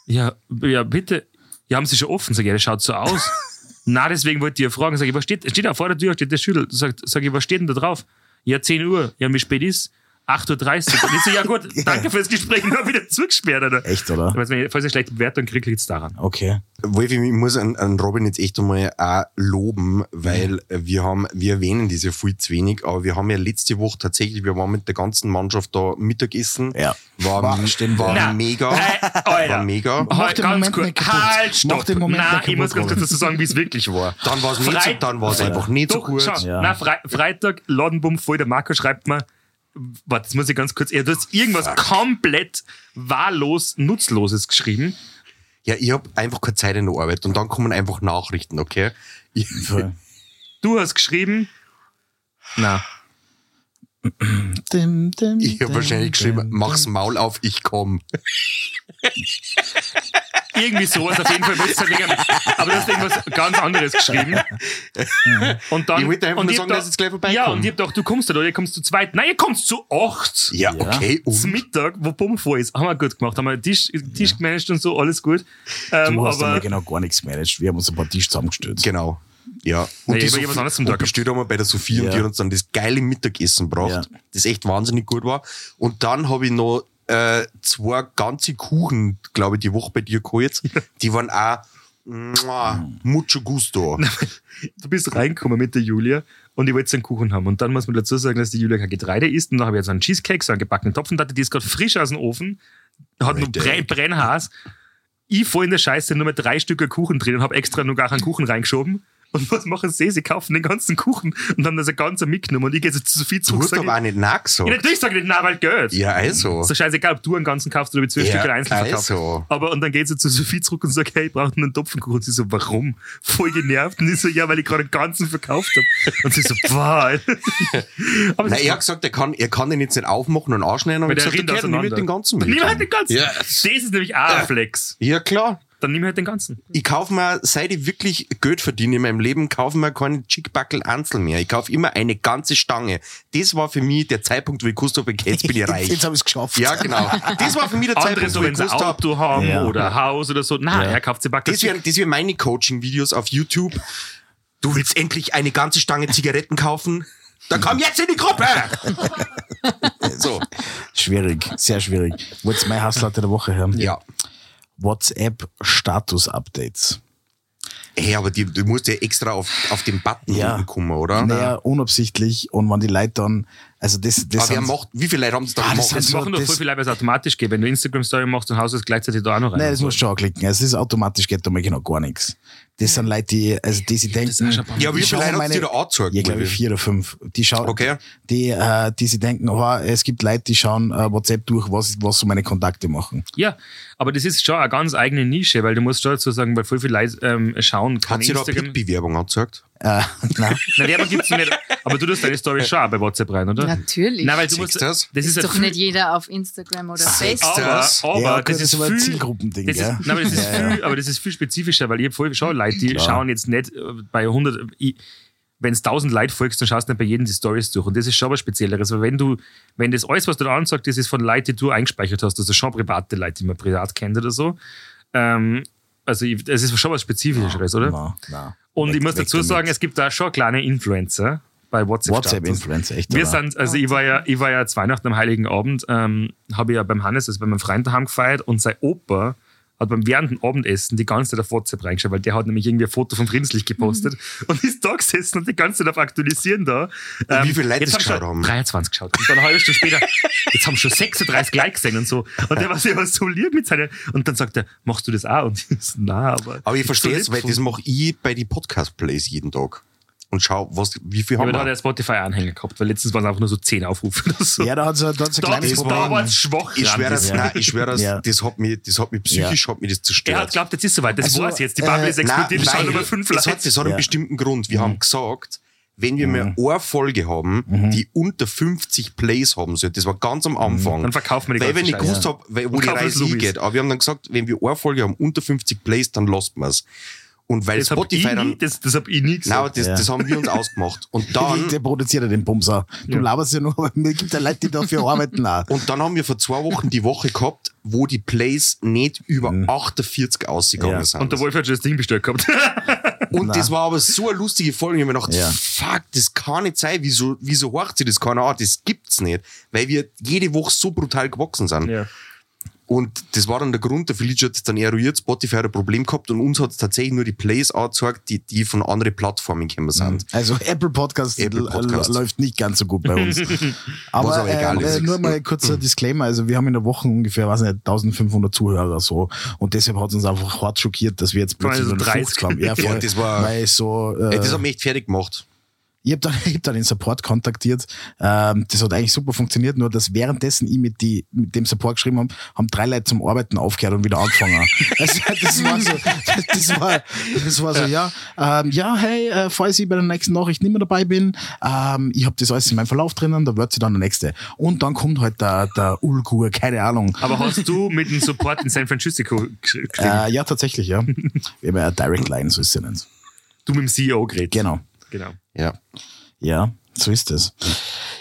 [SPEAKER 3] ja, ja, bitte. Ja, haben Sie schon offen? Sag ich, ja, das schaut so aus. Na, deswegen wollte ich ja fragen. Sag ich, was steht, steht da vor der Tür, steht der Schüttel. Sag, sag ich, was steht denn da drauf? Ja, 10 Uhr. Ja, wie spät ist? 8.30 Uhr. Und ich so, ja gut, danke fürs Gespräch. Und hab wieder zugesperrt, Alter.
[SPEAKER 4] Echt, oder? Oh.
[SPEAKER 3] Falls ich eine schlechte Bewertung kriege, liegt es daran.
[SPEAKER 4] Okay.
[SPEAKER 2] Wolfi, ich muss an, an Robin jetzt echt einmal auch loben, weil wir haben, wir erwähnen das ja viel zu wenig, aber wir haben ja letzte Woche tatsächlich, wir waren mit der ganzen Mannschaft da Mittagessen.
[SPEAKER 4] Ja.
[SPEAKER 2] War,
[SPEAKER 4] War-
[SPEAKER 2] war,
[SPEAKER 4] stimmt, ja.
[SPEAKER 2] mega.
[SPEAKER 3] Äh,
[SPEAKER 2] war
[SPEAKER 3] Alter.
[SPEAKER 2] mega.
[SPEAKER 3] Halt,
[SPEAKER 4] Mach den Moment
[SPEAKER 3] kurz.
[SPEAKER 4] nicht kaputt.
[SPEAKER 3] Halt,
[SPEAKER 4] Mach
[SPEAKER 3] stopp.
[SPEAKER 4] den Moment
[SPEAKER 3] Nein,
[SPEAKER 4] nicht
[SPEAKER 3] ich muss
[SPEAKER 4] kaputt,
[SPEAKER 3] ganz kurz dazu sagen, wie es wirklich war.
[SPEAKER 2] Dann war es nicht so,
[SPEAKER 3] Frei-
[SPEAKER 2] dann war es einfach nicht so
[SPEAKER 3] Doch,
[SPEAKER 2] gut.
[SPEAKER 3] Schau,
[SPEAKER 4] Ja.
[SPEAKER 3] na, Fre Freitag, Ladenbumm voll. Der Marco schreibt mir, warte, jetzt muss ich ganz kurz, er hat irgendwas komplett wahllos, nutzloses geschrieben.
[SPEAKER 2] Ja, ich hab einfach keine Zeit in der Arbeit und dann kommen einfach Nachrichten, okay? Ich,
[SPEAKER 4] Voll.
[SPEAKER 3] Du hast geschrieben, na,
[SPEAKER 4] Dim, dim,
[SPEAKER 2] ich hab
[SPEAKER 4] dim,
[SPEAKER 2] wahrscheinlich geschrieben,
[SPEAKER 4] dim,
[SPEAKER 2] mach's Maul auf, ich komm.
[SPEAKER 3] irgendwie sowas, auf jeden Fall willst du halt wegen, aber du hast irgendwas ganz anderes geschrieben. Und dann,
[SPEAKER 2] Ich wollte einfach
[SPEAKER 3] und
[SPEAKER 2] nur
[SPEAKER 3] ich
[SPEAKER 2] sagen,
[SPEAKER 3] hab
[SPEAKER 2] dass jetzt gleich
[SPEAKER 3] Ja,
[SPEAKER 2] vorbeikommen.
[SPEAKER 3] und ich hab gedacht, du kommst da, ihr kommst zu zweit. Nein, ihr kommt zu acht.
[SPEAKER 2] Ja, okay,
[SPEAKER 3] Zum
[SPEAKER 2] und
[SPEAKER 3] Mittag, wo Bumm vor ist, haben wir gut gemacht, haben wir den Tisch, Tisch gemanagt und so, alles gut. Ähm,
[SPEAKER 4] Du hast
[SPEAKER 3] aber
[SPEAKER 4] aber genau gar nichts gemanagt. Wir haben uns ein paar Tisch zusammengestürzt.
[SPEAKER 2] genau. Ja, und
[SPEAKER 3] Nee,
[SPEAKER 2] die
[SPEAKER 3] ich hab was anderes zum
[SPEAKER 2] und
[SPEAKER 3] Tag gehabt.
[SPEAKER 2] bestellt haben wir bei der Sophie
[SPEAKER 4] Ja.
[SPEAKER 2] und die hat uns dann das geile Mittagessen gebracht,
[SPEAKER 4] Ja.
[SPEAKER 2] das echt wahnsinnig gut war. Und dann habe ich noch äh, zwei ganze Kuchen, glaube ich, die Woche bei dir geholt. Die waren auch mua,
[SPEAKER 4] Mhm.
[SPEAKER 2] mucho gusto.
[SPEAKER 3] du bist reingekommen mit der Julia und ich wollte einen Kuchen haben. Und dann muss man dazu sagen, dass die Julia kein Getreide isst. Und dann habe ich jetzt einen Cheesecake, so einen gebackenen Topfen, die ist gerade frisch aus dem Ofen, hat nur
[SPEAKER 2] Richtig.
[SPEAKER 3] Brenn Brennhaas. Ich voll in der Scheiße nur mit drei Stücke Kuchen drin und habe extra nur gar keinen Kuchen reingeschoben. Und was machen sie? Sie kaufen den ganzen Kuchen und haben das ein ganzer mitgenommen. Und ich gehe so zu viel
[SPEAKER 2] Du
[SPEAKER 3] zurück.
[SPEAKER 2] hast
[SPEAKER 3] sag
[SPEAKER 2] aber auch
[SPEAKER 3] ich,
[SPEAKER 2] nicht nachgesagt.
[SPEAKER 3] ja, natürlich sage ich nicht, nein, weil Geld.
[SPEAKER 2] Ja, also.
[SPEAKER 3] Ist doch scheißegal, ob du einen ganzen kaufst oder ob ich zwölf
[SPEAKER 2] Ja,
[SPEAKER 3] Stücke einzeln verkaufst.
[SPEAKER 2] also.
[SPEAKER 3] Aber und dann geht sie zu Sophie zurück und sagt, hey, ich brauche einen Topfenkuchen. Und sie so, warum? Voll genervt. Und ich so, ja, weil ich gerade einen ganzen verkauft habe. Und sie so, wow. Aber
[SPEAKER 2] Nein,
[SPEAKER 3] sie-
[SPEAKER 2] er hat gesagt, er kann, er kann den jetzt nicht aufmachen und anschneiden. Und
[SPEAKER 3] Weil
[SPEAKER 2] ich
[SPEAKER 3] der
[SPEAKER 2] gesagt,
[SPEAKER 3] rinnt
[SPEAKER 2] okay, dann nimm halt
[SPEAKER 3] auseinander.
[SPEAKER 2] den ganzen mit.
[SPEAKER 3] nimm halt den ganzen.
[SPEAKER 2] Ja.
[SPEAKER 3] Das ist nämlich auch ein Flex.
[SPEAKER 2] Ja, klar.
[SPEAKER 3] Dann nimm halt den ganzen.
[SPEAKER 2] Ich kaufe mir, seit ich wirklich Geld verdiene in meinem Leben, kaufe mir keine Chickbackel Anzel mehr. Ich kaufe immer eine ganze Stange. Das war für mich der Zeitpunkt, wo ich gewusst habe, okay, jetzt bin ich reich.
[SPEAKER 4] Jetzt habe ich es geschafft.
[SPEAKER 2] ja, genau. Das war für mich der
[SPEAKER 3] Andere,
[SPEAKER 2] Zeitpunkt,
[SPEAKER 3] so
[SPEAKER 2] wo ich
[SPEAKER 3] wenn sie ein
[SPEAKER 2] gewusst habe,
[SPEAKER 3] Auto haben
[SPEAKER 4] Ja.
[SPEAKER 3] oder ein Haus oder so. Nein, er kauft sie Backen.
[SPEAKER 2] das wären das wären meine Coaching-Videos auf YouTube. Du willst endlich eine ganze Stange Zigaretten kaufen? Dann komm jetzt in die Gruppe! so,
[SPEAKER 4] Schwierig, sehr schwierig. What's my Hustle der Woche, Herr?
[SPEAKER 2] ja.
[SPEAKER 4] WhatsApp-Status-Updates.
[SPEAKER 2] Hey, aber die, du musst ja extra auf, auf den Button
[SPEAKER 4] Ja.
[SPEAKER 2] Ah, ja. kommen, oder?
[SPEAKER 4] Naja, unabsichtlich und wenn die Leute dann, also das, das
[SPEAKER 2] aber wer
[SPEAKER 4] sind-
[SPEAKER 2] macht, wie viele Leute haben es da
[SPEAKER 4] Ah,
[SPEAKER 2] gemacht?
[SPEAKER 4] das sind
[SPEAKER 3] Das
[SPEAKER 4] so-
[SPEAKER 3] machen doch voll
[SPEAKER 4] das-
[SPEAKER 3] viele Leute, weil es automatisch geht. Wenn du Instagram-Story machst, dann haust du es gleichzeitig da auch noch rein.
[SPEAKER 4] Nein, das musst du schon klicken. Also, das ist automatisch, geht da mal genau gar nichts. Das sind Leute, die, also, die sich denken.
[SPEAKER 2] Ja, wie
[SPEAKER 4] ich schau
[SPEAKER 2] viele Leute
[SPEAKER 4] meine-
[SPEAKER 2] hast du da angezeigt?
[SPEAKER 4] Ja, glaube ich, vier oder fünf. Die schauen,
[SPEAKER 2] Okay.
[SPEAKER 4] die, äh, die sich denken, oh, es gibt Leute, die schauen äh, WhatsApp durch, was, was so meine Kontakte machen.
[SPEAKER 3] Ja, aber das ist schon eine ganz eigene Nische, weil du musst schon dazu sagen, weil voll viele Leute ähm, schauen, kann
[SPEAKER 2] Hat sie da
[SPEAKER 3] Instagram.
[SPEAKER 2] Pick-Bewerbung angezeigt?
[SPEAKER 4] Äh, nein.
[SPEAKER 3] Na, Werbung gibt's nicht. Aber du tust deine Story schon auch bei WhatsApp rein, oder?
[SPEAKER 8] Natürlich.
[SPEAKER 3] Nein, weil du
[SPEAKER 2] Siehst
[SPEAKER 3] musst.
[SPEAKER 2] du's?
[SPEAKER 3] Das ist,
[SPEAKER 8] ist
[SPEAKER 3] ja
[SPEAKER 8] doch
[SPEAKER 3] viel-
[SPEAKER 8] nicht jeder auf Instagram oder Facebook.
[SPEAKER 3] Aber, aber
[SPEAKER 4] Ja, okay,
[SPEAKER 3] das, ist
[SPEAKER 4] aber ein
[SPEAKER 3] viel,
[SPEAKER 4] Zielgruppending,
[SPEAKER 3] das ist,
[SPEAKER 4] ja.
[SPEAKER 3] nein, aber, das ist
[SPEAKER 4] Ja,
[SPEAKER 3] viel, aber das ist viel spezifischer, weil ich hab voll schon Leute, die schauen jetzt nicht äh, bei 100. Wenn es 1000 Leute folgst, dann schaust du nicht bei jedem die Stories durch. Und das ist schon was Spezielleres. Weil wenn du, wenn das alles, was du da ansagt, ist, ist von Leuten, die du eingespeichert hast, also schon private Leute, die man privat kennt oder so. Ähm, also ich- es ist schon was Spezifischeres, oder?
[SPEAKER 4] Nein, nein.
[SPEAKER 3] Und ich
[SPEAKER 4] Weg-
[SPEAKER 3] muss
[SPEAKER 4] weg
[SPEAKER 3] dazu
[SPEAKER 4] damit.
[SPEAKER 3] sagen, es gibt da schon kleine Influencer bei WhatsApp.
[SPEAKER 4] WhatsApp-Influencer, echt.
[SPEAKER 3] Wir
[SPEAKER 4] aber.
[SPEAKER 3] sind, also ich war ja, ich war ja zu Weihnachten am Heiligen Abend, ähm, habe ich ja beim Hannes, also bei meinem Freund daheim gefeiert und sein Opa hat beim während dem Abendessen die ganze Zeit auf WhatsApp reingeschaut, weil der hat nämlich irgendwie ein Foto vom Friedenslicht gepostet und ist da gesessen und die ganze Zeit auf Aktualisieren da. Ähm,
[SPEAKER 2] Mhm. wie viele Leute
[SPEAKER 3] jetzt
[SPEAKER 2] das
[SPEAKER 3] schon
[SPEAKER 2] geschaut haben?
[SPEAKER 3] 23 geschaut. Und dann eine halbe Stunde später, jetzt haben schon 36 Likes gesehen und so. Und der war der war so lieb mit seinen, und dann sagt er, machst du das auch? Und ich so, na, aber.
[SPEAKER 2] Aber ich
[SPEAKER 3] ist
[SPEAKER 2] verstehe
[SPEAKER 3] so
[SPEAKER 2] es,
[SPEAKER 3] lieb
[SPEAKER 2] weil
[SPEAKER 3] von-
[SPEAKER 2] das mache ich bei den Podcast-Plays jeden Tag. Und schau, was, wie viel
[SPEAKER 3] Ja,
[SPEAKER 2] haben
[SPEAKER 3] aber da hat
[SPEAKER 2] wir.
[SPEAKER 3] er Spotify-Anhänger gehabt, weil letztens waren es einfach nur so 10 Aufrufe oder so.
[SPEAKER 4] Ja, da hat es ein
[SPEAKER 3] da
[SPEAKER 4] kleines
[SPEAKER 3] ist- da war es schwach.
[SPEAKER 2] Ich schwöre
[SPEAKER 3] Randis.
[SPEAKER 2] das, nein, ich schwöre das,
[SPEAKER 4] Ja.
[SPEAKER 2] das hat mich, das hat mich psychisch, hat mich das zerstört.
[SPEAKER 3] Er hat glaubt, jetzt ist soweit. Das
[SPEAKER 4] Also,
[SPEAKER 3] war's jetzt. Die Bubble
[SPEAKER 4] äh,
[SPEAKER 3] ist explodiert. Ich schaue
[SPEAKER 2] weil
[SPEAKER 3] nochmal fünf
[SPEAKER 2] das
[SPEAKER 3] Leute.
[SPEAKER 2] hat, das hat einen
[SPEAKER 4] Ja. Mhm.
[SPEAKER 2] bestimmten Grund. Wir haben gesagt, wenn wir mal eine Folge haben,
[SPEAKER 4] Mhm.
[SPEAKER 2] die unter 50 Plays haben soll, das war ganz am Anfang.
[SPEAKER 3] Dann verkaufen wir die
[SPEAKER 2] Weil wir
[SPEAKER 3] ganze
[SPEAKER 2] nicht gewusst
[SPEAKER 3] Scheiße.
[SPEAKER 2] haben, weil, wo
[SPEAKER 3] Und
[SPEAKER 2] die
[SPEAKER 3] kaufen
[SPEAKER 2] Reise
[SPEAKER 3] Lumis.
[SPEAKER 2] hingeht. Aber wir haben dann gesagt, wenn wir eine Folge haben unter 50 Plays, dann lassen wir es. Und weil
[SPEAKER 3] Das hab, ich
[SPEAKER 2] Spotify
[SPEAKER 3] nie,
[SPEAKER 2] dann...
[SPEAKER 3] das, das hab ich nie
[SPEAKER 2] Nein,
[SPEAKER 3] gesagt.
[SPEAKER 2] aber das,
[SPEAKER 4] Ja.
[SPEAKER 2] das haben wir uns ausgemacht. Und
[SPEAKER 4] Der,
[SPEAKER 2] dann,
[SPEAKER 4] der produziert ja den Bums auch. Du
[SPEAKER 3] Ja.
[SPEAKER 4] laberst ja nur, aber mir gibt ja Leute, die dafür arbeiten auch.
[SPEAKER 2] und dann haben wir vor zwei Wochen die Woche gehabt, wo die Plays nicht über 48 ausgegangen
[SPEAKER 4] Mhm. Ja.
[SPEAKER 2] sind.
[SPEAKER 3] Und der Wolf hat halt schon das Ding bestellt gehabt.
[SPEAKER 2] Und
[SPEAKER 4] Nein.
[SPEAKER 2] das war aber so eine lustige Folge. Ich habe mir gedacht,
[SPEAKER 4] Ja.
[SPEAKER 2] fuck, das kann nicht sein. Wieso, wieso horcht sie das keiner an? Das gibt's nicht. Weil wir jede Woche so brutal gewachsen sind.
[SPEAKER 3] ja.
[SPEAKER 2] Und das war dann der Grund, der Felice hat es dann eruiert, Spotify hat ein Problem gehabt und uns hat es tatsächlich nur die Plays angezeigt, die, die von anderen Plattformen gekommen sind.
[SPEAKER 4] Also Apple Podcast,
[SPEAKER 2] Apple Podcast.
[SPEAKER 4] l- läuft nicht ganz so gut bei uns. aber
[SPEAKER 2] aber egal
[SPEAKER 4] äh,
[SPEAKER 2] ist.
[SPEAKER 4] äh, nur mal ein kurzer Disclaimer. Also wir haben in der Woche ungefähr, weiß nicht, 1500 Zuhörer so. Und deshalb hat es uns einfach hart schockiert, dass wir jetzt plötzlich
[SPEAKER 3] Also
[SPEAKER 4] nur noch
[SPEAKER 3] 30.
[SPEAKER 4] 50 haben. Ja, voll,
[SPEAKER 2] Ja, das war-
[SPEAKER 4] weil so, äh,
[SPEAKER 2] Ey, das hat mich echt fertig gemacht.
[SPEAKER 4] ich habe dann, ich hab dann den Support kontaktiert. Ähm, das hat eigentlich super funktioniert, nur dass währenddessen ich mit, die, mit dem Support geschrieben habe, haben drei Leute zum Arbeiten aufgehört und wieder angefangen. Also, das war so, das war, das war so, ja, ähm, ja, hey, äh, falls ich bei der nächsten Nachricht nicht mehr dabei bin, ähm, ich habe das alles in meinem Verlauf drinnen, da wird sie dann der nächste. Und dann kommt halt der, der Ulgur, keine Ahnung.
[SPEAKER 3] Aber hast du mit dem Support in San Francisco geschrieben?
[SPEAKER 4] Äh, ja, tatsächlich, ja. Wir haben ja eine Direct Line, so ist sie nennt.
[SPEAKER 3] Du mit dem E CEO geredet.
[SPEAKER 4] Genau.
[SPEAKER 3] genau.
[SPEAKER 2] Ja.
[SPEAKER 4] Ja, so ist es.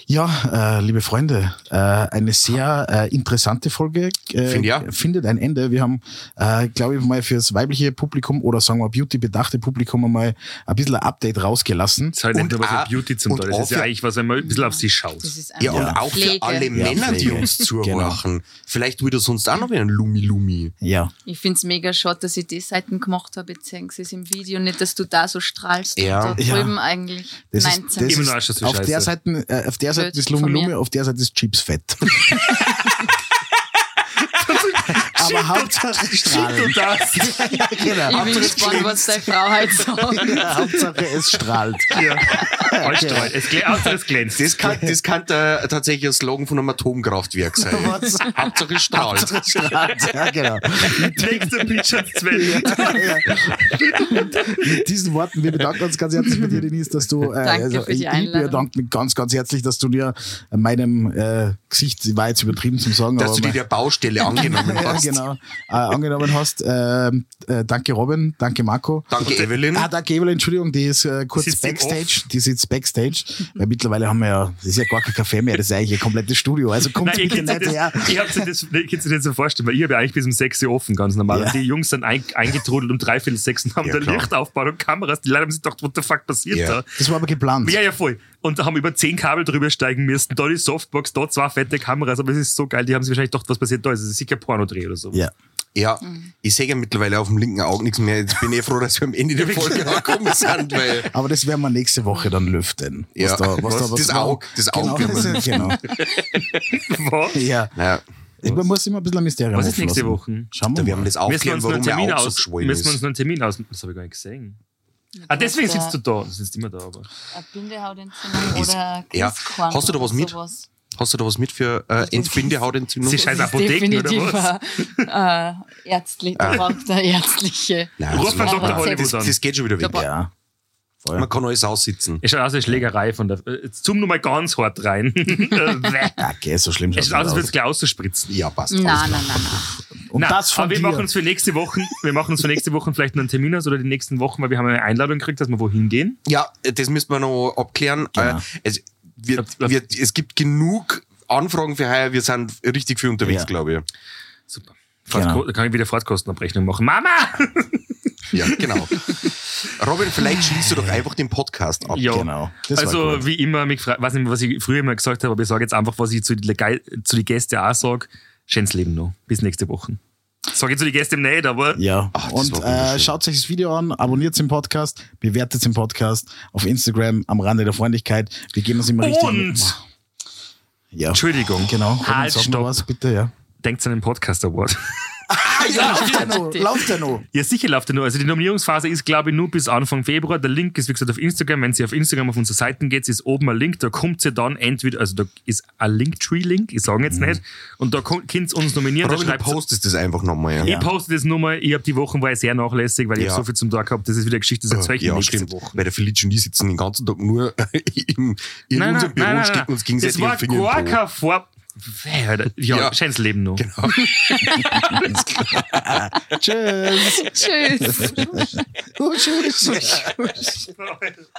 [SPEAKER 4] Ja, äh, liebe Freunde, äh, eine sehr äh, interessante Folge äh,
[SPEAKER 2] Find ich auch.
[SPEAKER 4] findet ein Ende. Wir haben, äh, glaube ich, mal fürs weibliche Publikum oder sagen wir Beauty-bedachte Publikum einmal ein bisschen ein Update rausgelassen.
[SPEAKER 3] Das ist halt nicht
[SPEAKER 2] Und
[SPEAKER 3] nur was
[SPEAKER 2] auch-
[SPEAKER 3] für Beauty zum
[SPEAKER 2] und
[SPEAKER 3] Teil. Das
[SPEAKER 2] auch
[SPEAKER 3] ist ja
[SPEAKER 2] für-
[SPEAKER 3] eigentlich was, wenn man ein bisschen auf sie schaut.
[SPEAKER 8] Das ist
[SPEAKER 2] Ja,
[SPEAKER 8] einfach
[SPEAKER 2] und auch
[SPEAKER 8] Pflege.
[SPEAKER 2] für alle
[SPEAKER 8] Ja,
[SPEAKER 2] Männer, die
[SPEAKER 4] Pflege. Genau.
[SPEAKER 2] uns zuhören. Vielleicht würde sonst auch noch wieder ein Lumi-Lumi.
[SPEAKER 4] Ja,
[SPEAKER 8] Ich finde es mega schade, dass ich die Seiten gemacht habe. Jetzt sehen sie es im Video nicht, dass du da so strahlst.
[SPEAKER 2] Ja.
[SPEAKER 8] Und da
[SPEAKER 4] Ja.
[SPEAKER 8] drüben eigentlich.
[SPEAKER 4] das
[SPEAKER 8] Nein,
[SPEAKER 4] ist, das
[SPEAKER 3] Immer
[SPEAKER 4] ist
[SPEAKER 3] noch ist das so
[SPEAKER 4] auf, der
[SPEAKER 3] scheiße.
[SPEAKER 4] Seite, äh, auf der Seite
[SPEAKER 8] Blöd
[SPEAKER 4] ist Lumi
[SPEAKER 8] von mir.
[SPEAKER 4] Lumi, auf der Seite ist Chips Fett. aber, Hauptsache strahlen.
[SPEAKER 3] das.
[SPEAKER 4] Ja, genau.
[SPEAKER 8] Ich bin gespannt, was deine Frau halt sagt.
[SPEAKER 4] Ja, Hauptsache es strahlt.
[SPEAKER 3] Allstrahlt. Es glä- Hauptsache, es glänzt.
[SPEAKER 2] Das kann, das kann der, tatsächlich ein Slogan von einem Atomkraftwerk sein.
[SPEAKER 4] Was?
[SPEAKER 2] Hauptsache es strahlt.
[SPEAKER 4] Hauptsache es strahlt. Ja, genau.
[SPEAKER 3] Nächster Pitch hat Sven.
[SPEAKER 4] Mit diesen Worten, wir bedanken uns ganz herzlich bei dir, Denise, dass du. Äh,
[SPEAKER 8] Danke für die
[SPEAKER 4] ich- ich
[SPEAKER 8] Einladung.
[SPEAKER 4] bedanke mich ganz, ganz herzlich, dass du dir an meinem äh, Gesicht, war jetzt übertrieben zum Sagen,
[SPEAKER 2] Dass
[SPEAKER 4] aber
[SPEAKER 2] du dir der Baustelle angenommen
[SPEAKER 4] ja,
[SPEAKER 2] hast.
[SPEAKER 4] genau, äh, angenommen hast. Ähm, äh, danke, Robin. Danke, Marco.
[SPEAKER 2] Danke, Evelyn.
[SPEAKER 4] Ah, danke, Evelyn, Entschuldigung, die ist äh, kurz
[SPEAKER 2] Sitzt im
[SPEAKER 4] Backstage. Die sitzt Backstage, weil mittlerweile haben wir ja, das ist ja gar kein Café mehr, das ist eigentlich ein komplettes Studio. Also
[SPEAKER 2] Um
[SPEAKER 4] kommt
[SPEAKER 3] Nein, ihr
[SPEAKER 4] bitte
[SPEAKER 2] genau.
[SPEAKER 3] könnt
[SPEAKER 4] nicht
[SPEAKER 3] euch
[SPEAKER 4] her.
[SPEAKER 3] das, ich hab's euch das, ihr könnt euch das so vorstellen, weil ich habe ja eigentlich bis um 6 Uhr offen, ganz normal.
[SPEAKER 4] Ja.
[SPEAKER 3] Und die Jungs sind ein, eingetrudelt um dreiviertel sechs und haben
[SPEAKER 2] Ja,
[SPEAKER 3] da
[SPEAKER 2] klar.
[SPEAKER 3] Licht aufgebaut und Kameras. Die Leute haben sich gedacht, what the fuck passiert
[SPEAKER 2] Ja.
[SPEAKER 3] da?
[SPEAKER 4] Das war aber geplant.
[SPEAKER 3] Ja, ja, voll. Und da haben über zehn Kabel drüber steigen müssen. Da die Softbox, da zwei fette Kameras, aber es ist so geil. Die haben sich wahrscheinlich gedacht, was passiert da? Es ist sicher ein Pornodreh oder so.
[SPEAKER 4] Ja.
[SPEAKER 2] Ja,
[SPEAKER 4] Mhm.
[SPEAKER 2] ich sehe ja mittlerweile auf dem linken Auge nichts mehr. Jetzt bin ich froh, dass wir am Ende der Folge angekommen sind, weil
[SPEAKER 4] Aber das werden wir nächste Woche dann lüften. Was
[SPEAKER 2] Ja.
[SPEAKER 4] da, was da, was
[SPEAKER 2] Das
[SPEAKER 4] war.
[SPEAKER 2] Auge, das
[SPEAKER 4] genau,
[SPEAKER 2] Auge
[SPEAKER 4] das,
[SPEAKER 2] werden
[SPEAKER 4] ist- genau.
[SPEAKER 3] Was?
[SPEAKER 4] Ja.
[SPEAKER 2] naja,
[SPEAKER 4] Man muss immer ein bisschen ein Mysterium
[SPEAKER 3] Was ist
[SPEAKER 4] offen
[SPEAKER 3] nächste
[SPEAKER 4] lassen.
[SPEAKER 3] Woche?
[SPEAKER 4] Schauen wir
[SPEAKER 2] da
[SPEAKER 4] mal.
[SPEAKER 2] werden wir das
[SPEAKER 3] Uh, Müssen wir
[SPEAKER 2] aufklären,
[SPEAKER 3] uns noch einen
[SPEAKER 2] warum er
[SPEAKER 3] Termin
[SPEAKER 2] auch so
[SPEAKER 3] aus,
[SPEAKER 2] geschwollen
[SPEAKER 3] müssen wir uns
[SPEAKER 2] ist.
[SPEAKER 3] noch einen Termin aus, das habe ich gar nicht gesehen. Ah, deswegen
[SPEAKER 8] Ja.
[SPEAKER 3] sitzt du da. Du sitzt immer da, aber.
[SPEAKER 8] Eine Bindehautentzündung
[SPEAKER 2] Ist-
[SPEAKER 8] oder
[SPEAKER 2] ja.
[SPEAKER 8] Kunstkorn
[SPEAKER 2] Hast du da was
[SPEAKER 8] oder
[SPEAKER 2] mit?
[SPEAKER 8] sowas.
[SPEAKER 2] Hast du da was mit für äh, Entbindehautentzündung?
[SPEAKER 3] Sie scheiß
[SPEAKER 8] Das ist
[SPEAKER 3] Apotheken oder
[SPEAKER 8] definitiv
[SPEAKER 3] was?
[SPEAKER 8] eine, äh, ärztlich, da braucht er ärztliche.
[SPEAKER 2] Nein,
[SPEAKER 3] Ruf mal
[SPEAKER 2] das-
[SPEAKER 3] Dr.
[SPEAKER 2] das,
[SPEAKER 3] Hollywood an.
[SPEAKER 2] das geht schon wieder weg.
[SPEAKER 4] Ja.
[SPEAKER 2] Man kann alles aussitzen.
[SPEAKER 3] Es schaut aus wie eine Schlägerei von der. äh, Jetzt zoom nur mal ganz hart rein. Äh, es
[SPEAKER 4] Okay, so schlimm schaut's
[SPEAKER 3] schaut aus, als würde
[SPEAKER 4] nicht
[SPEAKER 3] es gleich ausspritzen.
[SPEAKER 2] Ja, passt.
[SPEAKER 8] Nein,
[SPEAKER 2] Alles
[SPEAKER 8] nein,
[SPEAKER 2] klar.
[SPEAKER 8] nein, nein.
[SPEAKER 4] aus. Und
[SPEAKER 3] Nein,
[SPEAKER 4] das von
[SPEAKER 3] aber wir
[SPEAKER 4] dir.
[SPEAKER 3] machen uns für nächste Woche, wir machen uns für nächste Woche vielleicht noch einen Termin aus oder die nächsten Wochen, weil wir haben eine Einladung gekriegt, dass wir wohin gehen.
[SPEAKER 2] Ja, äh, das müssen wir noch abklären.
[SPEAKER 4] Genau.
[SPEAKER 2] Äh, Es, wird,
[SPEAKER 3] Ab- ab-
[SPEAKER 2] wird, es gibt genug Anfragen für heuer. Wir sind richtig viel unterwegs,
[SPEAKER 4] Ja.
[SPEAKER 2] glaube ich.
[SPEAKER 3] Super. Fahrt,
[SPEAKER 4] Genau.
[SPEAKER 3] Da kann ich wieder Fahrtkostenabrechnung machen. Mama!
[SPEAKER 2] Ja, genau. Robin, vielleicht schließt du doch einfach den Podcast ab.
[SPEAKER 3] Ja.
[SPEAKER 4] Genau. Das war
[SPEAKER 3] also
[SPEAKER 4] gut.
[SPEAKER 3] wie immer, ich weiß nicht mehr, was ich früher immer gesagt habe, aber ich sage jetzt einfach, was ich zu den Gei- zu den Gästen auch sage. Schönes Leben noch. Bis nächste Woche. Sage ich zu den Gästen nicht, aber
[SPEAKER 4] Ja,
[SPEAKER 2] Ach, das
[SPEAKER 4] und
[SPEAKER 2] war
[SPEAKER 4] äh,
[SPEAKER 2] wunderschön.
[SPEAKER 4] schaut euch das Video an, abonniert den Podcast, bewertet den Podcast auf Instagram am Rande der Freundlichkeit. Wir geben uns immer richtig.
[SPEAKER 3] Und-
[SPEAKER 4] Ja.
[SPEAKER 3] Entschuldigung.
[SPEAKER 4] Genau. Robin,
[SPEAKER 3] Halt,
[SPEAKER 4] sag mal
[SPEAKER 3] stopp.
[SPEAKER 4] was, bitte, ja.
[SPEAKER 3] denkt an den Podcast Award.
[SPEAKER 4] Lauft der noch, lauft der noch.
[SPEAKER 3] Ja, sicher läuft er nur. Also die Nominierungsphase ist, glaube ich, nur bis Anfang Februar. Der Link ist, wie gesagt, auf Instagram. Wenn Sie auf Instagram auf unsere Seiten geht, ist oben ein Link. Da kommt ihr dann entweder, also da ist ein Linktree-Link, ich sage jetzt
[SPEAKER 2] Mhm.
[SPEAKER 3] nicht. Und da kommt- könnt ihr uns nominieren. Da
[SPEAKER 2] Robin, du
[SPEAKER 3] schreibt
[SPEAKER 2] postest das einfach nochmal. Ja.
[SPEAKER 3] Ich poste das nur mal. Ich habe die Wochen war ich sehr nachlässig, weil ich
[SPEAKER 2] Ja.
[SPEAKER 3] hab so viel zum Tag gehabt. Das ist wieder eine Geschichte, das erzeugt
[SPEAKER 2] ja,
[SPEAKER 3] nächste
[SPEAKER 2] stimmt.
[SPEAKER 3] Woche.
[SPEAKER 2] Weil der Felice und ich sitzen den ganzen Tag nur in, in unserem Büro und stecken uns gegenseitig auf
[SPEAKER 3] Das
[SPEAKER 2] Finger. im
[SPEAKER 3] war gar
[SPEAKER 2] Po.
[SPEAKER 3] kein Vor... Weh, Alter.
[SPEAKER 2] Ja. Genau.
[SPEAKER 3] Ja, ja. schönes Leben noch.
[SPEAKER 4] Tschüss.
[SPEAKER 8] Tschüss.
[SPEAKER 4] Tschüss.